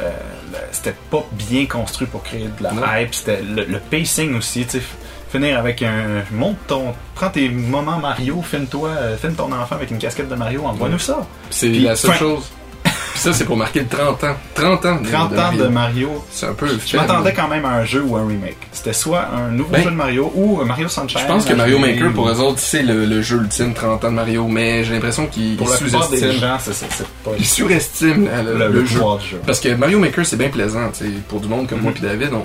Speaker 2: euh, le- c'était pas bien construit pour créer de la
Speaker 1: Non.
Speaker 2: hype. C'était le, le pacing aussi, tu sais. f- Finir avec un. Monte ton. Prends tes moments Mario, filme-toi, euh, filme ton enfant avec une casquette de Mario, envoie-nous ça.
Speaker 1: C'est
Speaker 2: Puis,
Speaker 1: la seule
Speaker 2: fin.
Speaker 1: chose. Puis ça c'est pour marquer le 30 ans. 30 ans. de-
Speaker 2: 30
Speaker 1: de
Speaker 2: ans de
Speaker 1: Mario.
Speaker 2: Mario,
Speaker 1: C'est un peu
Speaker 2: Je m'attendais quand même à un jeu ou un remake. C'était soit un nouveau
Speaker 1: Ben,
Speaker 2: jeu de Mario ou un Mario Sunshine.
Speaker 1: Je pense que
Speaker 2: un
Speaker 1: Mario
Speaker 2: jeu-
Speaker 1: Maker, pour eux autres, c'est le, le jeu ultime 30 ans de Mario, mais j'ai l'impression qu'ils
Speaker 2: Pour
Speaker 1: ils
Speaker 2: la plupart des
Speaker 1: sous-estiment
Speaker 2: gens, c'est c'est- c'est pas
Speaker 1: Il surestime euh, le,
Speaker 2: le,
Speaker 1: le
Speaker 2: le
Speaker 1: jeu.
Speaker 2: pouvoir du jeu.
Speaker 1: Parce que Mario Maker, c'est bien plaisant. tu sais, Pour du monde comme moi
Speaker 2: Mhm.
Speaker 1: et David, on,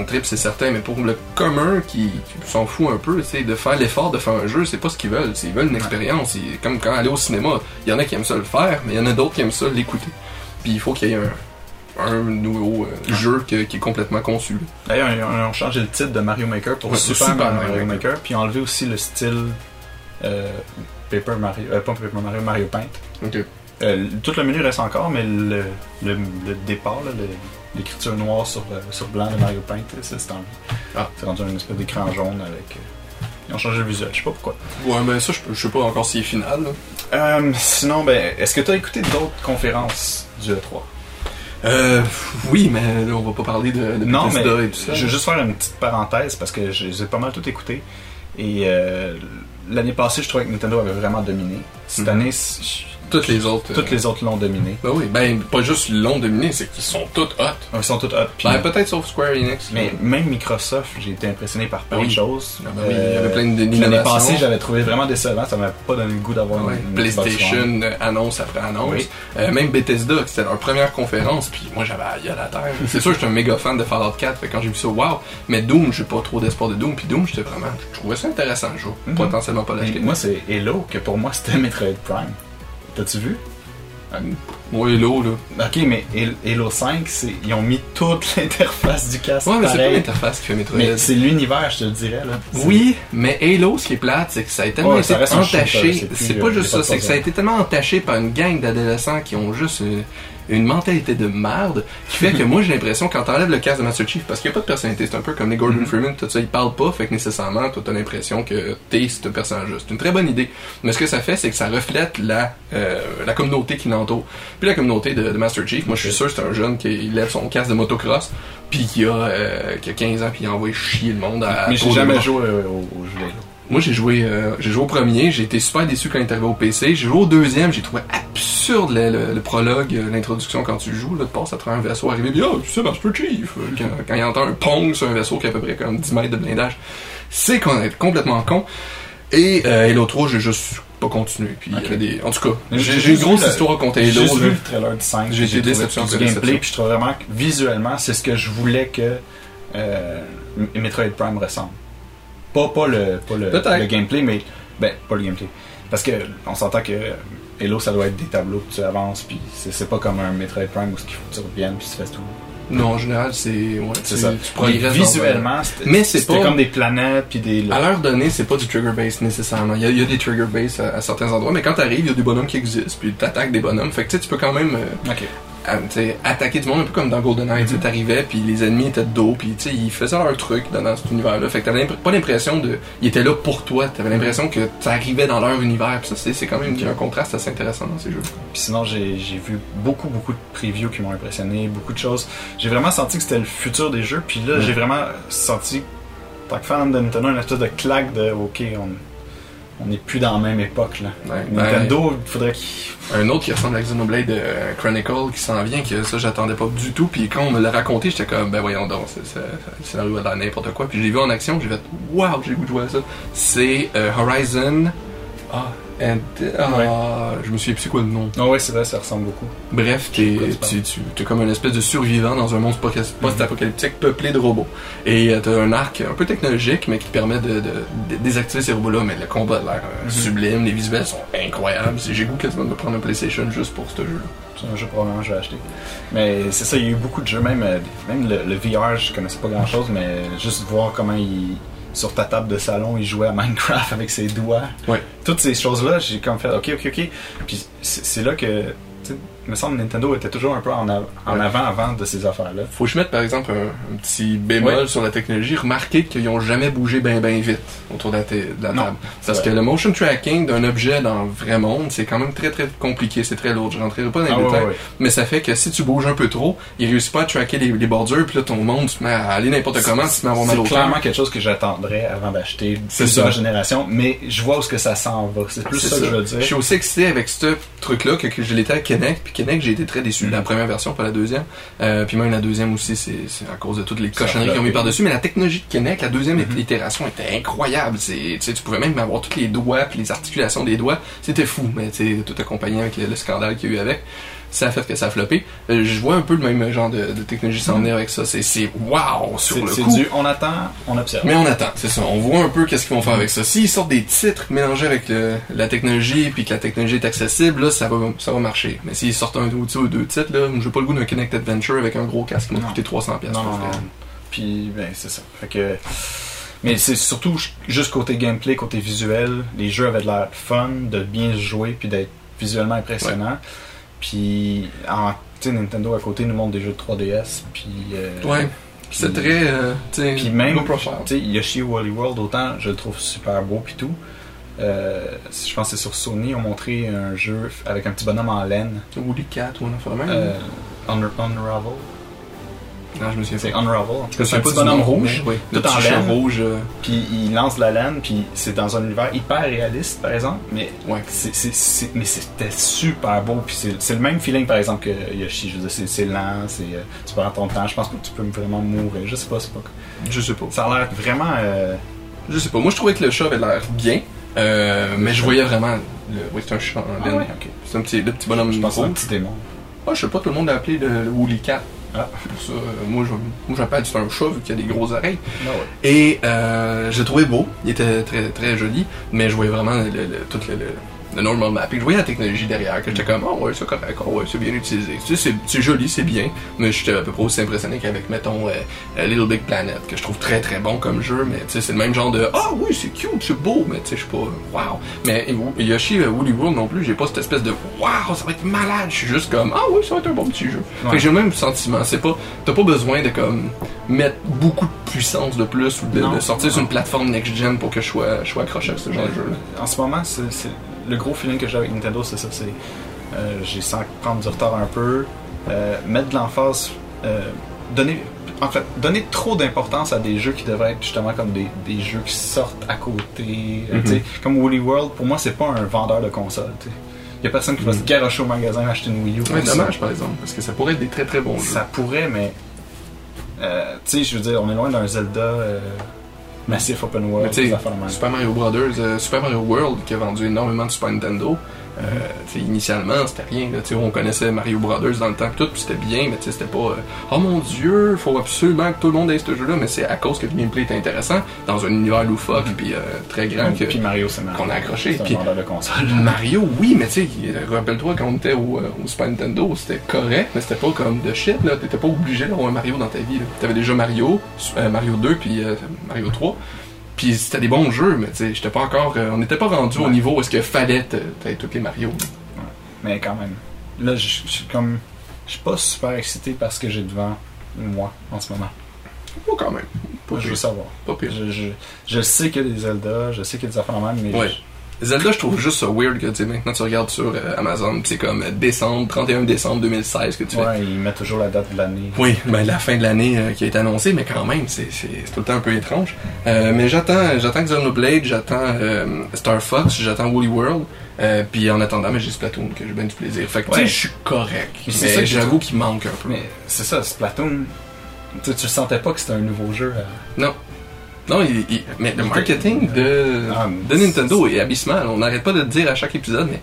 Speaker 1: on tripe, c'est certain. Mais pour le commun qui, qui s'en fout un peu, tu sais, de faire l'effort de faire un jeu, c'est pas ce qu'ils veulent. Ils veulent une expérience. Ils- Comme quand aller au cinéma, il y en a qui aiment ça le faire, mais il y en a d'autres qui aiment ça l'écouter. Puis il faut qu'il y ait un, un nouveau euh, jeu que- qui est complètement conçu.
Speaker 2: D'ailleurs, ils ont- ils ont changé le titre de Mario Maker pour
Speaker 1: Ouais,
Speaker 2: Super,
Speaker 1: Super
Speaker 2: Mario,
Speaker 1: Mario
Speaker 2: Maker, puis enlevé aussi le style euh, Paper Mario, euh, pas Paper Mario, Mario Paint. Euh, tout le menu reste encore, mais le, le, le départ, là, le- l'écriture noire sur, euh, sur blanc de Mario Paint, ça c'est enlevé.
Speaker 1: Ah.
Speaker 2: C'est rendu un espèce d'écran jaune avec. euh, ils ont changé le visuel, je sais pas pourquoi.
Speaker 1: Ouais, mais ça, je, peux- je sais pas encore si c'est final. là.
Speaker 2: Euh, sinon, ben, est-ce que tu as écouté d'autres conférences du E E3
Speaker 1: Euh, oui, mais là, on va pas parler de, de
Speaker 2: Non, mais
Speaker 1: Bethesda et tout ça.
Speaker 2: je vais juste faire une petite parenthèse parce que je les ai pas mal tout écouté. Et euh, l'année passée, je trouvais que Nintendo avait vraiment dominé. Cette
Speaker 1: Mhm.
Speaker 2: année, c-
Speaker 1: Toutes les autres.
Speaker 2: je-
Speaker 1: euh,
Speaker 2: toutes les autres l'ont dominé.
Speaker 1: Ben oui, ben pas juste l'ont dominé, c'est qu'ils sont toutes hot.
Speaker 2: Ils sont toutes hot. puis-
Speaker 1: Ben, peut-être sauf Square Enix.
Speaker 2: mais même Microsoft, j'ai été impressionné par plein de
Speaker 1: Oui.
Speaker 2: choses.
Speaker 1: Ah ben oui, il y avait plein de-
Speaker 2: Euh, L'année
Speaker 1: d'innovations. Ah
Speaker 2: passée, j'avais trouvé vraiment décevant. Ça m'avait pas donné le goût d'avoir
Speaker 1: Ouais,
Speaker 2: une, une Xbox One.
Speaker 1: PlayStation euh, annonce après annonce.
Speaker 2: Oui.
Speaker 1: Euh, même Bethesda, que c'était leur première conférence, puis moi j'avais la gueule à terre. C'est sûr, j'étais un méga fan de Fallout 4, fait quand j'ai vu ça, wow. Mais Doom, j'ai pas trop d'espoir de Doom, puis Doom, j'étais vraiment, je trouvais ça intéressant le jour.
Speaker 2: Mhm.
Speaker 1: Potentiellement pas
Speaker 2: Mais
Speaker 1: l'acheter.
Speaker 2: Moi, c'est Hello, que pour moi, c'était Metroid Prime. T'as-tu vu
Speaker 1: Moi, Hello, là.
Speaker 2: Ok, mais Hel- Halo 5, c'est- ils ont mis toute l'interface du casque.
Speaker 1: Ouais, mais c'est pas
Speaker 2: pareil.
Speaker 1: l'interface qui fait Metroid.
Speaker 2: Mais c'est l'univers, je te le dirais. Là. C'est-
Speaker 1: Oui, mais Halo, ce qui est plate, c'est que ça a tellement
Speaker 2: Ouais,
Speaker 1: été
Speaker 2: ça reste un shooter,
Speaker 1: entaché.
Speaker 2: c'est plus,
Speaker 1: C'est
Speaker 2: euh,
Speaker 1: pas juste
Speaker 2: pas
Speaker 1: ça, c'est que ça a été tellement entaché par une gang d'adolescents qui ont juste euh, une mentalité de merde qui fait que moi j'ai l'impression quand t'enlèves le casque de Master Chief parce qu'il n'y a pas de personnalité, c'est un peu comme les Gordon
Speaker 2: Mhm.
Speaker 1: Freeman, tout ça, ils parlent pas, fait que nécessairement toi t'as l'impression que t'es ce personnage-là. C'est une très bonne idée. Mais ce que ça fait, c'est que ça reflète la, euh, la communauté qui l'entoure. Puis la communauté de, de Master Chief, moi je suis sûr que c'est un jeune qui il lève son casque de motocross puis qui a, euh, qui a 15 ans puis il envoie chier le monde à
Speaker 2: Mais j'ai
Speaker 1: tour de bras.
Speaker 2: jamais joué euh, au, au jeu.
Speaker 1: Moi, j'ai joué, euh, j'ai joué au premier, j'ai été super déçu quand il est arrivé au PC. J'ai joué au deuxième, j'ai trouvé absurde le, le- le prologue, euh, l'introduction quand tu joues, là, tu passes à travers un vaisseau arrivé, puis oh, c'est Master Chief. Euh, Quand, quand il entend un pong sur un vaisseau qui a à peu près comme 10 mètres de blindage, c'est qu'on est complètement con. Et euh, Halo 3, j'ai juste pas continué. Puis, il y
Speaker 2: Ok.
Speaker 1: avait des... En tout cas,
Speaker 2: Mais
Speaker 1: j'ai
Speaker 2: j'ai
Speaker 1: j'ai une
Speaker 2: juste
Speaker 1: grosse
Speaker 2: vu le-
Speaker 1: histoire contre
Speaker 2: J'ai
Speaker 1: Halo.
Speaker 2: juste
Speaker 1: là.
Speaker 2: vu le trailer du 5.
Speaker 1: J'ai été
Speaker 2: trouvé
Speaker 1: déception
Speaker 2: tout
Speaker 1: après
Speaker 2: du gameplay,
Speaker 1: déception.
Speaker 2: puis je trouve vraiment que visuellement, c'est ce que je voulais que euh, M- Metroid Prime ressemble. Pas, pas, le, pas le,
Speaker 1: Peut-être.
Speaker 2: le gameplay, mais. Ben, pas le gameplay. Parce que on s'entend que Halo, ça doit être des tableaux que tu avances, puis c'est c'est pas comme un Metroid Prime où ce qu'il faut que tu reviennes, puis tu fais tout.
Speaker 1: Non, en général, c'est... Ouais,
Speaker 2: C'est
Speaker 1: tu-
Speaker 2: ça.
Speaker 1: Tu progresses dans-
Speaker 2: visuellement, c'était
Speaker 1: Mais c'est
Speaker 2: c'était
Speaker 1: pas- Ah,
Speaker 2: comme des planètes, puis des.
Speaker 1: À l'heure donnée, c'est pas du trigger base nécessairement. Il y a, il y a des trigger base à, à certains endroits, mais quand t'arrives, il y a des bonhommes qui existent, puis t'attaques des bonhommes. Fait que tu sais, tu peux quand même euh,
Speaker 2: Ok.
Speaker 1: à- tu sais, attaquer du monde un peu comme dans GoldenEye. Tu sais, T'arrivais, puis les ennemis étaient de dos, puis tu sais, ils faisaient leur truc dans, dans cet univers-là. Fait que t'avais l'impr- pas l'impression de. Ils étaient là pour toi. T'avais l'impression que t'arrivais dans leur univers. Puis ça, c'est- c'est quand même un contraste assez intéressant dans ces jeux.
Speaker 2: Puis sinon, j'ai j'ai vu beaucoup, beaucoup de previews qui m'ont impressionné, beaucoup de choses. J'ai vraiment senti que c'était le futur des jeux. Puis là,
Speaker 1: Mm.
Speaker 2: j'ai vraiment senti, tant que fan de Nintendo, une espèce de claque de OK, on on n'est plus dans la même époque. là.
Speaker 1: Ouais,
Speaker 2: Nintendo, il faudrait qu'il.
Speaker 1: Un autre qui ressemble à Xenoblade euh, Chronicle qui s'en vient, que ça j'attendais pas du tout. Puis quand on me l'a raconté, j'étais comme, ben voyons donc, c'est- c'est- le scénario va dans n'importe quoi. Puis j'ai vu en action, j'ai fait, waouh, j'ai le goût de jouer à ça. C'est euh, Horizon. Ah, and- ah, je me souviens plus c'est quoi le nom.
Speaker 2: Non, ouais, c'est vrai, ça ressemble beaucoup.
Speaker 1: Bref,
Speaker 2: Je sais
Speaker 1: t'es
Speaker 2: pas de quoi tu
Speaker 1: tu, tu, t'es comme une espèce de survivant dans un monde poca- post-apocalyptique peuplé de robots. Et euh, t'as un arc un peu technologique, mais qui te permet de, de- de désactiver ces robots-là. Mais le combat a l'air euh,
Speaker 2: Mhm.
Speaker 1: sublime, les visuels sont incroyables. J'ai goût quasiment de me prendre un PlayStation juste pour ce jeu-là.
Speaker 2: C'est un jeu probablement que je vais acheter. Mais c'est ça, il y a eu beaucoup de jeux, même, euh, même le, le VR, je connaissais pas grand chose, mais juste voir comment il. Sur ta table de salon, il jouait à Minecraft avec ses doigts.
Speaker 1: Ouais.
Speaker 2: Toutes ces choses-là, j'ai comme fait ok, ok, ok. Puis c'est c'est là que, tu sais, me semble Nintendo était toujours un peu en, av- en
Speaker 1: Ouais.
Speaker 2: avant avant de ces affaires-là.
Speaker 1: Faut que je mette par exemple un, un petit bémol
Speaker 2: Ouais.
Speaker 1: sur la technologie. Remarquez qu'ils n'ont jamais bougé bien ben vite autour de la, ta- de la
Speaker 2: Non,
Speaker 1: table. Parce
Speaker 2: vrai.
Speaker 1: que le motion tracking d'un objet dans le vrai monde, c'est quand même très très compliqué, c'est très lourd. Je rentrerai pas dans les
Speaker 2: Ah, ouais,
Speaker 1: détails.
Speaker 2: ouais, ouais.
Speaker 1: Mais ça fait que si tu bouges un peu trop, il réussit pas à tracker les, les bordures, puis là ton monde se met à aller n'importe comment, tu te mets à avoir mal
Speaker 2: C'est
Speaker 1: au
Speaker 2: clairement quelque chose que j'attendrais avant d'acheter
Speaker 1: C'est
Speaker 2: plusieurs
Speaker 1: ça.
Speaker 2: générations, mais je vois où ce que ça s'en va. C'est plus
Speaker 1: C'est
Speaker 2: ça, que je veux dire.
Speaker 1: Je suis aussi excité avec ce truc-là que, que je l'étais à Kinect. Puis Kinect, j'ai été très déçu de la
Speaker 2: Mhm.
Speaker 1: première version, pas la deuxième. Euh, puis même la deuxième aussi, c'est c'est à cause de toutes les
Speaker 2: Ça a
Speaker 1: cochonneries qu'ils ont mis
Speaker 2: floppé.
Speaker 1: par-dessus. Mais la technologie de Kinect, la deuxième
Speaker 2: Mhm.
Speaker 1: itération était incroyable. C'est- tu sais, Tu pouvais même avoir tous les doigts, puis les articulations des doigts. C'était fou, mais tu sais, tout accompagné avec le, le scandale qu'il y a eu avec. Ça a fait que ça a floppé. Euh, je vois un peu le même genre de, de technologie s'en venir avec ça. C'est c'est wow sur
Speaker 2: Mm. C'est
Speaker 1: le
Speaker 2: c'est
Speaker 1: coup.
Speaker 2: du on attend, on observe.
Speaker 1: Mais on attend, c'est ça. On voit un peu qu'est-ce qu'ils vont faire avec ça. S'ils sortent des titres mélangés avec le- la technologie, puis que la technologie est accessible, là, ça va, ça va marcher. Mais s'ils sortent un outil ou deux titres, là, j'ai pas le goût d'un Kinect Adventure avec un gros casque qui m'a
Speaker 2: Non.
Speaker 1: coûté 300 pièces.
Speaker 2: Non, non, non. Puis, ben, c'est ça. Fait que... Mais c'est surtout j- juste côté gameplay, côté visuel. Les jeux avaient de l'air fun, de bien se jouer, puis d'être visuellement impressionnant. Puis, en, tu sais, Nintendo à côté nous montre des jeux de 3DS, puis... euh,
Speaker 1: Ouais,
Speaker 2: puis-
Speaker 1: c'est très, euh, tu sais,
Speaker 2: Puis même,
Speaker 1: low profile.
Speaker 2: tu sais, Yoshi Wally World, autant je le trouve super beau, puis tout. Euh, je pense que c'est sur Sony, ils ont montré un jeu f- avec un petit bonhomme en laine.
Speaker 1: Woody Cat ou un affaire de même.
Speaker 2: Euh, Unra- Unravel.
Speaker 1: non, je me souviens
Speaker 2: C'est
Speaker 1: pas.
Speaker 2: Unravel. En tout cas,
Speaker 1: Je
Speaker 2: c'est
Speaker 1: sais
Speaker 2: un
Speaker 1: pas
Speaker 2: petit
Speaker 1: du
Speaker 2: bonhomme
Speaker 1: nom,
Speaker 2: rouge.
Speaker 1: mais oui, le
Speaker 2: tout en
Speaker 1: petit
Speaker 2: laine.
Speaker 1: chat rouge. euh,
Speaker 2: puis il lance de la laine, puis c'est dans un univers hyper réaliste, par exemple, mais
Speaker 1: ouais.
Speaker 2: c'est- c'est- c'est- mais c'était super beau, puis c'est c'est le même feeling, par exemple, que Yoshi, je veux dire, c'est- c'est lent, c'est euh, tu prends ton temps, je pense que tu peux vraiment mourir, je sais pas, c'est pas...
Speaker 1: Je sais pas.
Speaker 2: Ça a l'air vraiment... euh,
Speaker 1: Je sais pas. Moi, je trouvais que le chat avait l'air bien, euh, mais je voyais vraiment. Le... Oui, c'est un chat en laine.
Speaker 2: ok.
Speaker 1: C'est un petit, le petit bonhomme
Speaker 2: Ah Je pense que c'est un
Speaker 1: rouge.
Speaker 2: petit démon.
Speaker 1: Ah, je sais pas, tout le monde l'a appelé le, le Woolly Cat.
Speaker 2: Ah.
Speaker 1: Pour ça, euh, moi, je- moi, j'appelle c'est un chat vu qu'il a des grosses oreilles.
Speaker 2: Ah ouais.
Speaker 1: Et euh, je le trouvais beau, il était très, très joli, mais je voyais vraiment le- le- tout le, le- le normal mapping. Je voyais la technologie derrière, que j'étais comme, oh ouais, c'est correct, oh ouais, c'est bien utilisé. Tu sais, c'est- c'est joli, c'est bien, mais j'étais à peu près aussi impressionné qu'avec, mettons, euh, euh, Little Big Planet, que je trouve très très bon comme jeu, mais tu sais, c'est le même genre de, ah oui, c'est cute, c'est beau, mais tu sais, je suis pas, wow. Mais et- Yoshi euh, Woolly World non plus, j'ai pas cette espèce de, wow, ça va être malade, je suis juste comme, ah oui, ça va être un bon petit jeu. Fait
Speaker 2: Ouais.
Speaker 1: que j'ai le même sentiment, c'est pas, t'as pas besoin de comme, mettre beaucoup de puissance de plus ou de,
Speaker 2: Non.
Speaker 1: de sortir sur une plateforme next-gen pour que je sois, je sois accroché à ce genre de jeu
Speaker 2: En ce moment, c'est- c'est- le gros feeling que j'ai avec Nintendo, c'est ça. C'est, euh, j'ai sans prendre du retard un peu, euh, mettre de l'emphase, euh, donner, en fait, donner trop d'importance à des jeux qui devraient être justement comme des, des jeux qui sortent à côté. euh,
Speaker 1: Mhm.
Speaker 2: tu sais, Comme Woolly World, pour moi, c'est pas un vendeur de console. Il y a personne qui
Speaker 1: Mhm.
Speaker 2: va se garrocher au magasin acheter une Wii U.
Speaker 1: Ouais,
Speaker 2: comme ça.
Speaker 1: dommage par exemple, parce que ça pourrait être des très très bons jeux.
Speaker 2: Ça pourrait, mais. euh, tu sais, je veux dire, on est loin d'un Zelda euh, massif open
Speaker 1: Mais
Speaker 2: world.
Speaker 1: tu sais,
Speaker 2: des affaires de même.
Speaker 1: Super Mario Brothers, euh, Super Mario World qui a vendu énormément de Super Nintendo. euh, tu sais, initialement, c'était rien. là, tu sais, on connaissait Mario Brothers dans le temps, pis tout, puis c'était bien, mais tu sais, c'était pas euh, Oh mon dieu, faut absolument que tout le monde ait ce jeu-là, mais c'est à cause que le gameplay est intéressant, dans un univers
Speaker 2: Mm.
Speaker 1: loufoque, puis euh, très grand, que-
Speaker 2: Puis Mario, c'est Mario.
Speaker 1: qu'on a accroché.
Speaker 2: C'est un
Speaker 1: Puis
Speaker 2: vendeur de console.
Speaker 1: Mario, oui, mais tu sais, rappelle-toi quand on était au, euh, au Super Nintendo, c'était correct, mais c'était pas comme de shit, là. T'étais pas obligé d'avoir un Mario dans ta vie, là. T'avais déjà Mario, euh, Mario 2, puis euh, Mario 3. Puis c'était des bons jeux, mais tu sais, j'étais pas encore. euh, on n'était pas rendu au
Speaker 2: Ouais.
Speaker 1: niveau où est-ce que fallait te- t'aies tous les Mario.
Speaker 2: Mais quand même. Là, je je suis comme. Je suis pas super excité parce que j'ai devant moi en ce moment.
Speaker 1: Pas quand même. Pas
Speaker 2: je veux
Speaker 1: pire.
Speaker 2: savoir.
Speaker 1: Pas pire.
Speaker 2: Je, je, je sais qu'il y a des Zelda, je sais qu'il y a des affaires en même, mais.
Speaker 1: Ouais.
Speaker 2: je-
Speaker 1: Zelda, je trouve juste ça weird que tu sais, maintenant tu regardes sur euh, Amazon, pis c'est comme euh, décembre, 31 décembre 2016 que tu fais.
Speaker 2: ouais, ils mettent toujours la date de l'année.
Speaker 1: Oui, ben, la fin de l'année euh, qui a été annoncée, mais quand même, c'est c'est- c'est tout le temps un peu étrange. Euh, mais j'attends j'attends Xenoblade, j'attends euh, Star Fox, j'attends Woolly World, euh, puis en attendant, mais j'ai Splatoon que j'ai bien du plaisir. Fait que tu
Speaker 2: Ouais.
Speaker 1: sais, je suis correct,
Speaker 2: Mais c'est ça
Speaker 1: mais
Speaker 2: que
Speaker 1: j'avoue qu'il manque un peu.
Speaker 2: Mais c'est ça, Splatoon. Tu, tu sentais pas que c'était un nouveau jeu. euh,
Speaker 1: Non. Non, il- il- mais le
Speaker 2: Il-
Speaker 1: marketing de,
Speaker 2: Ah,
Speaker 1: de Nintendo est abysmal. On n'arrête pas de le dire à chaque épisode, mais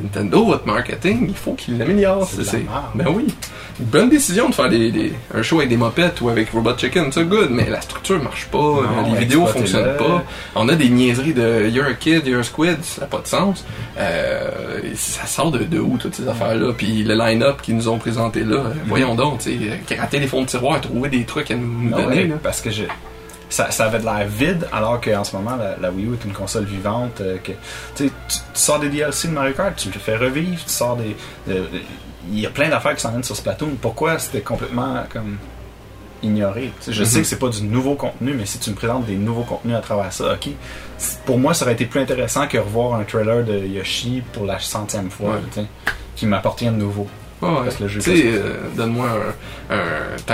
Speaker 1: Nintendo, votre marketing, il faut qu'il l'améliore.
Speaker 2: C'est de la
Speaker 1: c'est-
Speaker 2: merde.
Speaker 1: Ben oui. Bonne décision de faire des, des- un show avec des mopettes ou avec Robot Chicken, c'est good, mais la structure marche pas, euh, les
Speaker 2: ouais,
Speaker 1: vidéos
Speaker 2: exploitez-le.
Speaker 1: fonctionnent pas. On a des niaiseries de You're a kid, you're a squid, ça n'a pas de sens. Euh, ça sort de, de où toutes ces affaires-là? Puis le line-up qu'ils nous ont présenté là, euh, voyons donc, tu sais, euh, gratter les fonds de tiroir, trouver des trucs à nous, nous
Speaker 2: non,
Speaker 1: donner.
Speaker 2: Ah ouais,
Speaker 1: Ah là.
Speaker 2: parce que je. Ça, ça avait de l'air vide, alors qu'en ce moment, la, la Wii U est une console vivante. euh, que, tu, sais, tu- tu sors des DLC de Mario Kart, tu le fais revivre, tu sors des. de- de- Il y a plein d'affaires qui s'en viennent sur Splatoon. Pourquoi c'était complètement comme ignoré Tu sais, Je
Speaker 1: Mhm.
Speaker 2: sais que c'est pas du nouveau contenu, mais si tu me présentes des nouveaux contenus à travers ça, ok. C- Pour moi, ça aurait été plus intéressant que revoir un trailer de Yoshi pour la centième fois,
Speaker 1: Ouais.
Speaker 2: tu sais, qui m'apporte rien de nouveau.
Speaker 1: Ouais,
Speaker 2: Parce que le jeu
Speaker 1: tu
Speaker 2: est
Speaker 1: sais,
Speaker 2: pas sorti.
Speaker 1: euh, donne-moi un, un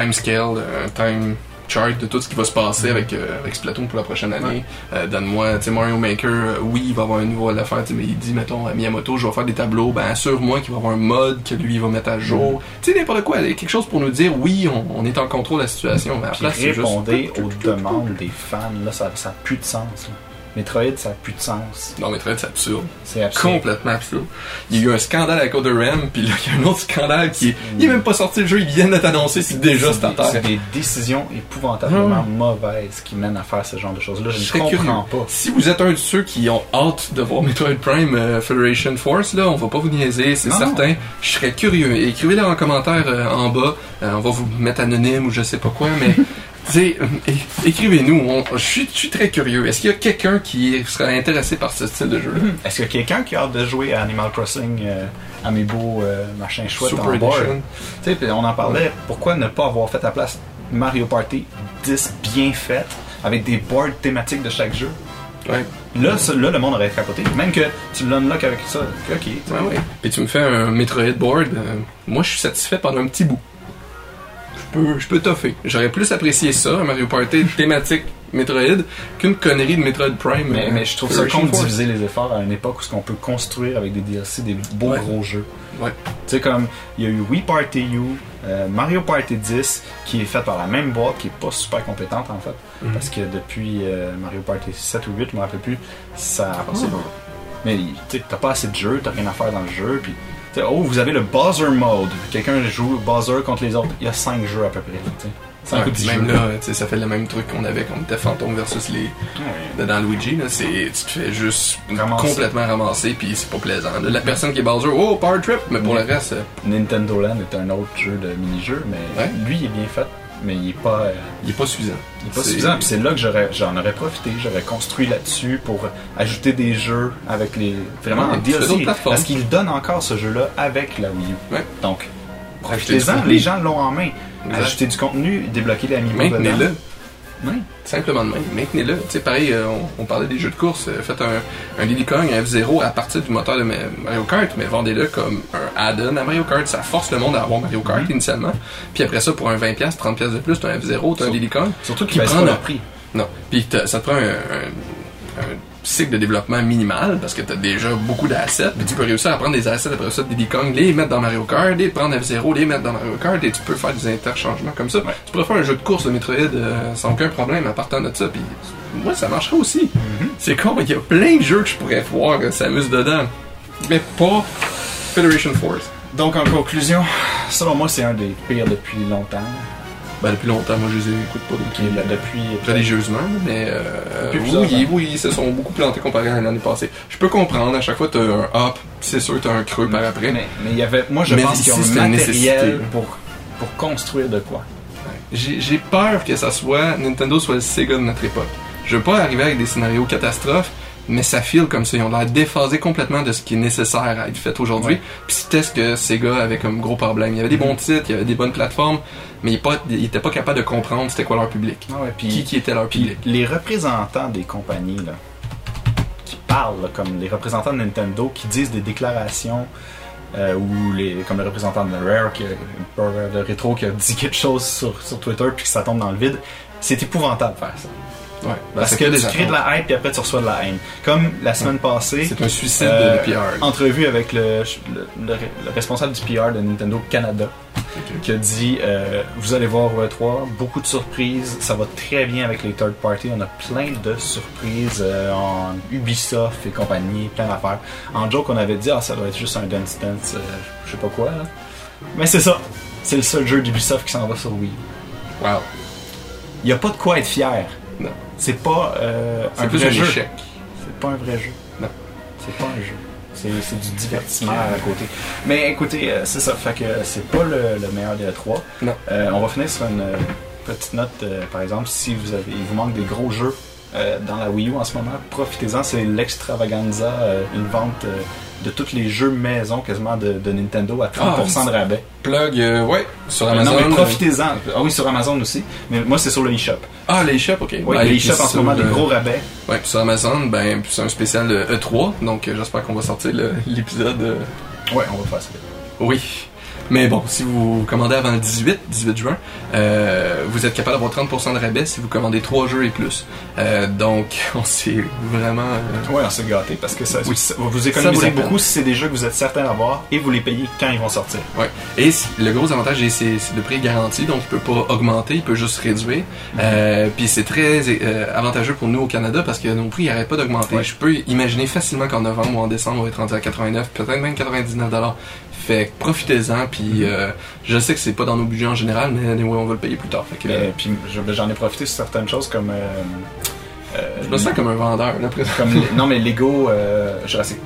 Speaker 1: time scale, un time chart de tout ce qui va se
Speaker 2: Mhm.
Speaker 1: passer avec, euh, avec Splatoon pour la prochaine année. Euh, donne-moi, tu sais, Mario Maker, euh, oui, il va avoir une nouvelle affaire, tu sais, mais il dit, mettons, à Miyamoto, je vais faire des tableaux, ben assure-moi qu'il va avoir un mode que lui, il va
Speaker 2: Mhm.
Speaker 1: mettre à jour. Tu sais, n'importe quoi, quelque chose pour nous dire, oui, on, on est en contrôle de la situation, mais à la
Speaker 2: Puis
Speaker 1: place, c'est juste...
Speaker 2: répondez aux demandes des fans, là, ça n'a plus de sens. là. Metroid, ça n'a plus de sens.
Speaker 1: Non, mais très, c'est absurde.
Speaker 2: C'est absurde.
Speaker 1: Complètement absurde. Il y a eu un scandale à Code Ram, puis là, il y a un autre scandale qui est... Il est même pas sorti le jeu, ils viennent de t'annoncer, c'est déjà
Speaker 2: C'est
Speaker 1: c'est à
Speaker 2: des-
Speaker 1: terre.
Speaker 2: C'est des décisions épouvantablement mauvaises qui mènent à faire ce genre de choses-là.
Speaker 1: Je
Speaker 2: Je
Speaker 1: serais
Speaker 2: ne comprends
Speaker 1: curieux.
Speaker 2: pas.
Speaker 1: Si vous êtes un de ceux qui ont hâte de voir Metroid Prime euh, Federation Force, là, on va pas vous niaiser, c'est
Speaker 2: Non,
Speaker 1: certain. Je serais curieux. Écrivez-le en commentaire euh, en bas. Euh, on va vous mettre anonyme ou je sais pas quoi, mais. tu sais, euh, é- Écrivez-nous, On- je suis- je suis très curieux. Est-ce qu'il y a quelqu'un qui serait intéressé par ce style de jeu
Speaker 2: Est-ce qu'il y a quelqu'un qui a hâte de jouer à Animal Crossing euh, Amiibo euh, machin chouette
Speaker 1: Super
Speaker 2: en board?
Speaker 1: Edition.
Speaker 2: Tu sais, puis on en parlait, pourquoi ne pas avoir fait à place Mario Party 10 bien faites avec des boards thématiques de chaque jeu?
Speaker 1: Ouais.
Speaker 2: Là, ça- là, le monde aurait capoté. Même que tu l'unlocks avec ça. Ok. tu sais.
Speaker 1: Ouais, ouais. Puis tu me fais un Metroid board. euh, moi, je suis satisfait pendant un petit bout. Je peux, je peux toffer. J'aurais plus apprécié ça, un Mario Party thématique Metroid, qu'une connerie de Metroid Prime.
Speaker 2: Mais,
Speaker 1: euh,
Speaker 2: mais je trouve ça
Speaker 1: Federation
Speaker 2: con de
Speaker 1: Force.
Speaker 2: diviser les efforts à une époque où ce qu'on peut construire avec des DLC des beaux
Speaker 1: Ouais.
Speaker 2: gros jeux.
Speaker 1: Ouais.
Speaker 2: Tu sais, comme il y a eu Wii Party U, euh, Mario Party 10, qui est fait par la même boîte, qui est pas super compétente en fait.
Speaker 1: Mhm.
Speaker 2: Parce que depuis euh, Mario Party 7 ou 8, je me rappelle plus, ça a passé.
Speaker 1: Oh.
Speaker 2: Mais tu sais, t'as pas assez de jeux, t'as rien à faire dans le jeu. Puis, tu sais, oh, vous avez le Buzzer Mode. Quelqu'un joue Buzzer contre les autres. Il y a 5 jeux à peu près. tu sais. C'est un coup de petit
Speaker 1: même
Speaker 2: jeu.
Speaker 1: là, tu sais, ça fait le même truc qu'on avait quand on était fantôme versus les
Speaker 2: Ouais.
Speaker 1: dans Luigi. Là, c'est tu te fais juste
Speaker 2: Ramasser.
Speaker 1: complètement ramasser puis c'est pas plaisant. Là, la personne qui est Bowser, oh power trip, mais pour
Speaker 2: Ouais.
Speaker 1: le reste, euh,
Speaker 2: Nintendo Land est un autre jeu de mini-jeu, mais
Speaker 1: Ouais.
Speaker 2: lui, il est bien fait, mais il est pas, euh,
Speaker 1: il est pas suffisant.
Speaker 2: il est pas
Speaker 1: C'est-
Speaker 2: suffisant. Puis c'est là que j'aurais- j'en aurais profité, j'aurais construit là-dessus pour ajouter des jeux avec les. Vraiment,
Speaker 1: Ouais,
Speaker 2: un
Speaker 1: tu fais d'autres
Speaker 2: DLC.
Speaker 1: plateformes.
Speaker 2: Parce qu'il donne encore ce jeu-là avec la Wii U.
Speaker 1: Ouais.
Speaker 2: Donc,
Speaker 1: Profitez du
Speaker 2: profitez-en,
Speaker 1: contenu.
Speaker 2: les gens l'ont en main.
Speaker 1: Exact.
Speaker 2: Ajouter du contenu, débloquer les amiibo dedans.
Speaker 1: Maintenez-le.
Speaker 2: Ouais.
Speaker 1: Simplement de même. Maintenez-le. Tu sais, pareil, euh, on, on parlait des jeux de course. Euh, Faites un, un Diddy Kong, un F-Zero à partir du moteur de Ma- Mario Kart, mais vendez-le comme un add-on à Mario Kart. Ça force le monde à avoir Mario Kart
Speaker 2: Mhm.
Speaker 1: initialement. Puis après ça, pour un 20$, 30$ de plus, t'as un F-Zero, t'as un
Speaker 2: Sur-
Speaker 1: Diddy Kong.
Speaker 2: Surtout
Speaker 1: Qui
Speaker 2: qu'ils baissent
Speaker 1: prend
Speaker 2: pas
Speaker 1: le-
Speaker 2: leur prix.
Speaker 1: Non. Puis t'as- ça te prend un, un- un cycle de développement minimal parce que t'as déjà beaucoup d'assets. Puis tu peux réussir à prendre des assets après ça de Diddy Kong, les mettre dans Mario Kart, les prendre F-Zero, les mettre dans Mario Kart et tu peux faire des interchangements comme ça.
Speaker 2: Ouais.
Speaker 1: Tu pourrais faire un jeu de course de Metroid euh, sans aucun problème à partant de ça. Puis moi, ça marcherait aussi. C'est con, il y a plein de jeux que je pourrais voir euh, s'amusent dedans. Mais pas Federation Force.
Speaker 2: Donc, en conclusion, selon moi, c'est un des pires depuis longtemps.
Speaker 1: Ben, depuis longtemps, moi, je les écoute pas depuis.
Speaker 2: Qui est là depuis.
Speaker 1: religieusement, mais euh,
Speaker 2: Depuis plusieurs
Speaker 1: oui,
Speaker 2: années.
Speaker 1: oui, ils se sont beaucoup plantés comparé à l'année passée. Je peux comprendre, à chaque fois, t'as un up, c'est sûr, t'as un creux par après.
Speaker 2: Mais, mais il y avait, moi, je
Speaker 1: Mais
Speaker 2: pense
Speaker 1: ici,
Speaker 2: qu'ils ont
Speaker 1: c'était
Speaker 2: le
Speaker 1: une
Speaker 2: matériel
Speaker 1: nécessité.
Speaker 2: pour, pour construire de quoi.
Speaker 1: J'ai j'ai peur que ça soit Nintendo soit le Sega de notre époque. Je veux pas arriver avec des scénarios catastrophes, mais ça file comme ça. Ils ont l'air déphasés complètement de ce qui est nécessaire à être fait aujourd'hui.
Speaker 2: Ouais. Mm-hmm.
Speaker 1: Puis c'était ce que Sega avait comme gros problème. Il y avait des bons titres, il y avait des bonnes plateformes, mais ils pas- ils étaient pas capables de comprendre c'était quoi leur public.
Speaker 2: Ah ouais, puis-
Speaker 1: Qui, qui était leur
Speaker 2: Puis
Speaker 1: public.
Speaker 2: les représentants des compagnies là, qui parlent, là, comme les représentants de Nintendo, qui disent des déclarations, euh, ou les, comme le représentant de Rare, qui, a- de Retro, qui a dit quelque chose sur, sur Twitter, puis que ça tombe dans le vide, c'est épouvantable de faire ça.
Speaker 1: Ouais.
Speaker 2: Mm. Parce
Speaker 1: Ça
Speaker 2: que
Speaker 1: crée Ben, des
Speaker 2: tu crées de
Speaker 1: attentes.
Speaker 2: la hype, puis après tu reçois de la haine. Comme la semaine passée,
Speaker 1: C'est un suicide
Speaker 2: euh,
Speaker 1: de PR.
Speaker 2: entrevue avec le, le- le- le responsable du PR de Nintendo Canada qui a dit euh, Vous allez voir au E3, beaucoup de surprises, ça va très bien avec les third parties, on a plein de surprises euh, en Ubisoft et compagnie, plein d'affaires. En joke, on avait dit Ah, ça doit être juste un Dance Dance, euh, je sais pas quoi. là. Mais c'est ça, c'est le seul jeu d'Ubisoft qui s'en va sur Wii.
Speaker 1: Wow.
Speaker 2: Il n'y a pas de quoi être fier.
Speaker 1: Non.
Speaker 2: C'est pas euh,
Speaker 1: C'est
Speaker 2: un
Speaker 1: plus
Speaker 2: vrai
Speaker 1: un
Speaker 2: jeu.
Speaker 1: échec.
Speaker 2: C'est pas un vrai jeu.
Speaker 1: Non.
Speaker 2: C'est pas un jeu. C'est c'est du divertissement à côté. Mais écoutez, euh, c'est ça. Fait que c'est pas le, le meilleur des trois.
Speaker 1: Non.
Speaker 2: Euh, on va finir sur une euh, petite note, euh, par exemple, si vous avez, il vous manque des gros jeux euh, dans la Wii U en ce moment, profitez-en. C'est l'extravaganza, euh, une vente euh, de tous les jeux maison quasiment de, de Nintendo à 30% de rabais.
Speaker 1: Plug, euh, ouais, Ah, sur
Speaker 2: Euh,
Speaker 1: Amazon.
Speaker 2: non, mais
Speaker 1: euh,
Speaker 2: profitez-en. Ah oui, sur Amazon aussi. Mais moi, c'est sur le eShop.
Speaker 1: Ah, les shops, ok.
Speaker 2: Oui,
Speaker 1: Bah,
Speaker 2: le
Speaker 1: puis
Speaker 2: eShop en ce
Speaker 1: sur,
Speaker 2: moment, des
Speaker 1: euh,
Speaker 2: gros rabais.
Speaker 1: Ouais, puis sur Amazon, ben, puis c'est un spécial euh, E3, donc euh, j'espère qu'on va sortir le- l'épisode. euh,
Speaker 2: Ouais, on va faire ça.
Speaker 1: oui. Mais bon, si vous commandez avant le 18, 18 juin, euh, vous êtes capable d'avoir 30% de rabais si vous commandez 3 jeux et plus. Euh, donc, on s'est vraiment. euh,
Speaker 2: Ouais, on s'est gâté parce que ça,
Speaker 1: Oui.
Speaker 2: ça- vous
Speaker 1: Ça vaut
Speaker 2: économisez
Speaker 1: la peine.
Speaker 2: beaucoup si c'est des jeux que vous êtes certain d'avoir et vous les payez quand ils vont sortir.
Speaker 1: ouais. Et c- le gros avantage, c'est- c'est c'est le prix est garanti, donc il peut pas augmenter, il peut juste réduire.
Speaker 2: Mm-hmm.
Speaker 1: Euh, puis c'est très euh, avantageux pour nous au Canada parce que nos prix n'arrêtent pas d'augmenter.
Speaker 2: Ouais.
Speaker 1: Je peux imaginer facilement qu'en novembre ou en décembre, on va être rendu à 89, peut-être même 99 dollars. Fait que profitez-en,
Speaker 2: Mm-hmm.
Speaker 1: puis euh, je sais que c'est pas dans nos budgets en général, mais anyway, on va le payer plus tard. Fait que,
Speaker 2: Mais, puis je- ben, j'en ai profité sur certaines choses comme. euh, euh,
Speaker 1: je me sens comme un vendeur, là, présent.
Speaker 2: comme le- non, mais Lego euh, Jurassic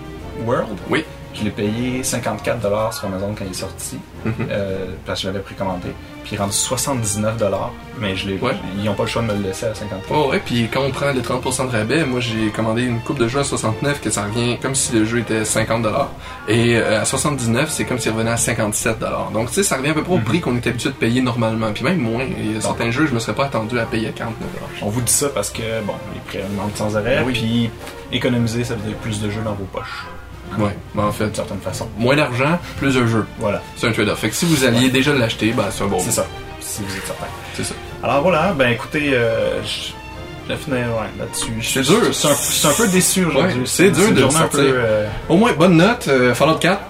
Speaker 2: World.
Speaker 1: Oui.
Speaker 2: Je l'ai payé 54$ sur Amazon quand il est sorti
Speaker 1: Mhm.
Speaker 2: euh, parce que je l'avais précommandé. Puis il est rendu 79$, mais je l'ai,
Speaker 1: Ouais.
Speaker 2: ils n'ont pas le choix de me le laisser à 54$.
Speaker 1: Oh ouais, puis quand on prend le 30% de rabais, moi j'ai commandé une coupe de jeux à 69 que ça revient comme si le jeu était 50 dollars et euh, à 79, c'est comme s'il revenait à 57 dollars. Donc tu sais ça revient à peu près au prix qu'on est habitué de payer normalement, puis même moins. Il y a certains jeux, je me serais pas attendu à payer à 49 dollars.
Speaker 2: On vous dit ça parce que, bon, les prix augmentent sans arrêt.
Speaker 1: Oui.
Speaker 2: Puis économiser, ça veut dire plus de jeux dans vos poches,
Speaker 1: Ouais, mais en
Speaker 2: d'une
Speaker 1: fait,
Speaker 2: certaine façon.
Speaker 1: moins d'argent, plus de jeux.
Speaker 2: Voilà.
Speaker 1: C'est un trade-off. Fait que si vous alliez déjà l'acheter, bah c'est un bon.
Speaker 2: C'est ça, si vous êtes certain.
Speaker 1: C'est ça.
Speaker 2: Alors voilà, ben écoutez, euh, je je vais finir ouais, là-dessus. Je-
Speaker 1: C'est dur.
Speaker 2: Je suis un- je suis un, peu déçu aujourd'hui.
Speaker 1: Ouais, c'est dur
Speaker 2: une
Speaker 1: de
Speaker 2: journée un
Speaker 1: sortir.
Speaker 2: peu, euh,
Speaker 1: Au moins bonne note. euh, Fallout 4,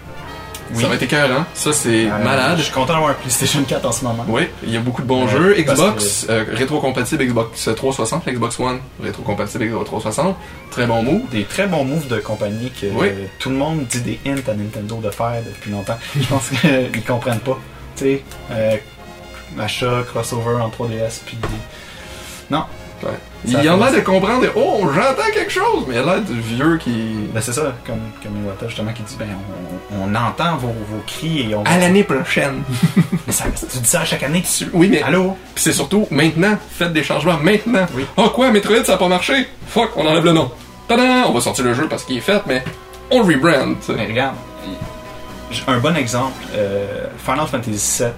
Speaker 2: Oui.
Speaker 1: ça va être écœurant. Ça c'est
Speaker 2: euh,
Speaker 1: malade.
Speaker 2: Je suis content d'avoir un PlayStation 4 en ce moment.
Speaker 1: Oui, il y a beaucoup de bons
Speaker 2: Ouais,
Speaker 1: jeux.
Speaker 2: parce
Speaker 1: Xbox, euh, rétro-compatible Xbox 360, Xbox One, rétro-compatible Xbox 360. Très bon move.
Speaker 2: Des très bons moves de compagnie que
Speaker 1: Oui.
Speaker 2: euh, tout le monde dit des hints à Nintendo de faire depuis longtemps. Je pense qu'ils comprennent pas. Tu sais, euh, achat, crossover en 3DS, puis. Non.
Speaker 1: Ouais.
Speaker 2: Ça
Speaker 1: Il y en a
Speaker 2: commence-
Speaker 1: de comprendre et oh, j'entends quelque chose, mais il y a l'air du vieux qui.
Speaker 2: Ben, c'est ça, comme, comme Iwata justement qui dit ben, on, on entend vos, vos cris et on.
Speaker 1: À l'année prochaine.
Speaker 2: Mais ça, tu dis ça à chaque année. tu-
Speaker 1: Oui, mais
Speaker 2: Allô
Speaker 1: Puis c'est surtout maintenant, faites des changements maintenant.
Speaker 2: Oui.
Speaker 1: Oh quoi, Metroid, ça a pas marché? Fuck, on enlève le nom. Tada! On va sortir le jeu parce qu'il est fait, mais on le rebrand. tu sais. Ben,
Speaker 2: Mais regarde, j'ai un bon exemple euh, Final Fantasy VII.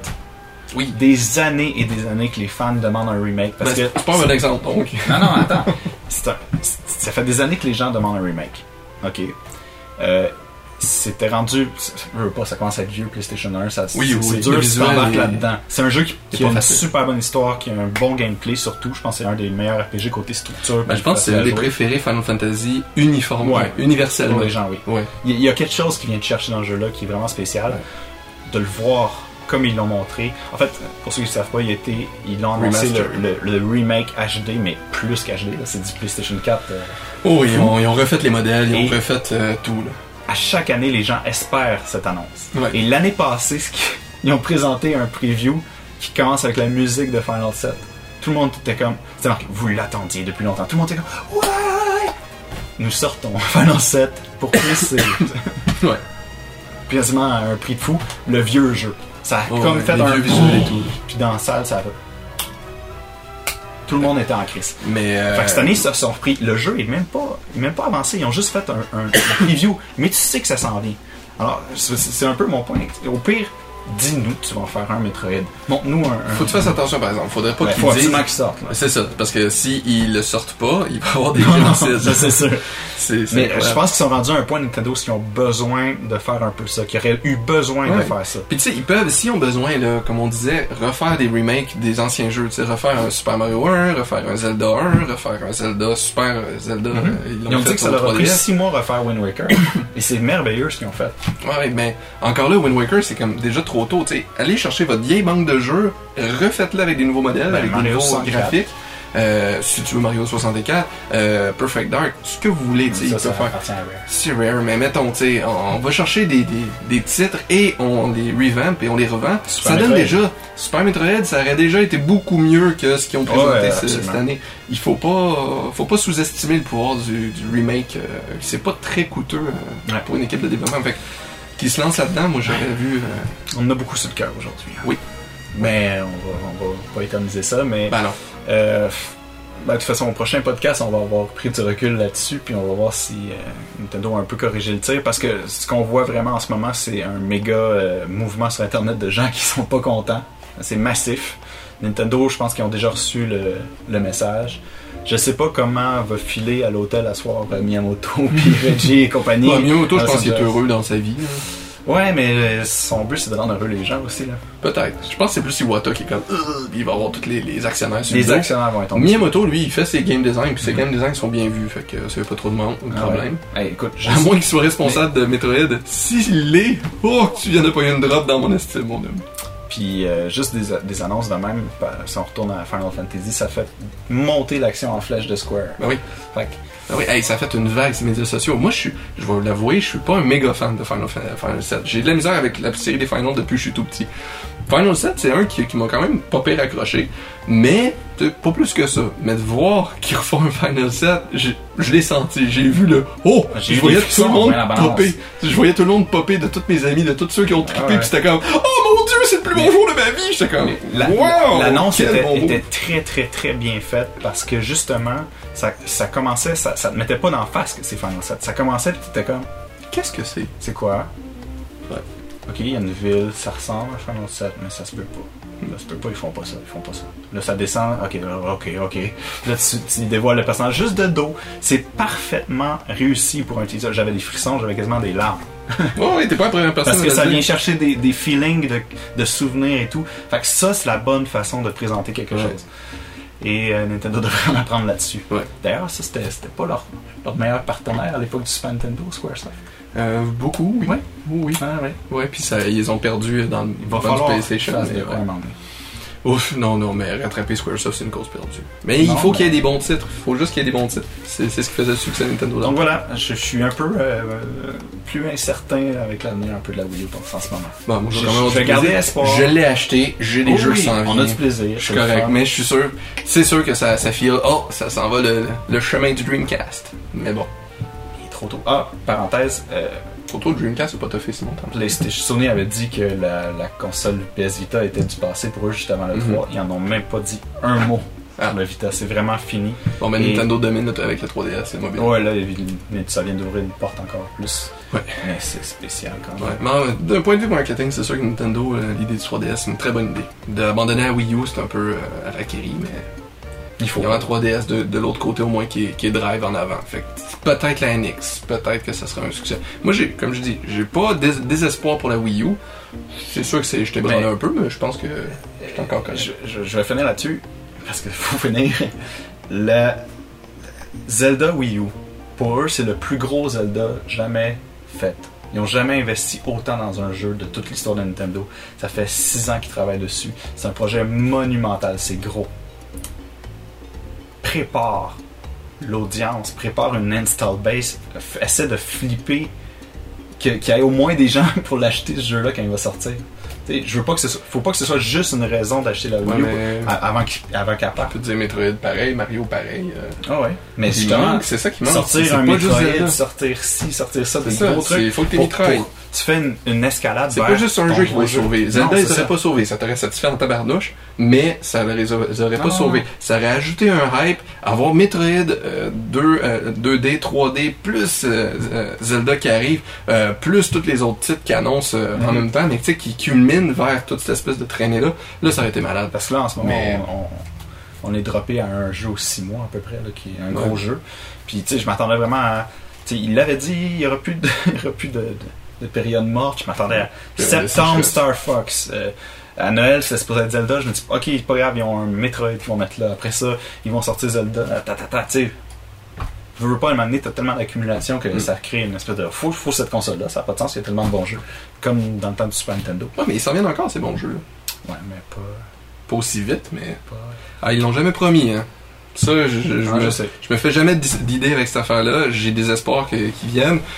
Speaker 1: Oui.
Speaker 2: Des années et des années que les fans demandent un remake. Parce
Speaker 1: Ben,
Speaker 2: que.
Speaker 1: c'est c'est pas un bon exemple, donc.
Speaker 2: Non, non, attends. C'est un- c'est- ça fait des années que les gens demandent un remake. OK. Euh, c'était rendu. c'est- Je veux pas, ça commence à être vieux PlayStation 1. Ça, c'est-
Speaker 1: Oui, oui,
Speaker 2: c'est
Speaker 1: le
Speaker 2: dur si
Speaker 1: visuel
Speaker 2: t'embarques
Speaker 1: est-
Speaker 2: là-dedans. C'est un jeu qui,
Speaker 1: est
Speaker 2: qui
Speaker 1: pas
Speaker 2: a une
Speaker 1: facile.
Speaker 2: super bonne histoire, qui a un bon gameplay surtout. Je pense que c'est un des meilleurs RPG côté structure.
Speaker 1: Ben, je pense que c'est un des
Speaker 2: Facile à jouer
Speaker 1: préférés Final Fantasy uniforme,
Speaker 2: Ouais.
Speaker 1: universellement.
Speaker 2: pour les gens, oui.
Speaker 1: Ouais.
Speaker 2: Il y a- il y a quelque chose qui vient te chercher dans le jeu-là qui est vraiment spécial.
Speaker 1: Ouais.
Speaker 2: De le voir comme ils l'ont montré. En fait, pour ceux qui ne savent pas, il a été, ils l'ont annoncé
Speaker 1: Remaster.
Speaker 2: le, le- le remake HD, mais plus qu'HD. là, C'est du PlayStation 4. euh,
Speaker 1: Oh, ils ont, ils ont refait les modèles, ils
Speaker 2: Et-
Speaker 1: ont refait euh, tout. Là.
Speaker 2: à chaque année, les gens espèrent cette annonce.
Speaker 1: Ouais.
Speaker 2: Et l'année passée, ce qui- ils ont présenté un preview qui commence avec la musique de Final 7. Tout le monde était comme, c'est marqué, vous l'attendiez depuis longtemps. Tout le monde était comme, ouais! Nous sortons Final 7 pour PC.
Speaker 1: Ouais.
Speaker 2: Quasiment à un prix de fou, le vieux jeu. Ça a
Speaker 1: Ouais,
Speaker 2: comme
Speaker 1: Oh, ouais,
Speaker 2: fait
Speaker 1: les
Speaker 2: un
Speaker 1: vieux visuels et tout.
Speaker 2: Puis dans la salle, ça a fait. Tout le monde était en crise.
Speaker 1: Mais. euh,
Speaker 2: Fait que cette année, ils se sont repris. Le jeu est même pas, est même pas avancé. Ils ont juste fait un, un- un preview. Mais tu sais que ça s'en vient. Alors, c'est c'est un peu mon point. Au pire, dis-nous que tu vas en faire un Metroid. Montre-nous un. un-
Speaker 1: Faut que tu fasses attention, par exemple. Faudrait pas
Speaker 2: Ouais,
Speaker 1: qu'ils
Speaker 2: Ben, faut
Speaker 1: disent.
Speaker 2: absolument qu'il sorte. là.
Speaker 1: C'est ça, parce que s'ils ils le sortent pas, il va y avoir des
Speaker 2: Non, non,
Speaker 1: génocides.
Speaker 2: ça, c'est sûr.
Speaker 1: C'est- c'est
Speaker 2: Mais euh,
Speaker 1: incroyable.
Speaker 2: je pense qu'ils sont rendus à un point Nintendo s'ils ont besoin de faire un peu ça, qu'ils auraient eu besoin de
Speaker 1: Ouais.
Speaker 2: faire ça.
Speaker 1: Puis tu sais, ils peuvent, s'ils ont besoin, là, comme on disait, refaire des remakes des anciens jeux. Tu sais, refaire un Super Mario 1, refaire un Zelda 1, refaire un Zelda Super euh, Zelda.
Speaker 2: Mhm.
Speaker 1: euh,
Speaker 2: Ils ont
Speaker 1: fait
Speaker 2: dit que ça
Speaker 1: sur
Speaker 2: leur a pris
Speaker 1: 3DS.
Speaker 2: 6 mois à refaire Wind Waker. Et c'est merveilleux ce qu'ils ont fait.
Speaker 1: Ouais, mais encore là, Wind Waker, c'est comme déjà trop tôt. tu sais. Allez chercher votre vieille banque de jeux, refaites-la avec des nouveaux modèles,
Speaker 2: Ben,
Speaker 1: avec des
Speaker 2: Mario
Speaker 1: nouveaux
Speaker 2: 64.
Speaker 1: graphiques. Euh, si tu veux Mario 64, euh, Perfect Dark, ce que vous voulez, tu sais, ils
Speaker 2: Ça, ça
Speaker 1: peuvent faire
Speaker 2: appartient à Rare.
Speaker 1: C'est rare, mais mettons, tu sais, on on va chercher des, des, des titres et on les revamp et on les revend. ça
Speaker 2: Super
Speaker 1: donne
Speaker 2: Metroid.
Speaker 1: déjà. Super Metroid, ça aurait déjà été beaucoup mieux que ce qu'ils ont présenté
Speaker 2: Ouais,
Speaker 1: ce-
Speaker 2: absolument.
Speaker 1: cette année. Il faut pas, euh, faut pas sous-estimer le pouvoir du, du remake. euh, c'est pas très coûteux euh,
Speaker 2: Ouais.
Speaker 1: pour une équipe de développement. Fait que, qui se lance là-dedans, moi j'aurais vu. euh,
Speaker 2: On en a beaucoup sur le cœur aujourd'hui. hein.
Speaker 1: Oui.
Speaker 2: Mais on va, on va pas éterniser ça, mais
Speaker 1: ben non.
Speaker 2: euh, ben, de toute façon, au prochain podcast, on va avoir pris du recul là-dessus, puis on va voir si euh, Nintendo a un peu corrigé le tir, parce que ce qu'on voit vraiment en ce moment, c'est un méga euh, mouvement sur Internet de gens qui sont pas contents. C'est massif. Nintendo, je pense qu'ils ont déjà reçu le, le message. Je sais pas comment va filer à l'hôtel à soir euh, Miyamoto, puis Reggie et compagnie.
Speaker 1: Bah, Miyamoto, je
Speaker 2: Ah,
Speaker 1: pense
Speaker 2: ça
Speaker 1: qu'il est
Speaker 2: me-
Speaker 1: heureux dans sa vie. là.
Speaker 2: Ouais, mais euh, son but, c'est de rendre heureux les gens aussi, là.
Speaker 1: Peut-être. Je pense que c'est plus Iwata qui est comme. Euh, il va avoir tous les, les actionnaires sur le
Speaker 2: Les
Speaker 1: dos.
Speaker 2: actionnaires vont être tombés.
Speaker 1: Miyamoto, lui, il fait ses game design, puis ses game design sont bien vus, fait que euh, ça fait pas trop de monde, de
Speaker 2: Mm. Ah ouais.
Speaker 1: problème.
Speaker 2: Hey, écoute, je-
Speaker 1: À moins qu'il soit responsable de Metroid, s'il l'est, oh, tu viens de pas une drop dans mon estime, mon homme.
Speaker 2: puis euh, juste des, des annonces de même, bah, si on retourne à Final Fantasy, ça fait monter l'action en flèche de Square.
Speaker 1: Ben oui.
Speaker 2: Fait que,
Speaker 1: Ah oui, hey, ça a fait une vague ces médias sociaux. Moi, je suis, je vais l'avouer, je suis pas un méga fan de Final, Fan- Final 7. J'ai de la misère avec la série des Finals depuis que je suis tout petit. Final 7, c'est un qui, qui m'a quand même pas pire accroché, mais t'sais, pas plus que ça. Mais de voir qu'ils refont un Final 7, j'ai- je l'ai senti. J'ai vu le oh,
Speaker 2: Ah, J'ai
Speaker 1: je
Speaker 2: eu
Speaker 1: voyais
Speaker 2: des
Speaker 1: tout le
Speaker 2: frissons,
Speaker 1: monde
Speaker 2: ouais, la balance.
Speaker 1: popper. Je voyais tout le monde popper de tous mes amis, de tous ceux qui ont trippé,
Speaker 2: Ah ouais.
Speaker 1: pis c'était comme oh mon dieu, c'est le plus bon jour de ma vie. J'étais comme
Speaker 2: la-
Speaker 1: wow,
Speaker 2: L'annonce
Speaker 1: quel
Speaker 2: était,
Speaker 1: bon move.
Speaker 2: était très très très bien faite parce que justement, ça, ça commençait, ça, ça te mettait pas d'en face que c'est Final 7. Ça commençait, tu étais comme,
Speaker 1: Qu'est-ce que c'est
Speaker 2: c'est quoi
Speaker 1: Ouais.
Speaker 2: Ok, il y a une ville, ça ressemble à Final 7, mais ça se peut pas. Là, ça se peut pas, ils font pas ça, ils font pas ça. Là, ça descend, ok, là, ok, ok. Là, tu, tu dévoiles le personnage juste de dos. C'est parfaitement réussi pour un teaser. J'avais des frissons, j'avais quasiment des larmes.
Speaker 1: Oh, ouais, t'es pas la première personne.
Speaker 2: Parce
Speaker 1: à
Speaker 2: que
Speaker 1: le
Speaker 2: ça
Speaker 1: dire.
Speaker 2: vient chercher des, des feelings de, de souvenirs et tout. Fait que ça, c'est la bonne façon de présenter quelque
Speaker 1: Ouais.
Speaker 2: chose. Et euh, Nintendo devrait en apprendre là-dessus.
Speaker 1: Ouais.
Speaker 2: D'ailleurs, ça, c'était c'était pas leur, leur meilleur partenaire à l'époque du Super Nintendo, Squaresoft.
Speaker 1: Euh, beaucoup, oui.
Speaker 2: Ouais.
Speaker 1: Oui,
Speaker 2: Ah ouais.
Speaker 1: oui. Ouais, puis ça, ils ont perdu dans le
Speaker 2: Il
Speaker 1: dans
Speaker 2: va
Speaker 1: le
Speaker 2: falloir
Speaker 1: PlayStation.
Speaker 2: faire
Speaker 1: mais
Speaker 2: de
Speaker 1: ouais.
Speaker 2: quoi à un moment donné.
Speaker 1: Ouf, non, non, mais rattraper Squaresoft, c'est une cause perdue. Mais
Speaker 2: Non,
Speaker 1: il faut
Speaker 2: mais-
Speaker 1: qu'il y ait des bons titres. Il faut juste qu'il y ait des bons titres. C'est c'est ce qui faisait le succès de Nintendo.
Speaker 2: Donc voilà, je, je suis un peu euh, plus incertain avec l'avenir un peu de la Wii U en ce moment.
Speaker 1: Bon, moi, j'ai
Speaker 2: Je-
Speaker 1: quand même
Speaker 2: je
Speaker 1: du
Speaker 2: vais garder
Speaker 1: plaisir.
Speaker 2: espoir.
Speaker 1: Je l'ai acheté, j'ai des
Speaker 2: Oh
Speaker 1: jeux
Speaker 2: oui,
Speaker 1: qui s'en
Speaker 2: On a du
Speaker 1: viennent.
Speaker 2: plaisir.
Speaker 1: Je suis correct, mais je suis sûr. C'est sûr que ça, ça file. Oh, ça s'en va le, le chemin du Dreamcast. Mais bon,
Speaker 2: Il est trop tôt. Ah, parenthèse, euh,
Speaker 1: trop tôt, le Dreamcast, c'est pas tough si longtemps.
Speaker 2: PlayStation, Sony avait dit que la, la console PS Vita était du passé pour eux juste avant le
Speaker 1: Mhm.
Speaker 2: 3. Ils en ont même pas dit un mot
Speaker 1: Ah.
Speaker 2: sur le Vita. C'est vraiment fini.
Speaker 1: Bon, ben
Speaker 2: Et-
Speaker 1: Nintendo domine notre- avec le 3DS, c'est mobile.
Speaker 2: Ouais, là, il- mais ça vient d'ouvrir une porte encore plus.
Speaker 1: Ouais.
Speaker 2: Mais c'est spécial quand même.
Speaker 1: Ouais, mais euh, d'un point de vue marketing, c'est sûr que Nintendo, euh, l'idée du 3DS, c'est une très bonne idée. D'abandonner à Wii U, c'est un peu euh, à la Kerry, mais
Speaker 2: Il faut.
Speaker 1: il y a un 3DS de, de l'autre côté au moins qui est, qui est drive en avant. Fait que peut-être la NX, peut-être que ça sera un succès. Moi, j'ai, comme je dis, j'ai pas dés- désespoir pour la Wii U. C'est sûr que c'est, je t'ai branlé
Speaker 2: Mais-
Speaker 1: un peu, mais je pense que je suis encore correct.
Speaker 2: je, je- je vais finir là-dessus, parce qu'il faut finir. La Zelda Wii U, pour eux, c'est le plus gros Zelda jamais fait. Ils n'ont jamais investi autant dans un jeu de toute l'histoire de Nintendo. Ça fait 6 ans qu'ils travaillent dessus. C'est un projet monumental, c'est gros. Prépare l'audience, prépare une install base, f- essaie de flipper que- qu'il y ait au moins des gens pour l'acheter ce jeu-là quand il va sortir. Tu sais, je veux pas que ce soit, faut pas que ce soit juste une raison d'acheter la Wii
Speaker 1: Ouais,
Speaker 2: U
Speaker 1: mais-
Speaker 2: a- avant qu'il- avant qu'elle parte.
Speaker 1: Tu peux dire Metroid pareil, Mario pareil. euh,
Speaker 2: Ah ouais. Mais
Speaker 1: il
Speaker 2: justement,
Speaker 1: manque, c'est ça qui manque. c'est
Speaker 2: sortir un
Speaker 1: pas juste
Speaker 2: Metroid,
Speaker 1: Zelda.
Speaker 2: sortir ci, sortir ça,
Speaker 1: C'est
Speaker 2: des
Speaker 1: ça,
Speaker 2: gros
Speaker 1: c'est-
Speaker 2: trucs.
Speaker 1: faut que t'aies
Speaker 2: pour-
Speaker 1: mitraille.
Speaker 2: pour- Tu fais une, une escalade
Speaker 1: C'est
Speaker 2: vers
Speaker 1: pas juste un
Speaker 2: ton
Speaker 1: jeu qui va
Speaker 2: gros
Speaker 1: le sauver.
Speaker 2: Non,
Speaker 1: Zelda, il
Speaker 2: c'est
Speaker 1: t'aurait
Speaker 2: ça.
Speaker 1: pas sauvé. Ça t'aurait satisfait en tabarnouche, mais ça ne les aurait pas
Speaker 2: Non,
Speaker 1: sauvé.
Speaker 2: non.
Speaker 1: Ça aurait ajouté un hype. Avoir Metroid euh, 2, euh, 2D, 3D, plus euh, euh, Zelda qui arrive, euh, plus tous les autres titres qui annoncent euh, en
Speaker 2: Mhm.
Speaker 1: même temps, mais tu sais, qui culminent vers toute cette espèce de traînée-là, là, ça aurait été malade.
Speaker 2: Parce que là, en ce moment,
Speaker 1: Mais-
Speaker 2: on, on- on est droppé à un jeu aux 6 mois à peu près, là, qui est un
Speaker 1: Ouais.
Speaker 2: gros jeu. Puis, tu sais, je m'attendais vraiment à. Tu sais, il l'avait dit, il n'y aura plus de, il y aura plus de, de- de période morte. Je m'attendais à
Speaker 1: Ouais,
Speaker 2: septembre
Speaker 1: c'est
Speaker 2: Star Fox. euh, à Noël, c'était supposé être Zelda. Je me dis, ok, c'est pas grave, ils ont un Metroid qu'ils vont mettre là. Après ça, ils vont sortir Zelda. euh, Ta, ta, ta, tu sais. Je veux pas, à un moment donné, t'as tellement d'accumulation que
Speaker 1: Mm.
Speaker 2: ça crée une espèce de. Faut, faut cette console-là, ça n'a pas de sens, il y a tellement de bons jeux. Comme dans le temps du Super Nintendo.
Speaker 1: Ouais, Ah, mais ils s'en viennent encore, ces bons jeux. là.
Speaker 2: Ouais, mais pas.
Speaker 1: Pas aussi vite, mais.
Speaker 2: pas...
Speaker 1: Ah, ils l'ont jamais promis, hein. Ça, je, je, je
Speaker 2: Ah,
Speaker 1: me-
Speaker 2: je sais.
Speaker 1: Je me fais jamais d'i- d'idée avec cette affaire-là. J'ai des espoirs que- qu'ils viennent.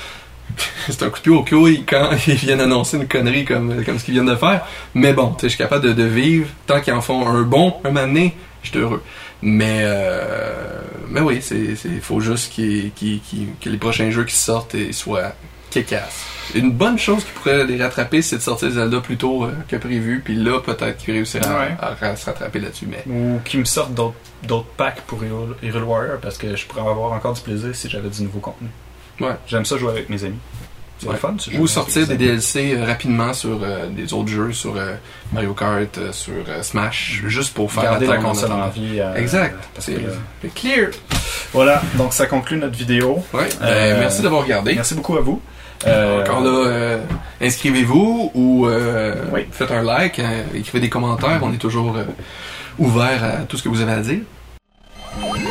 Speaker 1: C'est un coup de pied au couille quand ils viennent annoncer une connerie comme, comme ce qu'ils viennent de faire. Mais bon, tu sais, je suis capable de, de vivre. Tant qu'ils en font un bon, un moment donné, je suis heureux. Mais, euh, mais oui, c'est, c'est, faut juste qu'ils- qu'ils- qu'ils- que les prochains jeux qui sortent et soient kickass. Une bonne chose qui pourrait les rattraper, c'est de sortir Zelda plus tôt euh, que prévu. Puis là, peut-être qu'ils réussiront à-
Speaker 2: Ouais.
Speaker 1: à, à se rattraper là-dessus. Mais
Speaker 2: ou qui me sortent d'autres d'autres packs pour Hero- Hero Warrior parce que je pourrais avoir encore du plaisir si j'avais du nouveau contenu.
Speaker 1: Ouais.
Speaker 2: J'aime ça jouer avec mes amis. C'est
Speaker 1: Ouais.
Speaker 2: le fun. ce jeu-là,
Speaker 1: Ou
Speaker 2: avec
Speaker 1: sortir
Speaker 2: les
Speaker 1: des
Speaker 2: amis.
Speaker 1: DLC euh, rapidement sur euh, des autres jeux, sur euh, Mario Kart, euh, sur euh, Smash, juste pour faire
Speaker 2: Garder la
Speaker 1: attendre,
Speaker 2: console en
Speaker 1: attendre.
Speaker 2: vie. euh,
Speaker 1: Exact.
Speaker 2: parce
Speaker 1: C'est
Speaker 2: que-
Speaker 1: c'est clear.
Speaker 2: Voilà, donc ça conclut notre vidéo.
Speaker 1: Ouais. ben,
Speaker 2: Euh,
Speaker 1: merci d'avoir regardé.
Speaker 2: Merci beaucoup à vous. Euh,
Speaker 1: Encore là, euh, inscrivez-vous ou euh,
Speaker 2: Oui.
Speaker 1: faites un like, euh, écrivez des commentaires. On est toujours euh, ouvert à tout ce que vous avez à dire.